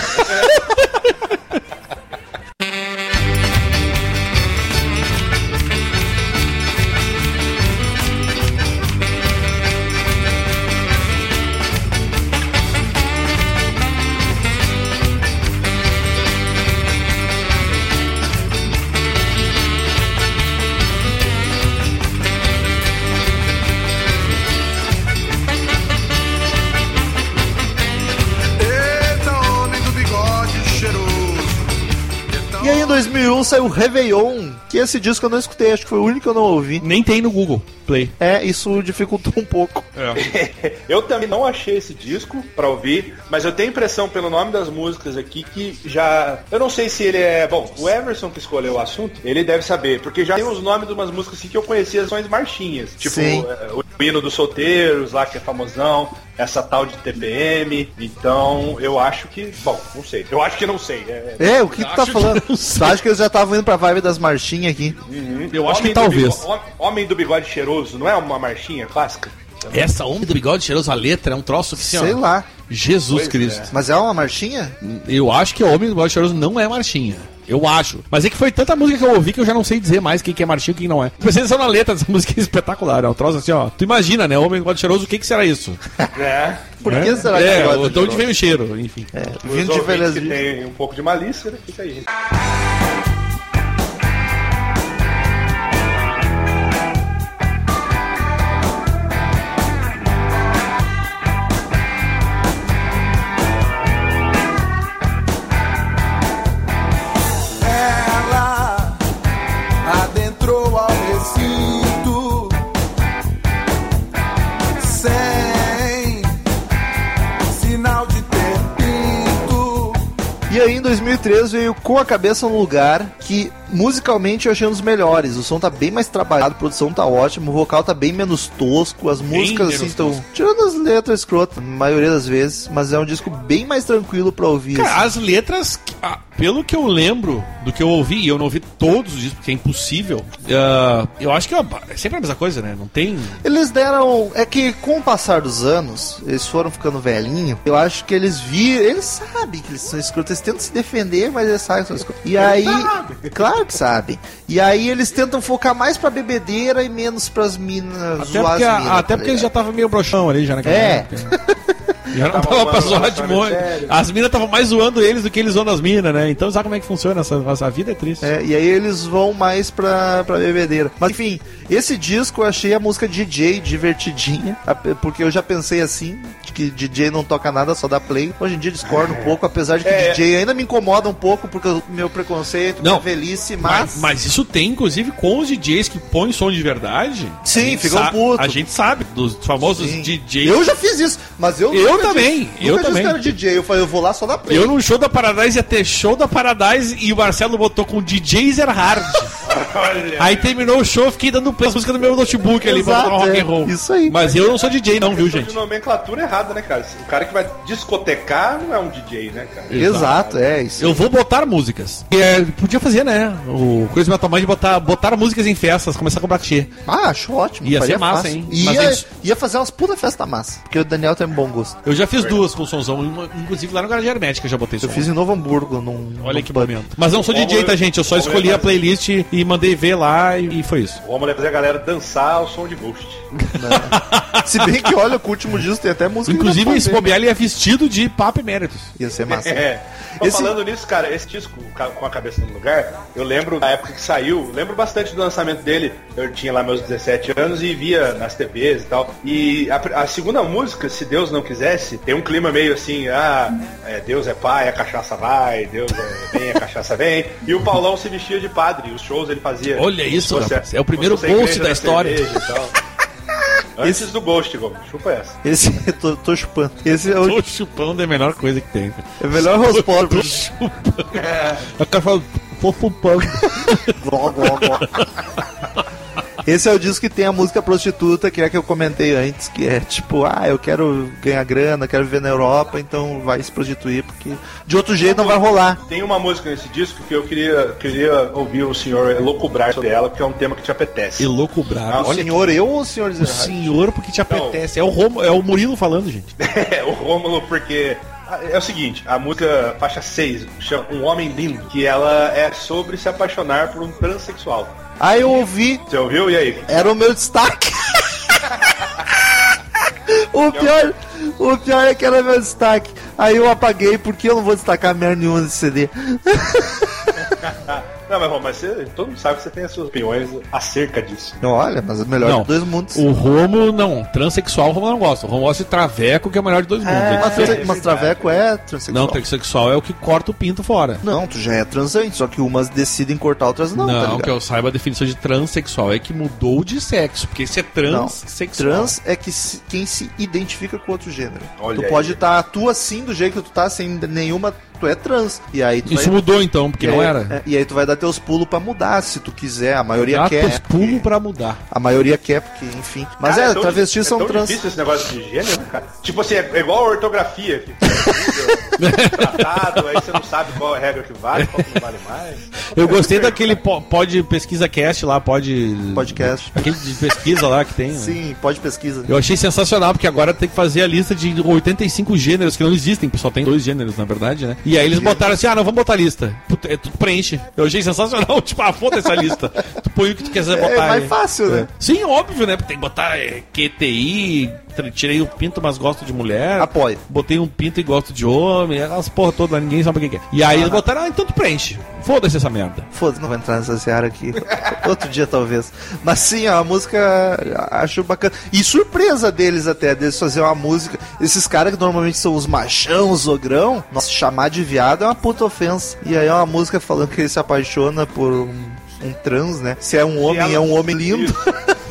Speaker 7: Eita, homem do bigode cheiroso.
Speaker 3: E aí em 2001 saiu Réveillon, que esse disco eu não escutei, acho que foi o único que eu não ouvi.
Speaker 4: Nem tem no Google Play.
Speaker 3: É, isso dificultou um pouco.
Speaker 5: É, Eu também não achei esse disco pra ouvir, mas eu tenho a impressão pelo nome das músicas aqui que já. Eu não sei se ele é. Bom, o Everson que escolheu o assunto, ele deve saber, porque já tem os nomes de umas músicas assim que eu conhecia as sons marchinhas. Tipo,
Speaker 3: Sim.
Speaker 5: é, o hino dos solteiros lá, que é famosão, essa tal de TPM. Então, eu acho que. Bom, não sei. Eu acho que não sei. É,
Speaker 3: É, o que tu tá
Speaker 4: Acho que
Speaker 3: falando?
Speaker 4: não
Speaker 3: Tu acha que eles já estavam indo pra vibe das marchinhas aqui?
Speaker 4: Eu acho que
Speaker 5: é, Homem do
Speaker 4: talvez.
Speaker 5: Bigo- Homem- Homem do bigode cheiroso, não é uma marchinha clássica?
Speaker 4: Essa Homem do Bigode cheiroso, a letra é um troço que assim, ó,
Speaker 3: Sei lá.
Speaker 4: Jesus Cristo.
Speaker 3: Mas é uma marchinha?
Speaker 4: Eu acho que o Homem do Bigode Cheiroso não é marchinha. Eu acho. Mas é que foi tanta música que eu ouvi que eu já não sei dizer mais quem que é marchinha e quem não é. Presta atenção na letra dessa música é espetacular. É um troço assim, ó. Tu imagina, né? Homem do Bigode Cheiroso, o que que será isso?
Speaker 5: É.
Speaker 3: Por
Speaker 4: Né?
Speaker 3: que será que
Speaker 4: é,
Speaker 3: agora-
Speaker 4: o- de onde vem o cheiro, enfim.
Speaker 3: É,
Speaker 5: Os
Speaker 3: vindo de
Speaker 5: ouvintes
Speaker 3: Velhas
Speaker 5: que
Speaker 3: Virgens.
Speaker 5: tem um pouco de malícia, né? Fica aí, gente.
Speaker 7: Ela adentrou ao recinto sem sinal de ter pinto.
Speaker 3: E aí, em 2013, veio com a cabeça no lugar que musicalmente eu achei um dos melhores. O som tá bem mais trabalhado, a produção tá ótima, o vocal tá bem menos tosco, as músicas
Speaker 4: menos
Speaker 3: assim estão. Tirando as letras escrotas, na maioria das vezes, mas é um disco bem mais tranquilo pra ouvir.
Speaker 4: Cara,
Speaker 3: assim.
Speaker 4: as letras, que- ah, pelo que eu lembro do que eu ouvi, e eu não ouvi todos os discos, porque é impossível, ah, eu acho que é uma- é sempre a mesma coisa, né? Não tem.
Speaker 3: Eles deram. É que com o passar dos anos, eles foram ficando velhinho. Eu acho que eles viram. Eles sabem que eles são escrotos. Eles tentam se defender, mas eles sabem que são escrotos. E aí. Claro que sabem. E aí eles tentam focar mais pra bebedeira e menos pras minas.
Speaker 4: Até
Speaker 3: zoar
Speaker 4: porque,
Speaker 3: as minas,
Speaker 4: até
Speaker 3: tá
Speaker 4: porque ele
Speaker 3: ligado?
Speaker 4: já tava meio broxão ali, já naquela
Speaker 3: É.
Speaker 4: época, né? Já não
Speaker 5: Tava
Speaker 4: tava pra
Speaker 5: arrumando
Speaker 4: zoar de
Speaker 5: relação
Speaker 4: monte.
Speaker 5: sério.
Speaker 4: As minas estavam mais zoando eles do que eles zoando as minas, né? Então sabe como é que funciona? Essa, essa vida é triste.
Speaker 3: É, e aí eles vão mais pra, pra bebedeira. Mas enfim, esse disco eu achei a música DJ divertidinha, a- porque eu já pensei assim, de que DJ não toca nada, só dá play. Hoje em dia discordo um pouco, apesar de que
Speaker 5: É.
Speaker 3: DJ ainda me incomoda um pouco, porque o meu preconceito,
Speaker 4: Não.
Speaker 3: minha velhice,
Speaker 4: Mas,
Speaker 3: mas...
Speaker 4: mas isso tem, inclusive, com os DJs que põem som de verdade.
Speaker 3: Sim,
Speaker 4: A gente
Speaker 3: ficam
Speaker 4: sa-
Speaker 3: puto.
Speaker 4: A gente sabe dos famosos
Speaker 3: Sim.
Speaker 4: DJs.
Speaker 3: Eu já fiz isso, mas eu
Speaker 4: Eu
Speaker 3: nunca
Speaker 4: também,
Speaker 3: disse- nunca
Speaker 4: eu
Speaker 3: disse
Speaker 4: também.
Speaker 3: que era DJ, eu falei, eu vou lá só dar play.
Speaker 4: Eu num show da Paradise ia ter show da Paradise e o Marcelo botou com DJ Zerhard.
Speaker 5: Olha.
Speaker 4: Aí terminou o show, eu fiquei dando play as músicas do meu notebook ali pra
Speaker 3: Exato,
Speaker 4: botar um rock
Speaker 3: é.
Speaker 4: and roll.
Speaker 3: Isso aí.
Speaker 4: Mas eu não sou DJ, não, viu,
Speaker 5: Questão
Speaker 4: gente?
Speaker 5: De nomenclatura errada, né, cara? O cara que vai discotecar não é um DJ, né, cara?
Speaker 3: Exato, é isso.
Speaker 4: Eu vou botar músicas. É, podia fazer, né? O Coisa Metal Mind botar, botar músicas em festas, começar a comprar cachê.
Speaker 3: Ah, acho ótimo.
Speaker 4: Ia
Speaker 3: faria
Speaker 4: ser massa,
Speaker 3: fácil.
Speaker 4: hein? Mas é
Speaker 3: Ia,
Speaker 4: eles-
Speaker 3: ia fazer umas puta festa massa, porque o Daniel tem bom gosto.
Speaker 4: Eu já fiz duas com sonzão, uma- inclusive lá no Garagem Hermética eu já botei som.
Speaker 3: Eu fiz em Novo Hamburgo, num...
Speaker 4: Olha
Speaker 3: num
Speaker 4: que
Speaker 3: pub.
Speaker 4: momento. Mas não sou DJ, tá, gente? Eu só
Speaker 5: Vamos
Speaker 4: escolhi
Speaker 5: levar-
Speaker 4: a playlist e mandei ver lá e, e foi isso.
Speaker 5: Vamos fazer a galera dançar ao som de Ghost.
Speaker 3: Né? Se bem que, olha, com o último disco tem até música. que dá
Speaker 4: Inclusive,
Speaker 3: pra né?
Speaker 4: esse
Speaker 3: fazer.
Speaker 4: bobear ele é vestido de papo eméritos.
Speaker 3: Ia ser massa.
Speaker 4: né?
Speaker 5: É. Então,
Speaker 3: Esse-
Speaker 5: Falando nisso, cara, esse disco ca- com a cabeça no lugar, eu lembro da época que saiu, lembro bastante do lançamento dele. Eu tinha lá meus 17 anos e via nas TVs e tal. E a, pr- a segunda música, Se Deus Não Quisesse, tem um clima meio assim, ah, é, Deus é pai, a cachaça vai, Deus é vem, a cachaça vem. E o Paulão se vestia de padre, os shows ele fazia.
Speaker 4: Olha isso,
Speaker 5: Como se fosse-
Speaker 4: rapaz, é o primeiro
Speaker 5: como se fosse a
Speaker 4: post
Speaker 5: igreja
Speaker 4: da história.
Speaker 5: cerveja e tal. Antes do Ghost, Gomes, chupa essa.
Speaker 3: Esse, tô, tô chupando. Esse é o,
Speaker 4: O chupando é a melhor coisa que tem.
Speaker 3: é o melhor rospop.
Speaker 4: É. O cara fala, fofupão.
Speaker 3: Esse é o disco que tem a música prostituta, que é a que eu comentei antes, que é tipo, ah, eu quero ganhar grana, quero viver na Europa, então vai se prostituir, porque de outro jeito não vai rolar.
Speaker 5: Tem uma música nesse disco que eu queria, queria ouvir o senhor loucubrar sobre ela, porque é um tema que te apetece.
Speaker 4: E louco bravo.
Speaker 5: Nossa,
Speaker 4: Ah, Olha
Speaker 3: senhor, eu ou o senhor
Speaker 4: o
Speaker 3: Zerhard?
Speaker 4: senhor porque te apetece. É o, Romo, é o Murilo falando, gente.
Speaker 5: É, o Rômulo, porque. ah, É o seguinte, a música faixa 6, chama Um Homem Lindo, que ela é sobre se apaixonar por um transexual.
Speaker 3: Aí eu ouvi,
Speaker 5: Você ouviu? E aí?
Speaker 3: era o meu destaque. o, pior, o pior é que era meu destaque. Aí eu apaguei, porque eu não vou destacar merda nenhuma desse CD.
Speaker 5: Não, mas, Rô, mas você, todo mundo sabe que você tem as suas opiniões acerca disso.
Speaker 3: Olha, mas o melhor
Speaker 4: Não.
Speaker 3: de dois mundos.
Speaker 4: O Romo, não. Transexual, o Romo não gosta. O Romo gosta de traveco, que é o melhor de dois mundos. Ele-
Speaker 3: mas, transe-
Speaker 5: é
Speaker 3: mas
Speaker 5: verdade.
Speaker 3: traveco é transexual.
Speaker 4: Não, transexual é o que corta o pinto fora.
Speaker 3: Não, tu já é transante, só que umas decidem cortar, outras não,
Speaker 4: Não,
Speaker 3: tá ligado?
Speaker 4: que é eu saiba a definição de transexual é que mudou de sexo, porque se é
Speaker 3: Não.
Speaker 4: transexual.
Speaker 3: Trans é que se- quem se identifica com outro gênero.
Speaker 5: Olha
Speaker 3: tu
Speaker 5: aí.
Speaker 3: pode estar, tu assim, do jeito que tu tá, sem nenhuma, tu é trans. E aí tu
Speaker 4: Isso
Speaker 3: vai,
Speaker 4: mudou então, porque
Speaker 3: e
Speaker 4: não
Speaker 3: aí-
Speaker 4: era.
Speaker 3: é, e aí tu vai dar teus pulos pra mudar, se tu quiser. A maioria
Speaker 4: Dá
Speaker 3: quer.
Speaker 4: teus pulos pra mudar.
Speaker 3: A maioria quer, porque, enfim. Mas
Speaker 5: Cara,
Speaker 3: é,
Speaker 5: tão di-
Speaker 3: travestis
Speaker 5: é
Speaker 3: são
Speaker 5: tão
Speaker 3: trans.
Speaker 5: difícil esse negócio de gênero, né, cara. Tipo assim, é é igual a ortografia. Que é tratado, aí você não sabe qual é a regra que vale, qual que não vale mais.
Speaker 4: Eu gostei daquele po- pode pesquisa cast lá, pode.
Speaker 3: Podcast.
Speaker 4: Aquele de pesquisa lá que tem. né?
Speaker 3: Sim, pode pesquisa.
Speaker 4: Eu achei sensacional, porque agora tem que fazer a lista de 85 gêneros que não existem, porque só tem dois gêneros, na verdade, né? E aí eles botaram assim, ah, não, vamos botar a lista. Puta, é, tu preenche. Eu achei sensacional, tipo, ah, foda essa lista. Tu põe o que tu quiser
Speaker 3: É,
Speaker 4: botar.
Speaker 3: mais
Speaker 4: aí.
Speaker 3: fácil, né?
Speaker 4: Sim, óbvio, né? Porque Tem que botar é, QTI, tra- tirei o pinto, mas gosto de mulher.
Speaker 3: Apoio.
Speaker 4: Botei um pinto e gosto de homem, aquelas porra toda, lá, ninguém sabe o que que é. E aí eles botaram, ah, então tu preenche. Foda-se essa merda.
Speaker 3: Foda-se, não vai entrar nessa seara aqui. Outro dia, talvez. Mas sim, a música a- acho bacana. E surpresa deles até, deles fazer uma música. Esses caras que normalmente são os machão, os ogrão, nossa, chamar de viado é uma puta ofensa. E aí é uma música falando que ele se apaixona por um, um trans, né? Se é um homem,
Speaker 5: ela-
Speaker 3: é um homem lindo.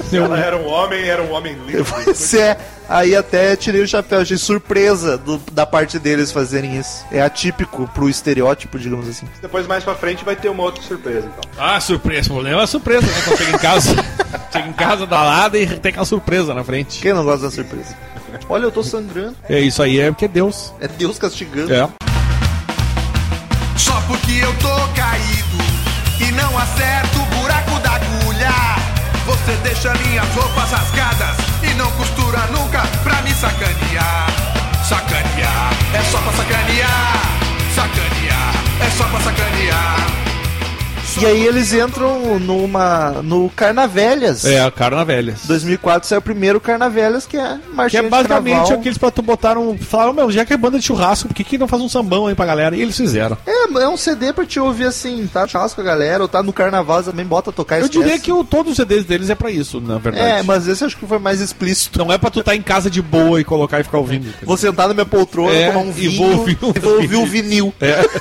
Speaker 5: Se ela era um homem, era um homem lindo.
Speaker 3: Pois é. Aí até tirei o chapéu, achei surpresa do- da parte deles fazerem isso. É atípico pro estereótipo, digamos assim.
Speaker 5: Depois, mais pra frente, vai ter uma outra surpresa, então.
Speaker 4: Ah, surpresa. O problema é a surpresa, né? Quando chega em casa, chega em casa dalada e tem aquela surpresa na frente.
Speaker 3: Quem não gosta da surpresa? Olha, eu tô sangrando.
Speaker 4: É isso aí, é porque é Deus.
Speaker 3: É Deus castigando.
Speaker 4: É.
Speaker 7: Só porque eu tô caído e não acerto o buraco da agulha. Você deixa minhas roupas rasgadas e não costura nunca pra me sacanear. Sacanear é só pra sacanear. Sacanear é só pra sacanear.
Speaker 3: E aí eles entram numa no Carnavelhas.
Speaker 4: É, a cara velha.
Speaker 3: 2004 saiu o primeiro Carnavelhas, que é
Speaker 4: Que
Speaker 3: marchinha
Speaker 4: é basicamente
Speaker 3: de carnaval.
Speaker 4: aqueles pra tu botaram. Falaram, meu, já que é banda de churrasco, por que, que não faz um sambão aí pra galera? E eles fizeram.
Speaker 3: É, é um CD pra te ouvir assim, tá? Churrasco com a galera, ou tá no carnaval também, bota tocar
Speaker 4: Eu
Speaker 3: esquece.
Speaker 4: diria que o, todos os CDs deles é pra isso, na verdade.
Speaker 3: É, mas esse acho que foi mais explícito.
Speaker 4: Não é pra tu tá em casa de boa e colocar e ficar ouvindo. entendeu?
Speaker 3: Vou sentar na minha poltrona,
Speaker 4: É,
Speaker 3: tomar um
Speaker 4: e
Speaker 3: vinho
Speaker 4: vou ouvir um-
Speaker 3: e vou ouvir um vinil.
Speaker 4: É.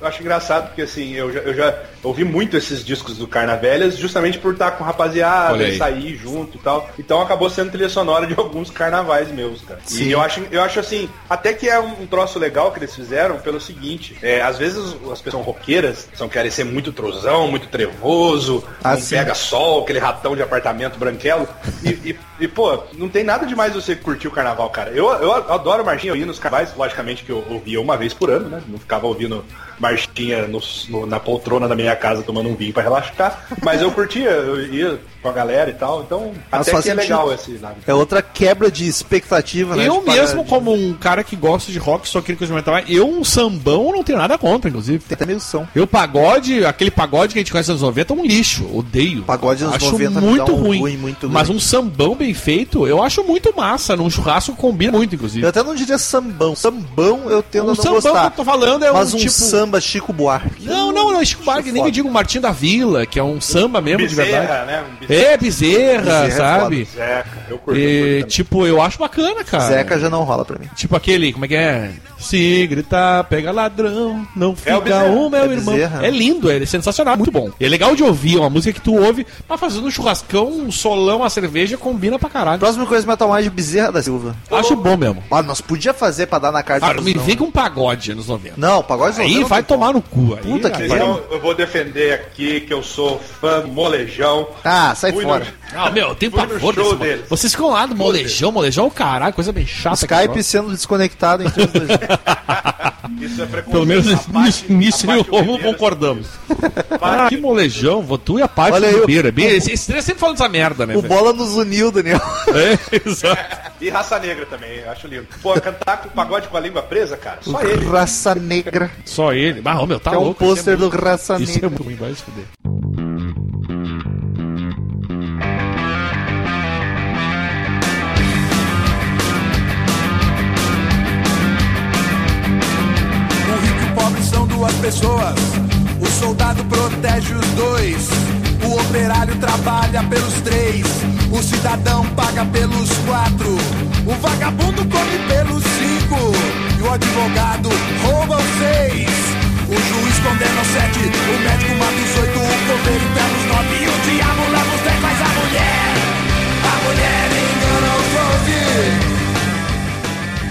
Speaker 5: Eu acho engraçado porque assim, eu já, eu já ouvi muito esses discos do Carnavelhas, justamente por estar com rapaziada,
Speaker 4: Olha aí.
Speaker 5: e sair junto e tal. Então acabou sendo trilha sonora de alguns carnavais meus, cara.
Speaker 3: Sim.
Speaker 5: E eu acho, eu acho assim, até que é um troço legal que eles fizeram pelo seguinte, é, às vezes os- as pessoas roqueiras são querem ser muito trozão, muito trevoso,
Speaker 3: Ah,
Speaker 5: não
Speaker 3: sim.
Speaker 5: pega Um sol, aquele ratão de apartamento branquelo. E, e- e, pô, não tem nada demais você curtir o carnaval, cara. Eu, eu adoro marchinha, eu ia nos carnavais, logicamente que eu ouvia uma vez por ano, né? Não ficava ouvindo marchinha no- no- na poltrona da minha casa tomando um vinho pra relaxar. Mas eu curtia, eu ia com a galera e tal. Então,
Speaker 3: Mas
Speaker 5: até que
Speaker 3: faz
Speaker 5: é
Speaker 3: sentido.
Speaker 5: legal esse lado.
Speaker 3: É outra quebra de expectativa, né?
Speaker 4: Eu
Speaker 3: de parar
Speaker 4: mesmo,
Speaker 3: de-
Speaker 4: como um cara que gosta de rock, só aquele que eu metal, eu um sambão não tenho nada contra, inclusive.
Speaker 3: Tem até meio som.
Speaker 4: Eu pagode, aquele pagode que a gente conhece nos anos 90 é um lixo, odeio.
Speaker 3: Pagode nos
Speaker 4: acho
Speaker 3: 90 me dá
Speaker 4: muito
Speaker 3: um
Speaker 4: ruim,
Speaker 3: ruim muito
Speaker 4: mas
Speaker 3: grande.
Speaker 4: um sambão bem feito, eu acho muito massa, num churrasco combina muito inclusive.
Speaker 3: Eu até não diria sambão. Sambão eu tendo a
Speaker 4: o
Speaker 3: não
Speaker 4: Um sambão
Speaker 3: gostar.
Speaker 4: que eu tô falando é um,
Speaker 3: mas um
Speaker 4: tipo
Speaker 3: samba Chico Buarque.
Speaker 4: Não, não, não, Chico Barque, nem
Speaker 3: foda.
Speaker 4: me diga o Martim da Vila, que é um samba mesmo de verdade.
Speaker 5: Bezerra, né? Um bezerra,
Speaker 4: É, Bezerra,
Speaker 3: Bezerra é
Speaker 4: sabe?
Speaker 5: Zeca, eu curto. eu curto
Speaker 4: E,
Speaker 5: também.
Speaker 4: tipo, eu acho bacana, cara.
Speaker 3: Hum. Zeca já não rola pra mim.
Speaker 4: Tipo aquele, como é que é? Se gritar, pega ladrão, não fica
Speaker 5: Bezerra.
Speaker 4: um, meu
Speaker 3: É
Speaker 4: irmão.
Speaker 3: Bezerra.
Speaker 4: É lindo, é sensacional, muito bom. E É legal de ouvir, é uma música que tu ouve, mas fazendo um churrascão, um solão, uma cerveja, combina pra caralho.
Speaker 3: Próximo coisa metal mais de Bezerra da Silva.
Speaker 4: Acho bom mesmo.
Speaker 3: Ah, nós podia fazer pra dar na carta.
Speaker 4: Ah,
Speaker 3: mas
Speaker 4: me
Speaker 3: não.
Speaker 4: vem com um pagode nos 90.
Speaker 3: Não, pagode não,
Speaker 4: Aí
Speaker 3: não
Speaker 4: vai
Speaker 3: tem como.
Speaker 4: tomar no cu. Aí, é
Speaker 3: Puta que
Speaker 4: aí-
Speaker 3: pariu.
Speaker 5: Então, eu vou defender aqui que eu sou fã do molejão.
Speaker 3: Ah, sai
Speaker 5: Fui
Speaker 3: fora.
Speaker 5: no-
Speaker 4: Ah, meu, eu tenho
Speaker 5: Fui no
Speaker 4: pavor
Speaker 5: show
Speaker 4: desse mo-
Speaker 5: deles.
Speaker 4: Vocês ficam lá do molejão, molejão, caralho, coisa bem chata. que
Speaker 3: Skype
Speaker 4: troço.
Speaker 3: sendo desconectado entre os dois.
Speaker 5: Isso é preconceito.
Speaker 4: Pelo menos
Speaker 5: A
Speaker 4: nisso,
Speaker 5: Paty-
Speaker 4: nisso
Speaker 5: a assim.
Speaker 4: eu e o
Speaker 5: Paty
Speaker 4: Romulo
Speaker 5: Ribeiro-
Speaker 4: concordamos.
Speaker 5: A Paty-
Speaker 4: Ah, que molejão, vou tu e a parte
Speaker 3: Olha aí,
Speaker 4: Ribeiro.
Speaker 3: o-
Speaker 4: É bem, esse, esse três sempre falando essa merda, né?
Speaker 3: o
Speaker 4: velho?
Speaker 3: Bola nos uniu, Daniel.
Speaker 4: É, exato.
Speaker 5: E raça negra também, acho lindo. Pô, cantar com o pagode com a língua presa, cara, só ele.
Speaker 3: Raça Negra.
Speaker 4: Só ele. Mas, ô, meu, tá
Speaker 3: é um
Speaker 4: louco. isso
Speaker 3: pôster
Speaker 4: é
Speaker 3: do Raça
Speaker 4: muito- Isso é
Speaker 3: Negra.
Speaker 4: muito ruim, vai se fuder.
Speaker 7: Um O rico e o pobre são duas pessoas. Os soldado protege os dois. O operário trabalha pelos três. O cidadão paga pelos quatro. O vagabundo come pelos cinco. E o advogado rouba os seis. O juiz condena os sete. O médico mata os oito. O coveiro pega os nove. E o diabo leva os dez. Mas a mulher, a mulher engana os ouvidos.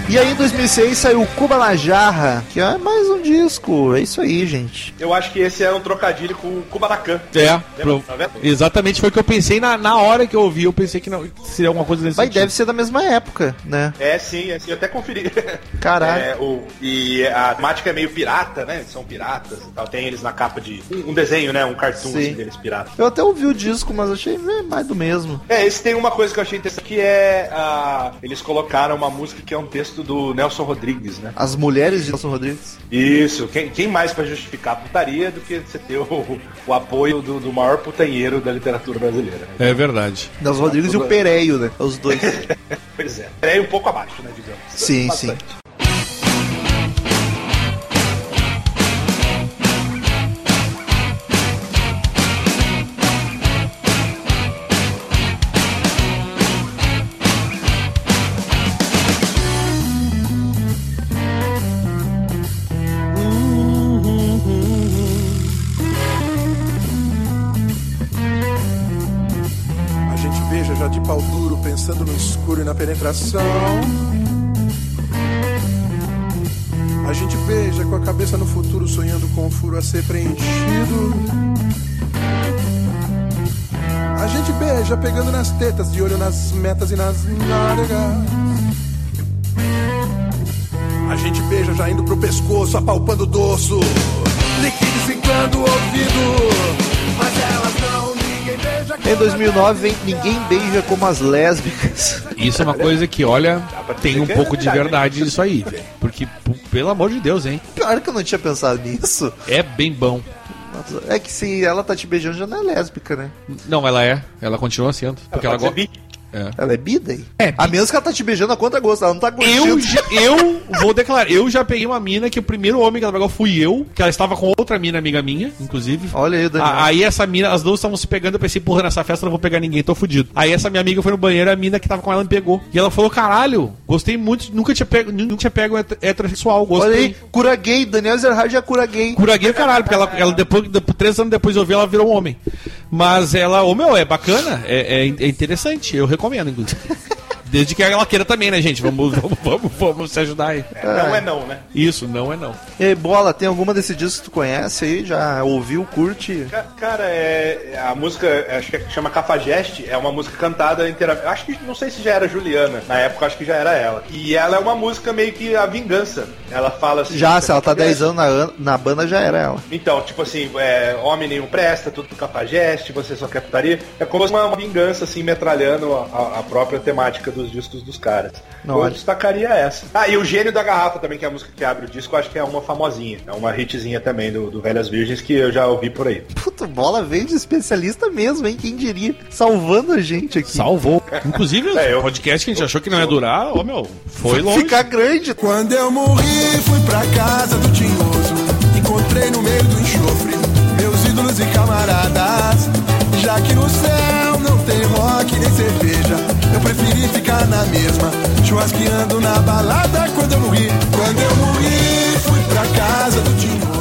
Speaker 3: E aí em 2006 saiu Cuba na Jarra, que é mais um disco. É isso aí, gente.
Speaker 5: Eu acho que esse era um trocadilho com o Kubanacan.
Speaker 4: É,
Speaker 5: Lembra?
Speaker 4: pro- exatamente foi o que eu pensei na, na hora que eu ouvi. Eu pensei que não seria alguma coisa desse
Speaker 3: Mas
Speaker 4: sentido.
Speaker 3: deve ser da mesma época, né?
Speaker 5: É, sim, é, sim, eu até conferi.
Speaker 3: Caralho.
Speaker 5: É, o, e a temática é meio pirata, né? Eles São piratas e tal. Tem eles na capa de um um desenho, né? Um cartoon
Speaker 3: Sim.
Speaker 5: assim, deles piratas.
Speaker 3: Eu até ouvi o disco, mas achei é, mais do mesmo.
Speaker 5: É, esse tem uma coisa que eu achei interessante, que é ah, eles colocaram uma música que é um texto do Nelson Rodrigues, né?
Speaker 3: As mulheres de Nelson Rodrigues.
Speaker 5: Isso, quem, quem mais pra justificar a putaria do que você ter o, o apoio do, do maior putanheiro da literatura brasileira, né?
Speaker 4: É verdade.
Speaker 3: Nelson Rodrigues e o Pereio, né? Os dois.
Speaker 5: Pois é. É um pouco abaixo, né, digamos.
Speaker 3: Sim,
Speaker 5: Bastante.
Speaker 1: A gente veja já de pau duro, pensando no escuro e na penetração. A gente beija com a cabeça no futuro, sonhando com o furo a ser preenchido. A gente beija pegando nas tetas, de olho nas metas e nas nádegas. A gente beija já indo pro pescoço, apalpando o dorso, liquidificando o ouvido. Mas elas não, ninguém beija.
Speaker 3: Em 2009 vem Ninguém Beija Como as Lésbicas.
Speaker 4: Isso é uma coisa que, olha,
Speaker 5: pra dizer
Speaker 4: tem um
Speaker 5: que é
Speaker 4: pouco de
Speaker 5: verdade,
Speaker 4: verdade isso aí. Porque, p- pelo amor de Deus, hein?
Speaker 3: Pior que eu não tinha pensado nisso.
Speaker 4: É bem bom.
Speaker 3: Nossa, É que se ela tá te beijando, já não é lésbica, né?
Speaker 4: Não, ela é. Ela continua sendo. Porque ela
Speaker 5: Pode ser
Speaker 4: gosta.
Speaker 5: bi.
Speaker 3: Ela é bi daí? A menos que ela tá te beijando a conta gosto, ela não tá curtindo.
Speaker 4: Eu, já- eu vou declarar, eu já peguei uma mina que o primeiro homem que ela pegou fui eu, que ela estava com outra mina amiga minha, inclusive.
Speaker 3: Olha aí, Daniel.
Speaker 4: A- Aí essa mina, as duas estavam se pegando, eu pensei, porra, nessa festa eu não vou pegar ninguém, tô fudido. Aí essa minha amiga foi no banheiro, a mina que tava com ela me pegou. E ela falou, caralho, gostei muito, nunca tinha pego, nunca tinha pego het- heterossexual, gostei.
Speaker 3: Olha aí, cura gay. Daniel Zerhard é cura gay.
Speaker 4: Cura gay, caralho, porque ela, ela depois, de- três anos depois eu vi, ela virou um homem. Mas ela, ô meu, é bacana, é, é, in- é interessante, eu recomendo, inclusive. Desde que ela queira também, né, gente? Vamos, vamos, vamos, vamos se ajudar aí.
Speaker 5: Não é não, né?
Speaker 4: Isso, não é não.
Speaker 3: E aí, Bola, tem alguma desse disco que tu conhece aí? Já ouviu, curte?
Speaker 5: Ca- Cara, é, a música, acho que chama Cafajeste, é uma música cantada inteiramente. Acho que não sei se já era Juliana, na época acho que já era ela. E ela é uma música meio que a vingança. Ela fala assim.
Speaker 3: Já, se ela tá 10 anos na, an- na banda, já era ela.
Speaker 5: Então, tipo assim, é, homem nenhum presta, tudo pro cafajeste, você só quer putaria. É como uma uma vingança, assim, metralhando a, a- a própria temática dos discos dos caras.
Speaker 3: Não,
Speaker 5: eu
Speaker 3: olha.
Speaker 5: destacaria essa. Ah, e o Gênio da Garrafa também, que é a música que abre o disco, eu acho que é uma famosinha. É uma hitzinha também do, do Velhas Virgens que eu já ouvi por aí.
Speaker 3: Puta, Bola veio de especialista mesmo, hein? Quem diria? Salvando a gente aqui.
Speaker 4: Salvou. Inclusive,
Speaker 5: É, eu-
Speaker 4: o podcast que a gente achou que não ia durar, ô meu, foi longe.
Speaker 3: Ficar grande.
Speaker 1: Quando eu morri, fui pra casa do Tinhoso. Encontrei no meio do enxofre meus ídolos e camaradas. Já que no céu não tem rock nem cerveja, eu preferi ficar na mesma, churrasqueando na balada. Quando eu morri, quando eu morri, fui pra casa do Tinhoso.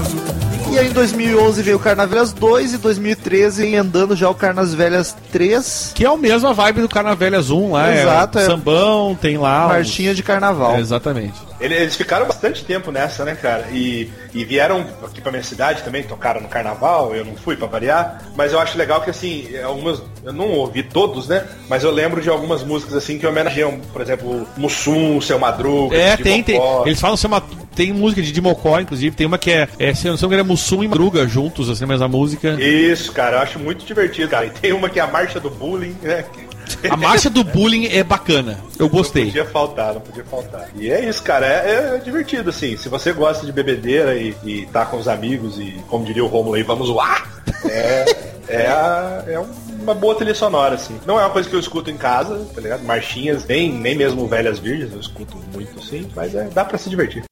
Speaker 3: E aí em 2011 veio o Carnavelhas 2 e 2013 em andando já o Carnas Velhas 3.
Speaker 4: Que é o mesmo a vibe do Carnavelhas 1 lá.
Speaker 3: Exato,
Speaker 4: é.
Speaker 3: é.
Speaker 4: Sambão, tem lá. os-
Speaker 3: Marchinha de Carnaval.
Speaker 4: É, exatamente.
Speaker 5: Ele- Eles ficaram bastante tempo nessa, né, cara? E, e vieram aqui pra minha cidade também, tocaram no carnaval, eu não fui pra variar, mas eu acho legal que assim, algumas. Eu não ouvi todos, né? Mas eu lembro de algumas músicas assim que homenageiam, por exemplo, Mussum, Seu Madruga,
Speaker 4: É,
Speaker 5: Didi
Speaker 4: tem, tem.
Speaker 5: Mocó.
Speaker 4: Eles falam ser uma. Tem música de Dimocó, inclusive. Tem uma que é. é se eu não sei, é Mussum e Madruga juntos, assim, mas a música.
Speaker 5: Isso, cara, eu acho muito divertido, cara. E tem uma que é a marcha do bullying, né? que-
Speaker 4: A marcha do bullying é bacana. Eu
Speaker 5: Não
Speaker 4: gostei.
Speaker 5: podia faltar, não podia faltar. E é isso, cara. É, é divertido, assim. Se você gosta de bebedeira e, e tá com os amigos e, como diria o Romulo aí, vamos zoar. É, é, a- é uma boa trilha sonora, assim. Não é uma coisa que eu escuto em casa, tá ligado? Marchinhas, nem, nem mesmo Velhas Virgens eu escuto muito, assim. Mas é, dá pra se divertir.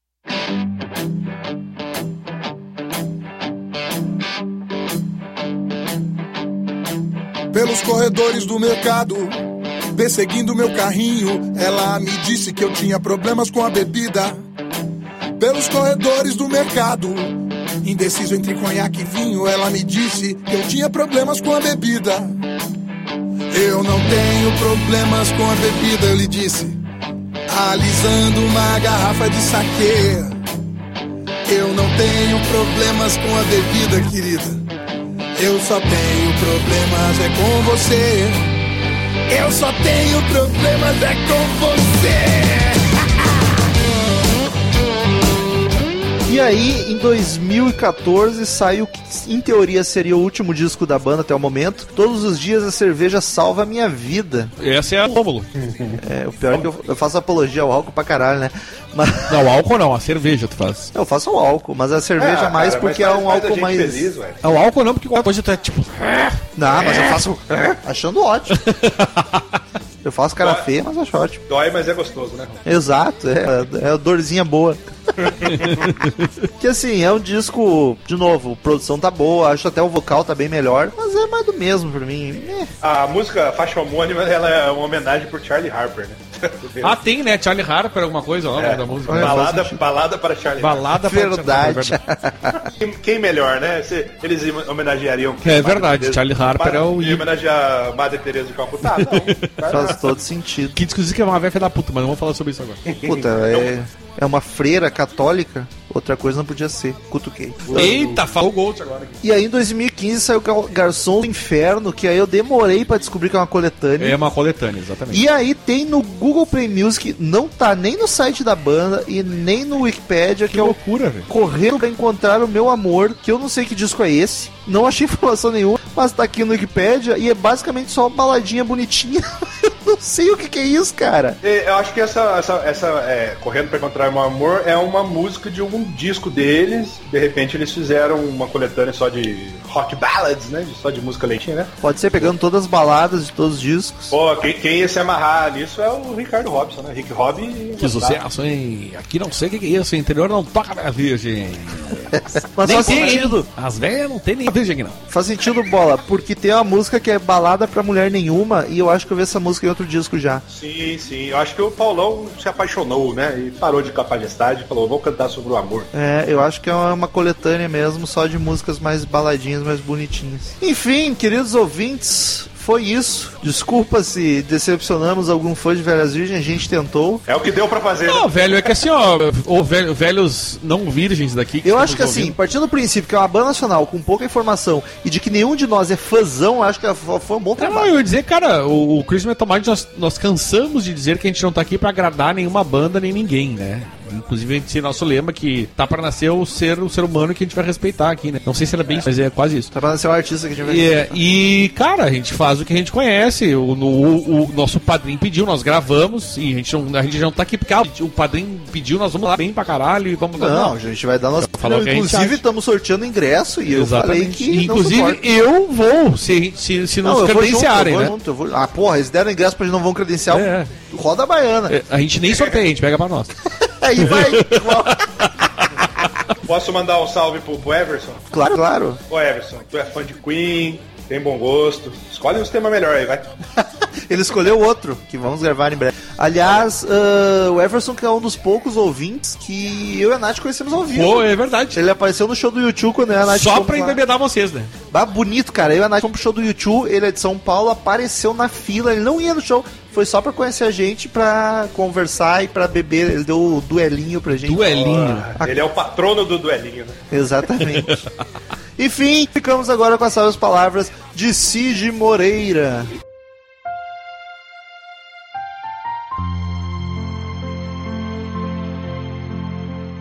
Speaker 1: pelos corredores do mercado, perseguindo meu carrinho. Ela me disse que eu tinha problemas com a bebida. Pelos corredores do mercado, indeciso entre conhaque e vinho, ela me disse que eu tinha problemas com a bebida. Eu não tenho problemas com a bebida, eu lhe disse, alisando uma garrafa de saque. Eu não tenho problemas com a bebida, querida. Eu só tenho problemas é com você. Eu só tenho problemas é com você.
Speaker 3: E aí, em 2014, sai o que em teoria seria o último disco da banda até o momento. Todos os dias a cerveja salva a minha vida.
Speaker 4: Essa é a Rômulo.
Speaker 3: É, o pior é que eu, eu faço apologia ao álcool pra caralho, né? Mas
Speaker 4: Não, álcool não, a cerveja tu faz.
Speaker 3: eu faço ao álcool, mas a cerveja
Speaker 5: Ah,
Speaker 3: mais
Speaker 5: cara,
Speaker 3: porque
Speaker 5: mas
Speaker 3: é um
Speaker 5: faz- faz a
Speaker 3: álcool
Speaker 5: gente
Speaker 3: mais.
Speaker 5: Feliz, É. ué.
Speaker 4: Não, É, álcool não, porque qualquer coisa tu é tipo.
Speaker 3: Não, mas eu faço achando ótimo. Eu faço cara feia, mas acho ótimo.
Speaker 5: Dói, mas é gostoso, né?
Speaker 3: Exato, é, é a dorzinha boa. que assim, é um disco, de novo, produção tá boa, acho até o vocal tá bem melhor, mas é mais do mesmo pra mim. É.
Speaker 5: A música, a faixa homônima, ela é uma homenagem pro Charlie Harper, né?
Speaker 4: Ah, tem, né? Charlie Harper, alguma coisa lá, o nome da música.
Speaker 3: Olha,
Speaker 5: balada,
Speaker 3: faz sentido.
Speaker 5: balada para Charlie
Speaker 4: Balada pra-
Speaker 3: Verdade.
Speaker 5: Harper. Quem, quem melhor, né? Se- eles homenageariam quem?
Speaker 4: É
Speaker 5: Madre
Speaker 4: verdade,
Speaker 5: Teresa.
Speaker 4: Charlie Harper
Speaker 5: Para-
Speaker 4: é o
Speaker 5: e
Speaker 4: ídolo.
Speaker 5: homenagear a Madre Teresa de Calcutá? Não.
Speaker 3: Faz todo sentido.
Speaker 4: Que discussão que é uma velha filha da puta, mas não vamos falar sobre isso agora.
Speaker 3: Puta, é, é uma freira católica, outra coisa não podia ser. Cutuquei.
Speaker 4: Eita, falou o Gold agora. aqui.
Speaker 3: E aí em 2015 saiu Gal- Garçom do Inferno, que aí eu demorei pra descobrir que é uma coletânea.
Speaker 4: É uma coletânea, exatamente.
Speaker 3: E aí tem no Google Play Music, não tá nem no site da banda e nem no Wikipedia, que, é o
Speaker 4: loucura, velho.
Speaker 3: Correndo pra encontrar o meu amor, que eu não sei que disco é esse, não achei informação nenhuma, mas tá aqui no Wikipedia e é basicamente só uma baladinha bonitinha. eu não sei o que, que é isso, cara.
Speaker 5: E Eu acho que essa, essa, essa é, Correndo para Encontrar Meu Amor é uma música de um disco deles. De repente eles fizeram uma coletânea só de rock ballads, né? Só de música leitinha, né?
Speaker 3: Pode ser pegando todas as baladas de todos os discos.
Speaker 5: Pô, quem, quem ia se amarrar nisso é o Ricardo Robson, né? Rick Rob e-
Speaker 4: Que
Speaker 3: Tá.
Speaker 4: sucesso, hein? Aqui não sei o que que é isso, o interior não toca na virgem.
Speaker 3: Mas
Speaker 4: Nem
Speaker 3: faz
Speaker 4: tem, hein?
Speaker 3: Tá sentido,
Speaker 4: As velhas não tem nem a virgem aqui, não.
Speaker 3: faz sentido, bola, porque tem uma música que é balada pra mulher nenhuma e eu acho que eu vi essa música em outro disco já.
Speaker 5: Sim, sim. Eu acho que o Paulão se apaixonou, né? E parou de capagestade e falou, vou cantar sobre o amor.
Speaker 3: É, eu acho que é uma coletânea mesmo, só de músicas mais baladinhas, mais bonitinhas. Enfim, queridos ouvintes, foi isso. Desculpa se decepcionamos algum fã de Velhas Virgens, a gente tentou.
Speaker 5: É o que deu pra fazer. né?
Speaker 4: Não, velho, é que assim, ó, ou velho, velhos não virgens daqui.
Speaker 3: Eu acho que
Speaker 4: estamos
Speaker 3: assim, partindo do princípio que é uma banda nacional com pouca informação e de que nenhum de nós é fãzão, eu acho que foi um bom
Speaker 4: ouvindo- Não,
Speaker 3: trabalho.
Speaker 4: É, eu ia dizer, cara, o, o Chris Metal Mind, nós, nós cansamos de dizer que a gente não tá aqui pra agradar nenhuma banda nem ninguém, né? Inclusive, a gente, nosso lema que tá pra nascer o ser, o ser humano que a gente vai respeitar aqui, né? Não sei se era bem isso, mas é quase isso.
Speaker 3: Tá pra ser um artista que a gente vai.
Speaker 4: E, é, e, cara, a gente faz o que a gente conhece. O, no- o- o nosso padrinho pediu, nós gravamos. E a gente não, a gente não tá aqui porque ah, o padrinho pediu, nós vamos lá bem pra caralho. E vamos
Speaker 3: Não, a gente vai dar nossa.
Speaker 4: Falou que a gente
Speaker 3: inclusive,
Speaker 4: acha.
Speaker 3: estamos sorteando ingresso e eu falei
Speaker 4: Exatamente.
Speaker 3: que. não
Speaker 4: Inclusive,
Speaker 3: suporto.
Speaker 4: eu vou, se, se, se nos
Speaker 3: Não, eu vou junto, eu
Speaker 4: credenciarem,
Speaker 3: vou
Speaker 4: né?
Speaker 3: junto, eu vou... Ah, porra, eles deram ingresso pra gente não vão credencial.
Speaker 4: É.
Speaker 3: Roda a baiana.
Speaker 4: É, A gente nem sorteia, a gente pega pra nós.
Speaker 3: Aí vai.
Speaker 5: Posso mandar um salve pro, pro Everson?
Speaker 3: claro, claro.
Speaker 5: Ô Everson, tu é fã de Queen, tem bom gosto. Escolhe uns temas melhor aí, vai.
Speaker 3: Ele escolheu outro, que vamos gravar em breve. Aliás, ah, o Everson, que é um dos poucos ouvintes que eu e a Nath conhecemos ao vivo.
Speaker 4: Pô, é verdade.
Speaker 3: Ele apareceu no show do YouTube quando eu e a Nath
Speaker 4: Só
Speaker 3: fomos
Speaker 4: pra
Speaker 3: lá.
Speaker 4: embebedar vocês, né?
Speaker 3: Bah, bonito, cara. Eu e a Nath fomos pro show do YouTube, ele é de São Paulo, apareceu na fila, ele não ia no show. Foi só pra conhecer a gente, pra conversar e pra beber. Ele deu o duelinho pra gente.
Speaker 4: Duelinho.
Speaker 5: Ele é o patrono do duelinho, né?
Speaker 3: Exatamente. Enfim, ficamos agora com as sábias palavras de Cid Moreira.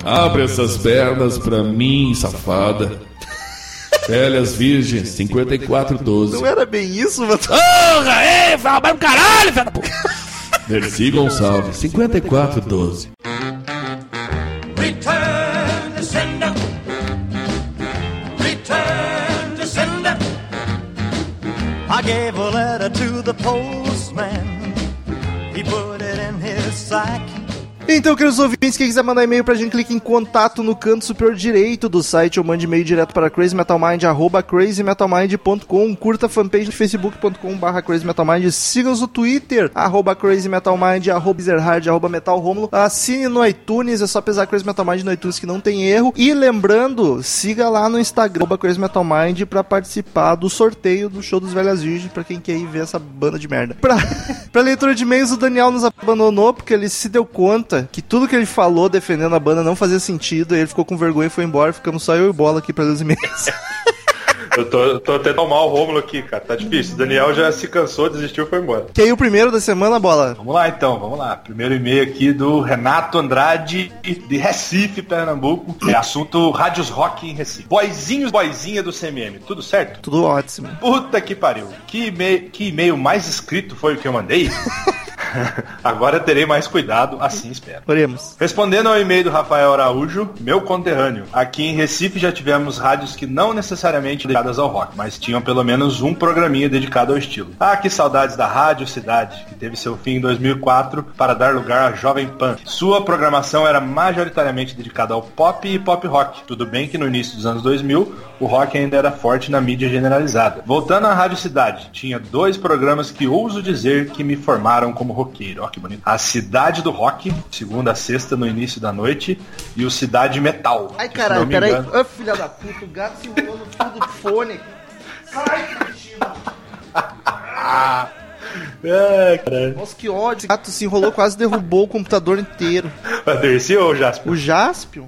Speaker 9: Abre essas pernas pra mim, safada. Velhas Virgens,
Speaker 3: Não
Speaker 9: 5412.
Speaker 3: era bem isso, mas... tá
Speaker 4: Porra, ei, fala mais um caralho, filha da puta.
Speaker 9: Dercy Gonçalves, 5412.
Speaker 7: Return to sender. Return to sender. I gave a letter to the postman. He put it in his sack.
Speaker 3: Então, queridos ouvintes, quem quiser mandar e-mail pra gente, clique em contato no canto superior direito do site ou mande e-mail direto para crazymetalmind, arroba crazymetalmind.com. Curta a fanpage no facebook.com barra crazymetalmind. Siga-nos no Twitter, arroba crazymetalmind, arroba zerhard, arroba metalromulo. Assine no iTunes, é só pesar Crazy Metal Mind no iTunes que não tem erro. E lembrando, siga lá no Instagram, arroba Crazy Metal Mind, pra participar do sorteio do show dos Velhas Virgens, pra quem quer ir ver essa banda de merda. Pra, pra leitura de e-mails, o Daniel nos abandonou, porque ele se deu conta que tudo que ele falou defendendo a banda não fazia sentido, e ele ficou com vergonha e foi embora, ficamos só eu e Bola aqui pra ler os e-mails.
Speaker 5: Eu tô, eu tô até tão mal o Rômulo aqui, cara. Tá difícil. O Daniel já se cansou, desistiu e foi embora.
Speaker 3: que aí o primeiro da semana, Bola?
Speaker 5: Vamos lá então, vamos lá. Primeiro e-mail aqui do Renato Andrade, de Recife, Pernambuco. É assunto Rádios Rock em Recife. Boizinhos, boizinha do CMM, tudo certo?
Speaker 3: Tudo ótimo.
Speaker 5: Puta que pariu. Que e-mail, que e-mail mais escrito foi o que eu mandei? Agora terei mais cuidado, assim espero.
Speaker 3: Oremos.
Speaker 5: Respondendo ao e-mail do Rafael Araújo, meu conterrâneo, aqui em Recife já tivemos rádios que não necessariamente ligadas ao rock, mas tinham pelo menos um programinha dedicado ao estilo. Ah, que saudades da Rádio Cidade, que teve seu fim em 2004 para dar lugar à Jovem Pan. Sua programação era majoritariamente dedicada ao pop e pop rock. Tudo bem que no início dos anos 2000 o rock ainda era forte na mídia generalizada. Voltando à Rádio Cidade, tinha dois programas que ouso dizer que me formaram como roqueiro. Ó, que bonito. A Cidade do Rock, segunda a sexta, no início da noite, e o Cidade Metal.
Speaker 3: Ai,
Speaker 5: que, se não
Speaker 3: caralho,
Speaker 5: me
Speaker 3: peraí.
Speaker 5: engano-
Speaker 3: Ô, filha da puta, o gato se enrolou no fio do fone. Sai, cretino.
Speaker 5: É, caralho.
Speaker 3: Nossa, que ódio. O gato se enrolou, quase derrubou o computador inteiro.
Speaker 5: A Dercy ou o Jasper?
Speaker 3: O Jaspion?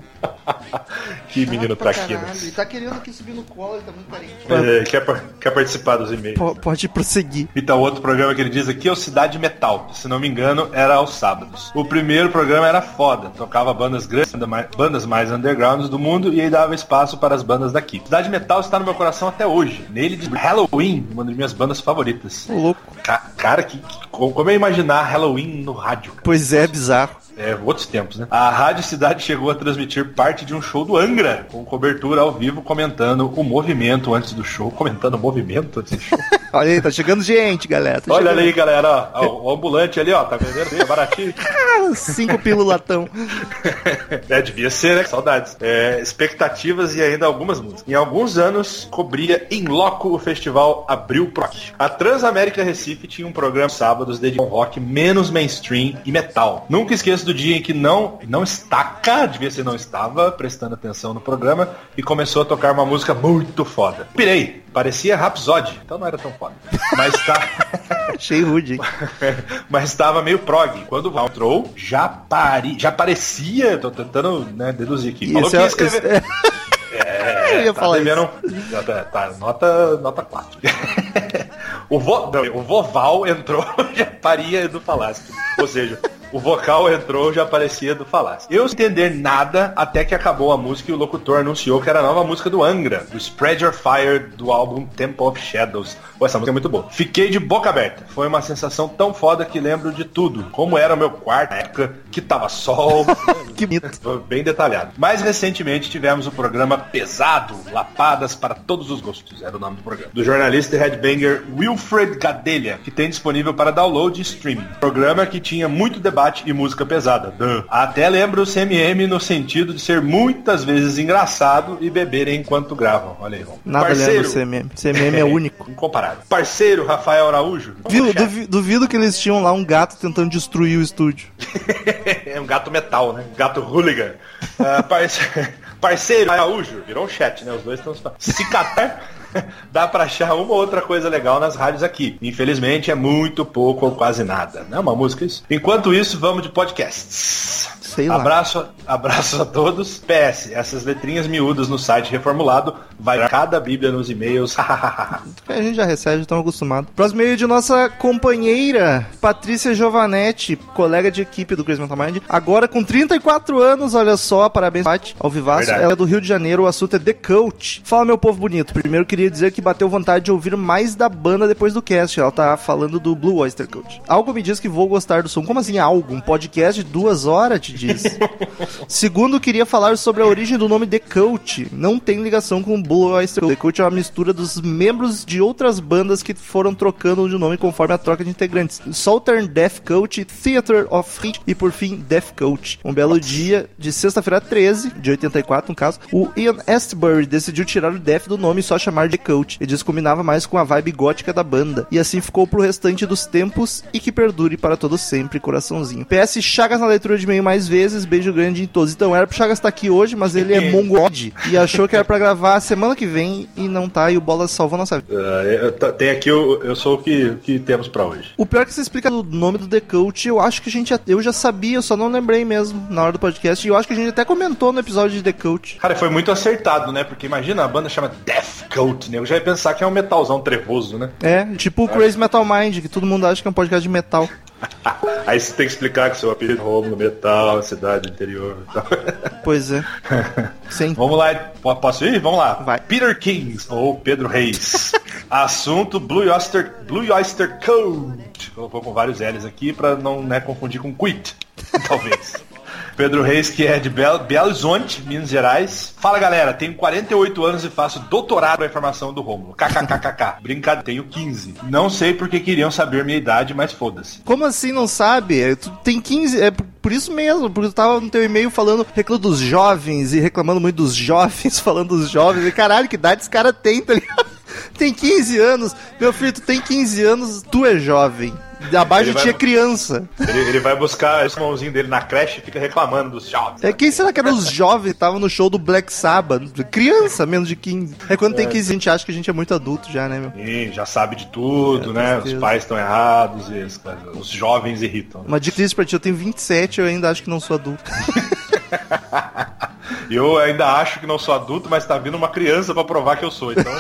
Speaker 5: Que menino
Speaker 3: pra
Speaker 5: traqueiro.
Speaker 3: caralho. Ele tá querendo aqui subir no colo, ele tá muito carente.
Speaker 5: É, quer, par- quer participar dos e-mails?
Speaker 3: Po- pode prosseguir.
Speaker 5: Então, outro programa que ele diz aqui é o Cidade Metal, que se não me engano era aos sábados. O primeiro programa era foda, tocava bandas grandes, banda mai- bandas mais undergrounds do mundo e aí dava espaço para as bandas daqui. Cidade Metal está no meu coração até hoje. Nele de Halloween, uma das minhas bandas favoritas.
Speaker 3: Ô, louco.
Speaker 5: Ca- cara, que, que- como é imaginar Halloween no rádio? cara?
Speaker 3: Pois é, bizarro.
Speaker 5: É, outros tempos, né? A Rádio Cidade chegou a transmitir parte de um show do Angra, com cobertura ao vivo comentando o movimento antes do show, comentando o movimento antes do show.
Speaker 3: Olha aí, tá chegando gente, galera. Tá
Speaker 5: Olha
Speaker 3: chegando...
Speaker 5: ali, galera, ó, ó, o ambulante ali, ó, tá vendendo bem, é baratinho.
Speaker 3: Ah, Cinco pilulatão.
Speaker 5: É, devia ser, né? Saudades. É, expectativas e ainda algumas músicas. Em alguns anos, cobria em loco o festival Abril Proc. A Transamérica Recife tinha um programa sábados dedicado ao rock menos mainstream e metal. Nunca esqueço do dia em que não, não estaca, devia ser não estava, prestando atenção no programa, e começou a tocar uma música muito foda. Pirei, parecia Rhapsody, então não era tão foda. Mas tá...
Speaker 3: Achei rude, hein?
Speaker 5: Mas estava meio prog. Quando o Val entrou, já, pare... já parecia. Tô tentando né, deduzir aqui.
Speaker 3: E
Speaker 5: Falou
Speaker 3: esse
Speaker 5: que
Speaker 3: é-
Speaker 5: ia escrever.
Speaker 3: esse-
Speaker 5: É,
Speaker 3: Eu ia
Speaker 5: tá
Speaker 3: falar
Speaker 5: devendo- Já Tá, tá, nota, nota 4. o, vo... não, o voval entrou, já paria do Falasque. Ou seja. O vocal entrou, já parecia do Falasque. Eu sem entender nada até que acabou a música e o locutor anunciou que era a nova música do Angra, do Spread Your Fire, do álbum Temple of Shadows. Pô, essa música é muito boa. Fiquei de boca aberta. Foi uma sensação tão foda que lembro de tudo. Como era o meu quarto na época, que tava sol,
Speaker 3: Que bonito.
Speaker 5: foi Bem detalhado. Mais recentemente tivemos o programa Pesado, Lapadas para Todos os Gostos, era o nome do programa, do jornalista e headbanger Wilfred Gadelha, que tem disponível para download e streaming. Programa que tinha muito debate e música pesada. Duh. Até lembro o CMM no sentido de ser muitas vezes engraçado e beberem enquanto gravam. Olha aí, Ron.
Speaker 3: Nada lembra do CMM. CMM é único.
Speaker 5: Incomparável. Parceiro Rafael Araújo.
Speaker 3: Viu? Duvi- Duvido que eles tinham lá um gato tentando destruir o estúdio.
Speaker 5: É um gato metal, né? Gato hooligan. Ah, parce- Parceiro, Araújo, virou um chat, né? Os dois estão se falando. Se catar, dá pra achar uma ou outra coisa legal nas rádios aqui. Infelizmente é muito pouco ou quase nada. Não é uma música isso? Enquanto isso, vamos de podcasts.
Speaker 3: Sei lá.
Speaker 5: Abraço, abraço a todos. PS, essas letrinhas miúdas no site reformulado, vai pra cada bíblia nos e-mails. Ah,
Speaker 3: É, A gente já recebe, estamos acostumados. Próximo e-mail de nossa companheira, Patrícia Giovanetti, colega de equipe do Crazy Metal Mind. Agora com 34 anos, olha só, parabéns, Paty, ao vivaço.
Speaker 5: Verdade.
Speaker 3: Ela é do Rio de Janeiro, o assunto é The Coach. Fala, meu povo bonito. Primeiro, queria queria dizer que bateu vontade de ouvir mais da banda depois do cast. Ela tá falando do Blue Oyster Cult. Algo me diz que vou gostar do som. Como assim algo? Um podcast de duas horas, te diz. Segundo, queria falar sobre a origem do nome The Cult. Não tem ligação com o Blue Oyster Cult. The Cult é uma mistura dos membros de outras bandas que foram trocando de nome conforme a troca de integrantes. Southern Death Cult, Theater of Hate e, por fim, Death Cult. Um belo dia de sexta-feira 13, de 84 no caso, o Ian Astbury decidiu tirar o Death do nome e só chamar de Cult. Ele disse que combinava mais com a vibe gótica da banda. E assim ficou pro restante dos tempos e que perdure para todo sempre, coraçãozinho. PS Chagas na leitura de meio mais vezes, beijo grande em todos. Então era pro Chagas estar aqui hoje, mas ele é mongode e achou que era pra gravar semana que vem e não tá, e o Bola salvou nossa vida.
Speaker 5: Ah, eu- tá- tem aqui, o, eu sou o que, que temos pra hoje.
Speaker 3: O pior é que você explica do nome do The Cult, eu acho que a gente. Eu já sabia, eu só não lembrei mesmo na hora do podcast. E eu acho que a gente até comentou no episódio de The Cult.
Speaker 5: Cara, foi muito acertado, né? Porque imagina, a banda chama Death Cult, né? Eu já ia pensar que é um metalzão trevoso, né?
Speaker 3: É, tipo o Crazy Metal Mind, que todo mundo acha que é um podcast de metal.
Speaker 5: Ah, Aí você tem que explicar que seu apelido Romulo, metal, cidade interior e tal.
Speaker 3: Pois é. Sim.
Speaker 5: Vamos lá, po- posso ir? Vamos lá.
Speaker 3: Vai.
Speaker 5: Peter Kings ou Pedro Reis. Assunto Blue Oyster, Blue Oyster Cult. Colocou com vários L's aqui pra não né, confundir com Quit, talvez. Pedro Reis, que é de Belo, Belo Horizonte, Minas Gerais. Fala galera, tenho 48 anos e faço doutorado na informação do Rômulo. KKKKK. Brincadeira, tenho 15. Não sei porque queriam saber minha idade, mas foda-se.
Speaker 3: Como assim não sabe? É, Tu tem 15. É por por isso mesmo, porque tu tava no teu e-mail falando, reclamando dos jovens e reclamando muito dos jovens, falando dos jovens. E caralho, que idade esse cara tem, tá ligado? Tem 15 anos. Meu filho, tu tem 15 anos, tu é jovem. Abaixo
Speaker 5: Ele vai-
Speaker 3: tinha criança.
Speaker 5: Ele, ele vai buscar esse irmãozinho dele na creche e fica reclamando dos jovens.
Speaker 3: É, quem será que eram os jovens que estavam no show do Black Sabbath? Criança, menos de 15. É quando tem 15 a gente acha que a gente é muito adulto já, né, meu?
Speaker 5: Sim, já sabe de tudo, né?
Speaker 3: certeza.
Speaker 5: Os pais estão errados, e as- os jovens irritam. né?
Speaker 3: Uma dica disso pra ti, eu tenho 27 eu ainda acho que não sou adulto.
Speaker 5: Eu ainda acho que não sou adulto, mas tá vindo uma criança pra provar que eu sou, então.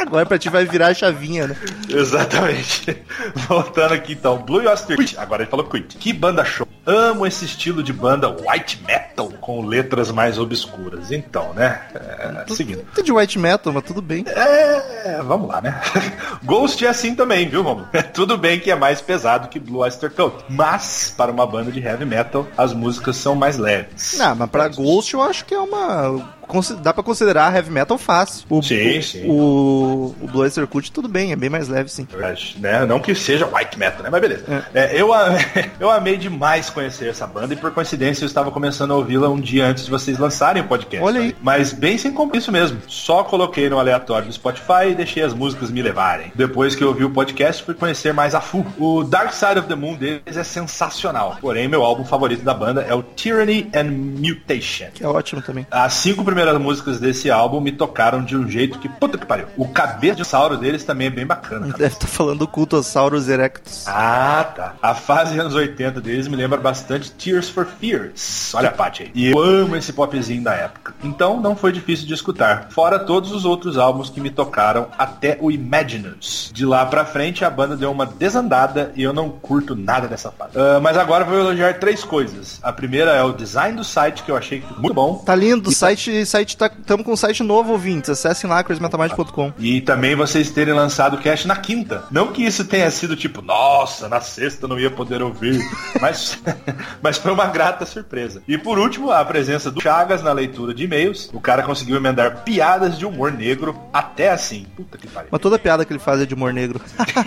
Speaker 3: Agora pra ti vai virar a chavinha, né?
Speaker 5: Exatamente. Voltando aqui então, Blue Oyster Cult. Agora ele falou Quit. Que banda show. Amo esse estilo de banda white metal com letras mais obscuras. Então, né? É, seguindo.
Speaker 3: Tô de white metal, mas tudo bem.
Speaker 5: É, vamos lá, né? Ghost é assim também, viu, Romulo? Tudo bem que é mais pesado que Blue Oyster Cult, mas para uma banda de heavy metal, as músicas são mais leves.
Speaker 3: Não, mas pra Ghost eu acho que é uma... consi- Dá pra considerar heavy metal fácil. O,
Speaker 5: Sim,
Speaker 3: o,
Speaker 5: sim.
Speaker 3: O, o Blue Oyster Cult tudo bem, é bem mais leve sim.
Speaker 5: Verdade, né? Não que seja white metal, né? Mas beleza. É, eu, a- eu amei demais conhecer essa banda e por coincidência eu estava começando a ouvi-la um dia antes de vocês lançarem o podcast.
Speaker 3: Olha aí.
Speaker 5: Mas bem sem compromisso mesmo. Só coloquei no aleatório do Spotify e deixei as músicas me levarem. Depois que eu ouvi o podcast, fui conhecer mais a full. O Dark Side of the Moon deles é sensacional. Porém, meu álbum favorito da banda é o Tyranny and Mutation.
Speaker 3: Que é ótimo também.
Speaker 5: As cinco primeiras músicas desse álbum me tocaram de um jeito que, puta que pariu. O cabeça de sauro deles também é bem bacana. cara.
Speaker 3: Deve estar falando do Cultosaurus Erectus.
Speaker 5: Ah, tá. A fase anos 80 deles me lembra bastante Tears for Fears. Olha a Paty aí. E eu amo esse popzinho da época. Então não foi difícil de escutar. Fora todos os outros álbuns que me tocaram até o Imaginus. De lá pra frente a banda deu uma desandada e eu não curto nada dessa fase. Ah, mas agora eu vou elogiar três coisas. A primeira é o design do site que eu achei que ficou muito bom.
Speaker 3: Tá lindo, o site, site tá, tamo com um site novo, ouvintes. Acessem lá, crazymetalmind.com.
Speaker 5: E também vocês terem lançado o cast na quinta. Não que isso tenha sido tipo, nossa, na sexta não ia poder ouvir. mas, mas foi uma grata surpresa. E por último, a presença do Chagas na leitura de e-mails. O cara conseguiu emendar piadas de humor negro até assim. Puta que pariu.
Speaker 3: Mas toda piada que ele faz é de humor negro.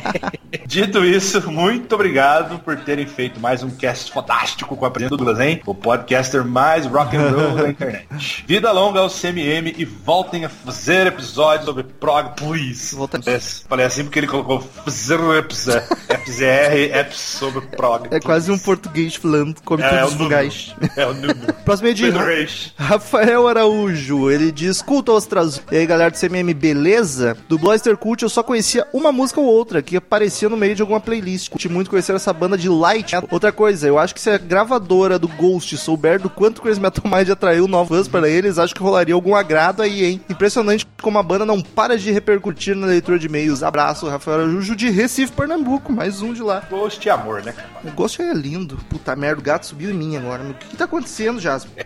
Speaker 5: Dito isso, muito obrigado por terem feito mais um cast fantástico com a presença do Douglas, hein? O podcaster mais rock and roll da internet. Vida longa ao CMM e voltem a fazer episódios sobre prog, please.
Speaker 3: Voltamos.
Speaker 5: É, Falei assim porque ele colocou fazer eps, é, eps, R, eps sobre prog.
Speaker 3: É quase um
Speaker 5: please.
Speaker 3: português falando, come
Speaker 5: É, é o
Speaker 3: todos os
Speaker 5: número.
Speaker 3: gás.
Speaker 5: É o número.
Speaker 3: Próximo é de
Speaker 5: Pedro Reis.
Speaker 3: Rafael Araújo. Ele diz: Culto aos traz. E aí, galera do CMM, beleza? Do Blaster Cult eu só conhecia uma música ou outra que aparecia no meio de alguma playlist. Curti muito conhecer essa banda de Light. Outra coisa, eu acho que se a gravadora do Ghost souber do quanto Crazy Metal Mind atraiu novos fãs para eles, acho que rolaria algum agrado aí, hein? Impressionante como a banda não para de repercutir na leitura de e-mails. Abraço, Rafael Araújo de Recife, Pernambuco. Mais um de lá. é
Speaker 5: Ghost e amor, né? cara?
Speaker 3: O negócio é lindo. Puta merda, o gato subiu em mim agora. meu. O que, que tá acontecendo, Jasper?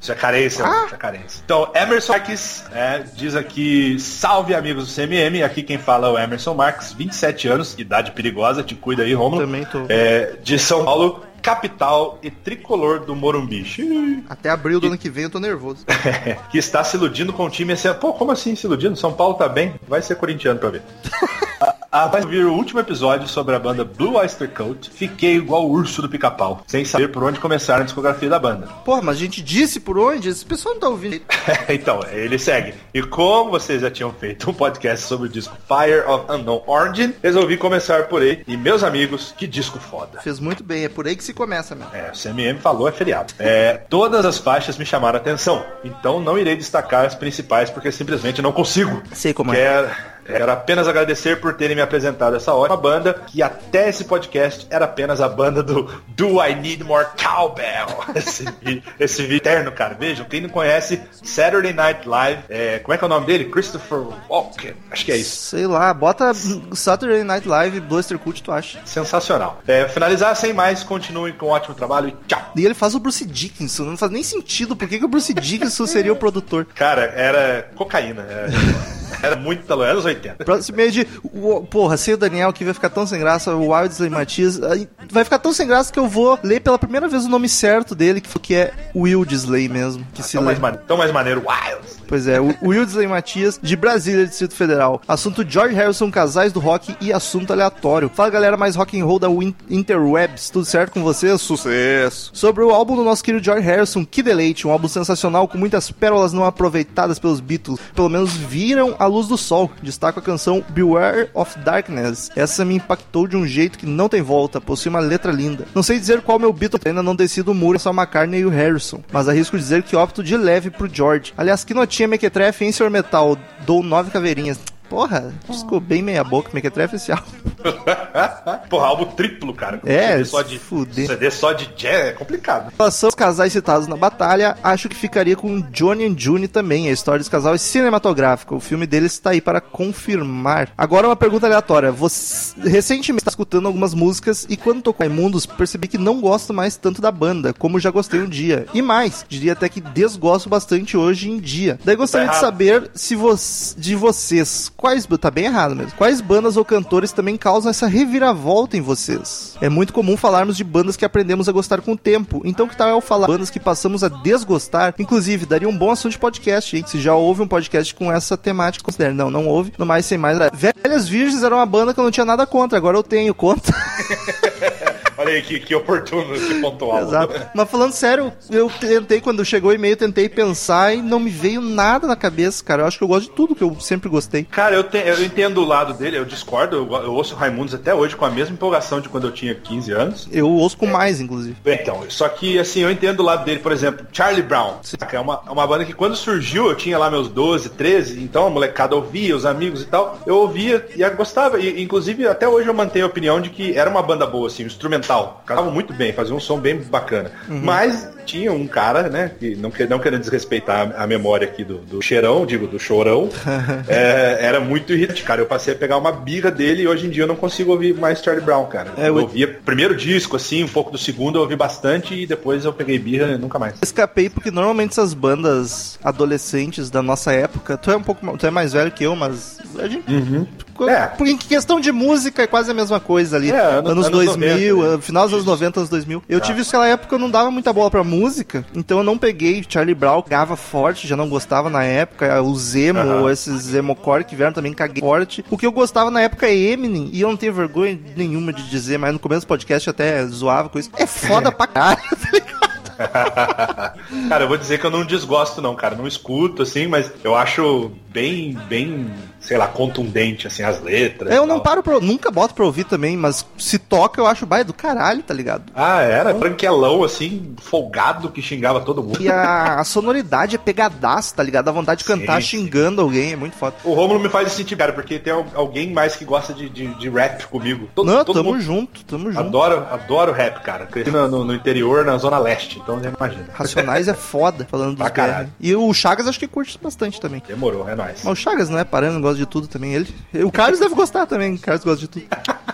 Speaker 5: Isso é carência, mano, isso é carência. Então, Emerson Marques né, diz aqui, salve amigos do CMM, aqui quem fala é o Emerson Marques, 27 anos, idade perigosa, te cuida aí, Romulo.
Speaker 3: Também tô.
Speaker 5: É, de São Paulo, capital e tricolor do Morumbi. Xiii.
Speaker 3: Até abril do ano que vem eu tô nervoso.
Speaker 5: que está se iludindo com o time. Esse... ano. Pô, como assim se iludindo? São Paulo tá bem? Vai ser corintiano pra ver. Após ouvir o último episódio sobre a banda Blue Oyster Cult, fiquei igual o urso do pica-pau, sem saber por onde começar a discografia da banda.
Speaker 3: Porra, mas a gente disse por onde? Esse pessoal não tá ouvindo.
Speaker 5: então, ele segue. E como vocês já tinham feito um podcast sobre o disco Fire of Unknown Origin, resolvi começar por ele. E meus amigos, que disco foda.
Speaker 3: Fez muito bem, é por aí que se começa, meu.
Speaker 5: É, o CMM falou, é feriado. É, todas as faixas me chamaram a atenção, então não irei destacar as principais porque simplesmente não consigo.
Speaker 3: Sei como é.
Speaker 5: Quero, quero apenas agradecer por terem me apresentado essa ótima banda, que até esse podcast era apenas a banda do Do I Need More Cowbell? Esse, vi- esse vi eterno, cara. Vejam, quem não conhece, Saturday Night Live, é, como é que é o nome dele? Christopher Walken, acho que é isso.
Speaker 3: Sei lá, bota Saturday Night Live, Blaster Cult, tu acha?
Speaker 5: Sensacional. É, finalizar sem mais, continuem com um ótimo trabalho e tchau.
Speaker 3: E ele faz o Bruce Dickinson, não faz nem sentido. Por que, que o Bruce Dickinson seria o produtor?
Speaker 5: Cara, era cocaína. Era, era muito era anos 80.
Speaker 3: Próximo e-mail de. o- Porra, sei o Daniel que vai ficar tão sem graça, o Wildsley Matias. aí, Vai ficar tão sem graça que eu vou ler pela primeira vez o nome certo dele, que foi- que é Wildsley mesmo. Que se
Speaker 5: Tão
Speaker 3: lê.
Speaker 5: mais, ma- tão mais maneiro, Wilds.
Speaker 3: Pois é, o o Wildsley Matias, de Brasília, Distrito Federal. Assunto George Harrison, casais do rock e assunto aleatório. Fala galera mais rock and roll da Win- Interwebs, tudo certo com vocês? Sucesso! Sobre o álbum do nosso querido George Harrison, Que Deleite, um álbum sensacional com muitas pérolas não aproveitadas pelos Beatles, pelo menos viram a luz do sol. Destaco a canção Beware of Darkness. Essa me impactou de um jeito que não tem volta, possui uma letra linda. Não sei dizer qual meu Beatle ainda não desci do muro, é só McCartney e o Harrison, mas arrisco dizer que opto de leve pro George. Aliás, que notinha mequetrefe, hein, senhor Metal? Dou nove caveirinhas. Porra, ficou bem meia boca, mequetrefe esse álbum.
Speaker 5: tá? Porra, álbum triplo, cara. com
Speaker 3: É,
Speaker 5: CD só de,
Speaker 3: fuder.
Speaker 5: CD só de jazz é complicado.
Speaker 3: Em relação aos casais citados na batalha, acho que ficaria com Johnny and June também. A história dos casal é cinematográfica. O filme deles está aí para confirmar. Agora uma pergunta aleatória. Você recentemente está escutando algumas músicas e quando tocou Raimundos, percebi que não gosto mais tanto da banda, como já gostei um dia. E mais, diria até que desgosto bastante hoje em dia. Daí gostaria de
Speaker 5: errado.
Speaker 3: saber se vos- de vocês, quais tá bem errado mesmo. Quais bandas ou cantores também causam essa reviravolta em vocês? É muito comum falarmos de bandas que aprendemos a gostar com o tempo. Então que tal eu falar bandas que passamos a desgostar? Inclusive, daria um bom assunto de podcast, hein? Se já houve um podcast com essa temática, considere. Não, não houve. No mais, sem mais. Velhas Virgens era uma banda que eu não tinha nada contra, agora eu tenho contra.
Speaker 5: Olha aí que, que oportuno esse pontual.
Speaker 3: Exato. Mas falando sério, eu tentei, quando chegou o e-mail, tentei pensar e não me veio nada na cabeça, cara. Eu acho que eu gosto de tudo que eu sempre gostei.
Speaker 5: Cara, eu, te- eu entendo o lado dele, eu discordo, eu, eu ouço Raimundos até hoje com a mesma empolgação de quando eu tinha 15 anos.
Speaker 3: Eu ouço com mais, inclusive.
Speaker 5: Então, só que assim, eu entendo o lado dele, por exemplo, Charlie Brown. saca? É uma, é uma banda que quando surgiu, eu tinha lá meus 12, 13, então a molecada ouvia, os amigos e tal. Eu ouvia e eu gostava. E, inclusive, até hoje eu mantenho a opinião de que era uma banda boa, assim, instrumental. Cantava muito bem, fazia um som bem bacana. Mas tinha um cara, né, que não, que- não querendo desrespeitar a, a memória aqui do, do cheirão, digo, do chorão, é, era muito irritante, cara. Eu passei a pegar uma birra dele e hoje em dia eu não consigo ouvir mais Charlie Brown, cara.
Speaker 3: É,
Speaker 5: eu
Speaker 3: o-
Speaker 5: ouvia primeiro disco, assim, um pouco do segundo, eu ouvi bastante e depois eu peguei birra e nunca mais.
Speaker 3: Escapei porque normalmente essas bandas adolescentes da nossa época, tu é um pouco, ma- tu é mais velho que eu, mas a gente, Co-
Speaker 5: É.
Speaker 3: porque em questão de música é quase a mesma coisa ali.
Speaker 5: É, ano-
Speaker 3: anos,
Speaker 5: anos né?
Speaker 3: 2000,
Speaker 5: 90,
Speaker 3: an- final dos anos 90, anos 2000.
Speaker 5: Tá.
Speaker 3: Eu tive isso naquela época, eu não dava muita bola pra música, então eu não peguei Charlie Brown, cagava forte, já não gostava na época, o Zemo,
Speaker 5: Aham.
Speaker 3: esses Zemocore que vieram também caguei forte. O que eu gostava na época é Eminem, e eu não tenho vergonha nenhuma de dizer, mas no começo do podcast eu até zoava com isso. É foda pra caralho.
Speaker 5: Cara, eu vou dizer que eu não desgosto não, cara. Não escuto, assim, mas eu acho bem, bem, sei lá, contundente, assim, as letras.
Speaker 3: É,
Speaker 5: e
Speaker 3: Eu não
Speaker 5: tal.
Speaker 3: paro pra, nunca boto pra ouvir também, mas se toca eu acho baia do caralho, tá ligado?
Speaker 5: Ah, era branquelão, assim, folgado, que xingava todo mundo.
Speaker 3: E a, a sonoridade é pegadaço, tá ligado? Dá vontade de cantar
Speaker 5: Sim, sim.
Speaker 3: xingando alguém, é muito foda.
Speaker 5: O Romulo me faz sentir, cara, porque tem al- alguém mais que gosta de, de, de rap comigo. Todo,
Speaker 3: Não,
Speaker 5: todo
Speaker 3: tamo
Speaker 5: mundo
Speaker 3: junto, tamo junto.
Speaker 5: adoro, adoro rap, cara. Cresci no, no- no interior, na zona leste, então já imagina.
Speaker 3: Racionais é foda, falando dos
Speaker 5: Pra caralho.
Speaker 3: BR. E o Chagas acho que curte isso bastante também.
Speaker 5: Demorou, é nóis.
Speaker 3: Mas o Chagas não é parando, gosta de tudo também. Ele, o Carlos deve gostar também, o Carlos gosta de tudo.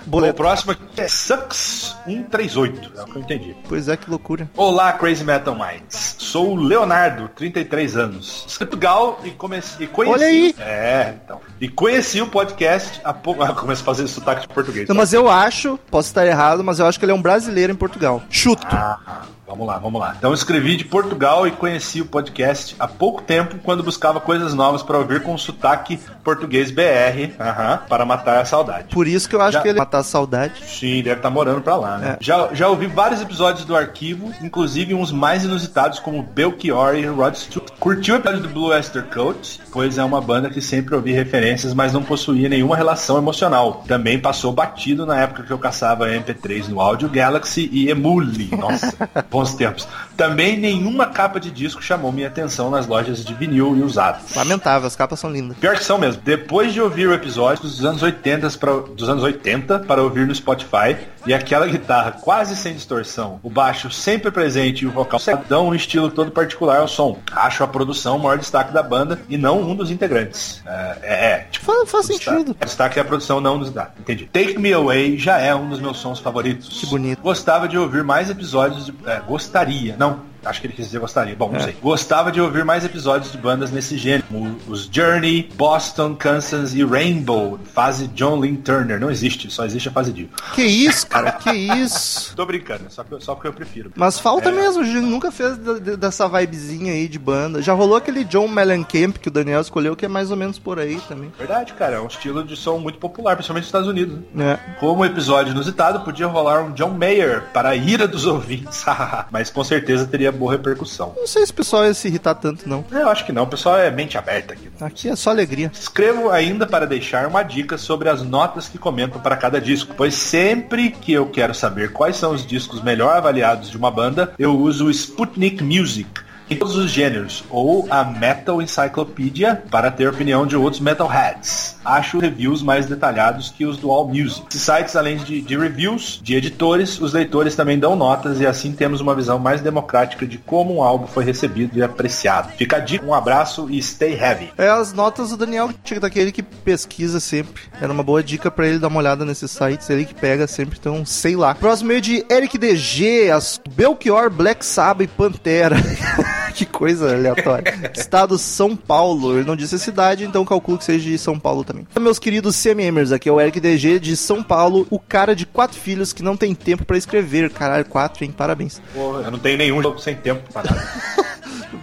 Speaker 5: Bom, o
Speaker 3: Boleto.
Speaker 5: próximo aqui é Sucks 138, é o que eu entendi.
Speaker 3: Pois é, que loucura.
Speaker 5: Olá, Crazy Metal Minds. sou o Leonardo, 33 anos. Escrito Gal e, comece... e conheci.
Speaker 3: Olha aí.
Speaker 5: É, então. E conheci o podcast há pouco. Ah, começo a fazer sotaque de português.
Speaker 3: Não, mas eu acho, posso estar errado, mas eu acho que ele é um brasileiro em Portugal. Chuto.
Speaker 5: Ah, ah, vamos lá, vamos lá. Então eu escrevi de Portugal e conheci o podcast há pouco tempo quando buscava coisas novas para ouvir com sotaque português BR, aham, para matar a saudade.
Speaker 3: Por isso que eu acho
Speaker 5: Já-
Speaker 3: que ele matar a saudade.
Speaker 5: Sim, deve estar morando pra lá, né? Já, já ouvi vários episódios do arquivo, inclusive uns mais inusitados como Belchior e Rod Stewart. Curtiu o episódio do Blue Esther Coat? Pois é uma banda que sempre ouvi referências, mas não possuía nenhuma relação emocional. Também passou batido na época que eu caçava MP3 no Audio Galaxy e Emule. Nossa, bons tempos. Também nenhuma capa de disco chamou minha atenção nas lojas de vinil e usados.
Speaker 3: Lamentável, as capas são lindas.
Speaker 5: Pior que são mesmo. Depois de ouvir o episódio dos anos 80 para dos anos 80 para ouvir no Spotify e aquela guitarra quase sem distorção, o baixo sempre presente e o vocal dão um estilo todo particular ao som. Acho a produção o maior destaque da banda e não um dos integrantes. É, é, é, tipo,
Speaker 3: Faz, faz
Speaker 5: o destaque-
Speaker 3: sentido.
Speaker 5: o Destaque é a produção, não nos dá. Entendi. Take Me Away já é um dos meus sons favoritos.
Speaker 3: Que bonito.
Speaker 5: Gostava de ouvir mais episódios de. é, gostaria. Não. Acho que ele quis dizer gostaria. Bom, não
Speaker 3: É.
Speaker 5: sei. Gostava de ouvir mais episódios de bandas nesse gênero. como Os Journey, Boston, Kansas e Rainbow. Fase John Lynn Turner. Não existe, só existe a fase Dio.
Speaker 3: Que isso, cara, que isso.
Speaker 5: Tô brincando, só, que, só porque eu prefiro.
Speaker 3: Mas falta mesmo, a gente nunca fez da- da- dessa vibezinha aí de banda. Já rolou aquele John Mellencamp que o Daniel escolheu, que é mais ou menos por aí também.
Speaker 5: Verdade, cara. É um estilo de som muito popular, principalmente nos Estados Unidos. né?
Speaker 3: É.
Speaker 5: Como um episódio inusitado, podia rolar um John Mayer para a ira dos ouvintes. Mas com certeza teria boa repercussão.
Speaker 3: Não sei se o pessoal ia se irritar tanto, não.
Speaker 5: Eu acho que não, o pessoal é mente aberta aqui.
Speaker 3: Aqui é só alegria.
Speaker 5: Escrevo ainda para deixar uma dica sobre as notas que comentam para cada disco, pois sempre que eu quero saber quais são os discos melhor avaliados de uma banda, eu uso o Sputnik Music. Em todos os gêneros, ou a Metal Encyclopedia, para ter opinião de outros metalheads. Acho reviews mais detalhados que os do All Music. Esses sites, além de, de reviews de editores, os leitores também dão notas e assim temos uma visão mais democrática de como um álbum foi recebido e apreciado. Fica a dica, um abraço e stay heavy.
Speaker 3: É as notas do Daniel, que é daquele que pesquisa sempre. Era uma boa dica pra ele dar uma olhada nesses sites, ele que pega sempre, então sei lá. Próximo meio de Eric DG, as Belchior, Black Sabbath e Pantera. que coisa aleatória. Estado São Paulo. Ele não disse a cidade, então calculo que seja de São Paulo também. Então, meus queridos CMMers, aqui é o Eric DG de São Paulo, o cara de quatro filhos que não tem tempo pra escrever. Caralho, quatro, hein? Parabéns.
Speaker 5: Porra, eu não tenho nenhum jogo sem tempo pra nada.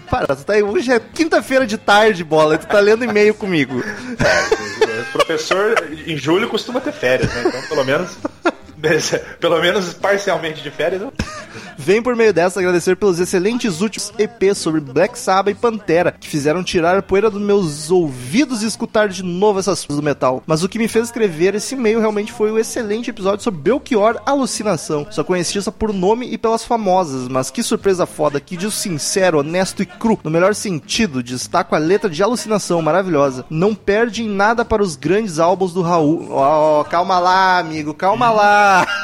Speaker 3: Para, tu tá aí, hoje é quinta-feira de tarde, bola, e tu tá lendo e-mail comigo.
Speaker 5: O professor, em julho, costuma ter férias, né? Então, pelo menos. Pelo menos parcialmente de férias. eu-
Speaker 3: Vem por meio dessa agradecer pelos excelentes últimos EPs sobre Black Sabbath e Pantera, que fizeram tirar a poeira dos meus ouvidos e escutar de novo essas coisas do metal. Mas o que me fez escrever esse e-mail realmente foi o excelente episódio sobre Belchior Alucinação. Só conheci essa por nome e pelas famosas, mas que surpresa foda, que diz sincero, honesto e cru. No melhor sentido, destaco a letra de Alucinação, maravilhosa. Não perde em nada para os grandes álbuns do Raul. Ó, calma lá, amigo, calma lá.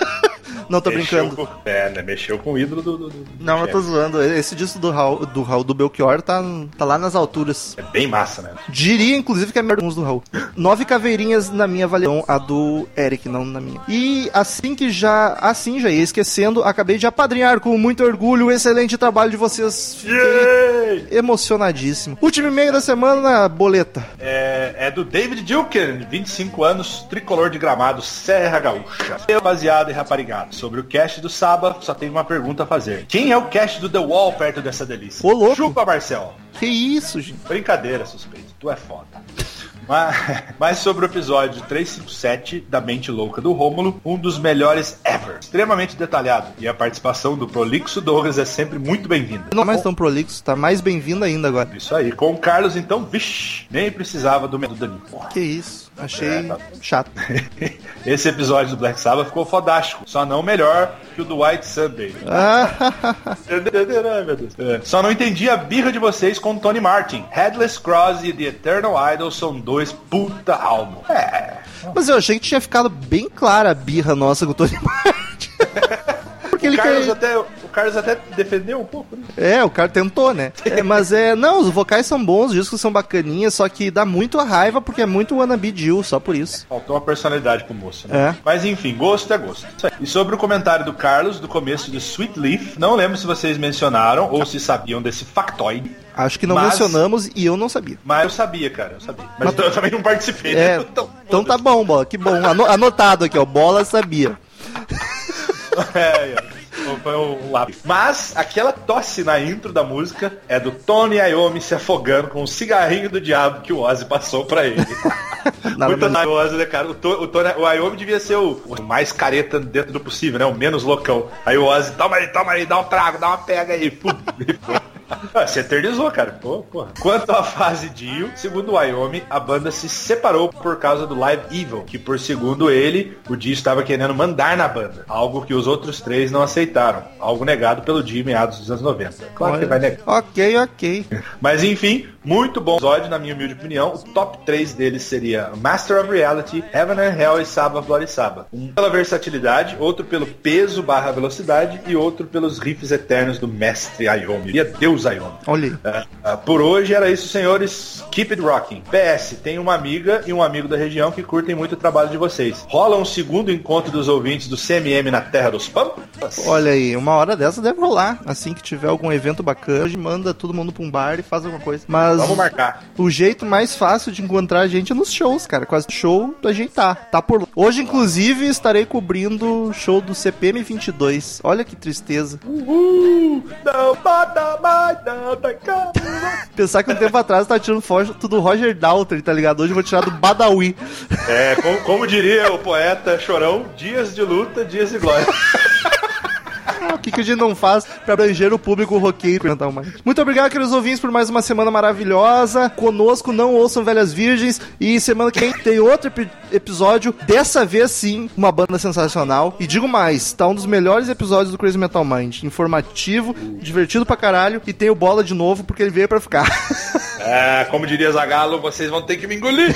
Speaker 3: Não tô brincando.
Speaker 5: Mexeu com, é, né? Mexeu com o ídolo do. do- do-
Speaker 3: Não, eu tô
Speaker 5: chefe.
Speaker 3: zoando. Esse disco do Raul, do Raul do Belchior tá, tá lá nas alturas.
Speaker 5: É bem massa, né?
Speaker 3: Diria, inclusive, que é melhor que uns do Raul. Nove caveirinhas na minha avaliação, a do Eric, não na minha. E assim que já. Assim já ia esquecendo, acabei de apadrinhar com muito orgulho o excelente trabalho de vocês. Fiquei emocionadíssimo. Último e-mail da semana, boleta.
Speaker 5: É, é do David Duken, 25 anos, tricolor de gramado, Serra Gaúcha. Eu baseado e raparigado. Sobre o cast do Saba, só tenho uma pergunta a fazer. Quem é o cast do The Wall perto dessa delícia?
Speaker 3: Ô, louco.
Speaker 5: Chupa, Marcel.
Speaker 3: Que isso, gente?
Speaker 5: Brincadeira, suspeito. Tu é foda. Mas, mas sobre o episódio 357 da Mente Louca do Rômulo, um dos melhores ever. Extremamente detalhado. E a participação do Prolixo Douglas é sempre muito bem-vinda.
Speaker 3: Não é mais tão prolixo, tá mais bem-vindo ainda agora.
Speaker 5: Isso aí. Com o Carlos, então, vixe, nem precisava do medo do Danilo. Porra.
Speaker 3: Que isso?
Speaker 5: É,
Speaker 3: Achei
Speaker 5: tá.
Speaker 3: chato.
Speaker 5: Esse episódio do Black Sabbath ficou fodástico. Só não melhor que o do White Sunday.
Speaker 3: Ah.
Speaker 5: Ai, meu Deus. É. Só não entendi a birra de vocês com o Tony Martin. Headless Cross e The Eternal Idol são dois puta álbum. É,
Speaker 3: Mas eu achei que tinha ficado bem clara a birra nossa com o Tony Martin. Porque
Speaker 5: O
Speaker 3: ele
Speaker 5: Carlos,
Speaker 3: quer...
Speaker 5: até, o Carlos até defendeu um pouco, né?
Speaker 3: É, o cara tentou, né? É, mas é, não, os vocais são bons, os discos são bacaninhas, só que dá muito raiva porque é muito wannabe Jill, só por isso.
Speaker 5: Faltou uma personalidade pro moço, né?
Speaker 3: É.
Speaker 5: Mas enfim, gosto é gosto. Isso aí. E sobre o comentário do Carlos do começo de Sweet Leaf, não lembro se vocês mencionaram ou se sabiam desse factoide,
Speaker 3: Acho que não
Speaker 5: Mas-
Speaker 3: mencionamos e eu não sabia.
Speaker 5: mas eu sabia, cara, eu sabia. Mas, eu também não participei. né?
Speaker 3: É,
Speaker 5: Então,
Speaker 3: então tá bom, bola, que bom. Ano- Anotado aqui, ó, bola sabia.
Speaker 5: É, é. Foi um lápis. Mas aquela tosse na intro da música é do Tony Iommi se afogando com um cigarrinho do diabo que o Ozzy passou pra ele.
Speaker 3: Nada
Speaker 5: Muito
Speaker 3: mais-
Speaker 5: na Ozzy, né, cara? O, To- o, Tony, o Iommi devia ser o, o mais careta dentro do possível, né? O menos loucão. Aí o Ozzy, toma aí, toma aí, dá um trago, dá uma pega aí. Pum, e foi. Ah, Se eternizou, cara. Pô, porra. Quanto à fase Dio, segundo o Wyoming, a banda se separou por causa do Live Evil, que por segundo ele, o Dio estava querendo mandar na banda. Algo que os outros três não aceitaram. Algo negado pelo Dio em meados dos anos 90. Claro que ele vai negar.
Speaker 3: Ok, ok.
Speaker 5: Mas enfim, muito bom episódio, na minha humilde opinião. O top 3 deles seria Master of Reality, Heaven and Hell e Saba Bloody Saba. Um pela versatilidade, outro pelo peso barra velocidade e outro pelos riffs eternos do mestre Iommi. E é Deus Iommi.
Speaker 3: Olha aí.
Speaker 5: Ah, ah, por hoje era isso, senhores. Keep it rocking. PS, tem uma amiga e um amigo da região que curtem muito o trabalho de vocês. Rola um segundo encontro dos ouvintes do CMM na Terra dos Pampas?
Speaker 3: Olha aí, uma hora dessa deve rolar. Assim que tiver algum evento bacana, a gente manda todo mundo pra um bar e faz alguma coisa. Mas
Speaker 5: Vamos marcar.
Speaker 3: o jeito mais fácil de encontrar a gente é nos shows, cara. Quase show a gente tá. Tá por lá. Hoje, inclusive, estarei cobrindo o show do CPM22. Olha que tristeza.
Speaker 5: Não bota mais nada, cara.
Speaker 3: Pensar que um tempo atrás eu tava tirando foto do Roger Daltrey, tá ligado? Hoje eu vou tirar do Badawi.
Speaker 5: É, como, como diria o poeta Chorão, dias de luta, dias de glória.
Speaker 3: O que, que a gente não faz pra abranger o público roqueiro? Então, mãe? Muito obrigado, queridos ouvintes, por mais uma semana maravilhosa. Conosco, não ouçam Velhas Virgens. E semana que vem tem outro epi- episódio. Dessa vez, sim, uma banda sensacional. E digo mais, tá um dos melhores episódios do Crazy Metal Mind. Informativo, divertido pra caralho. E tem o Bola de novo, porque ele veio pra ficar.
Speaker 5: É, como diria Zagalo, vocês vão ter que me engolir.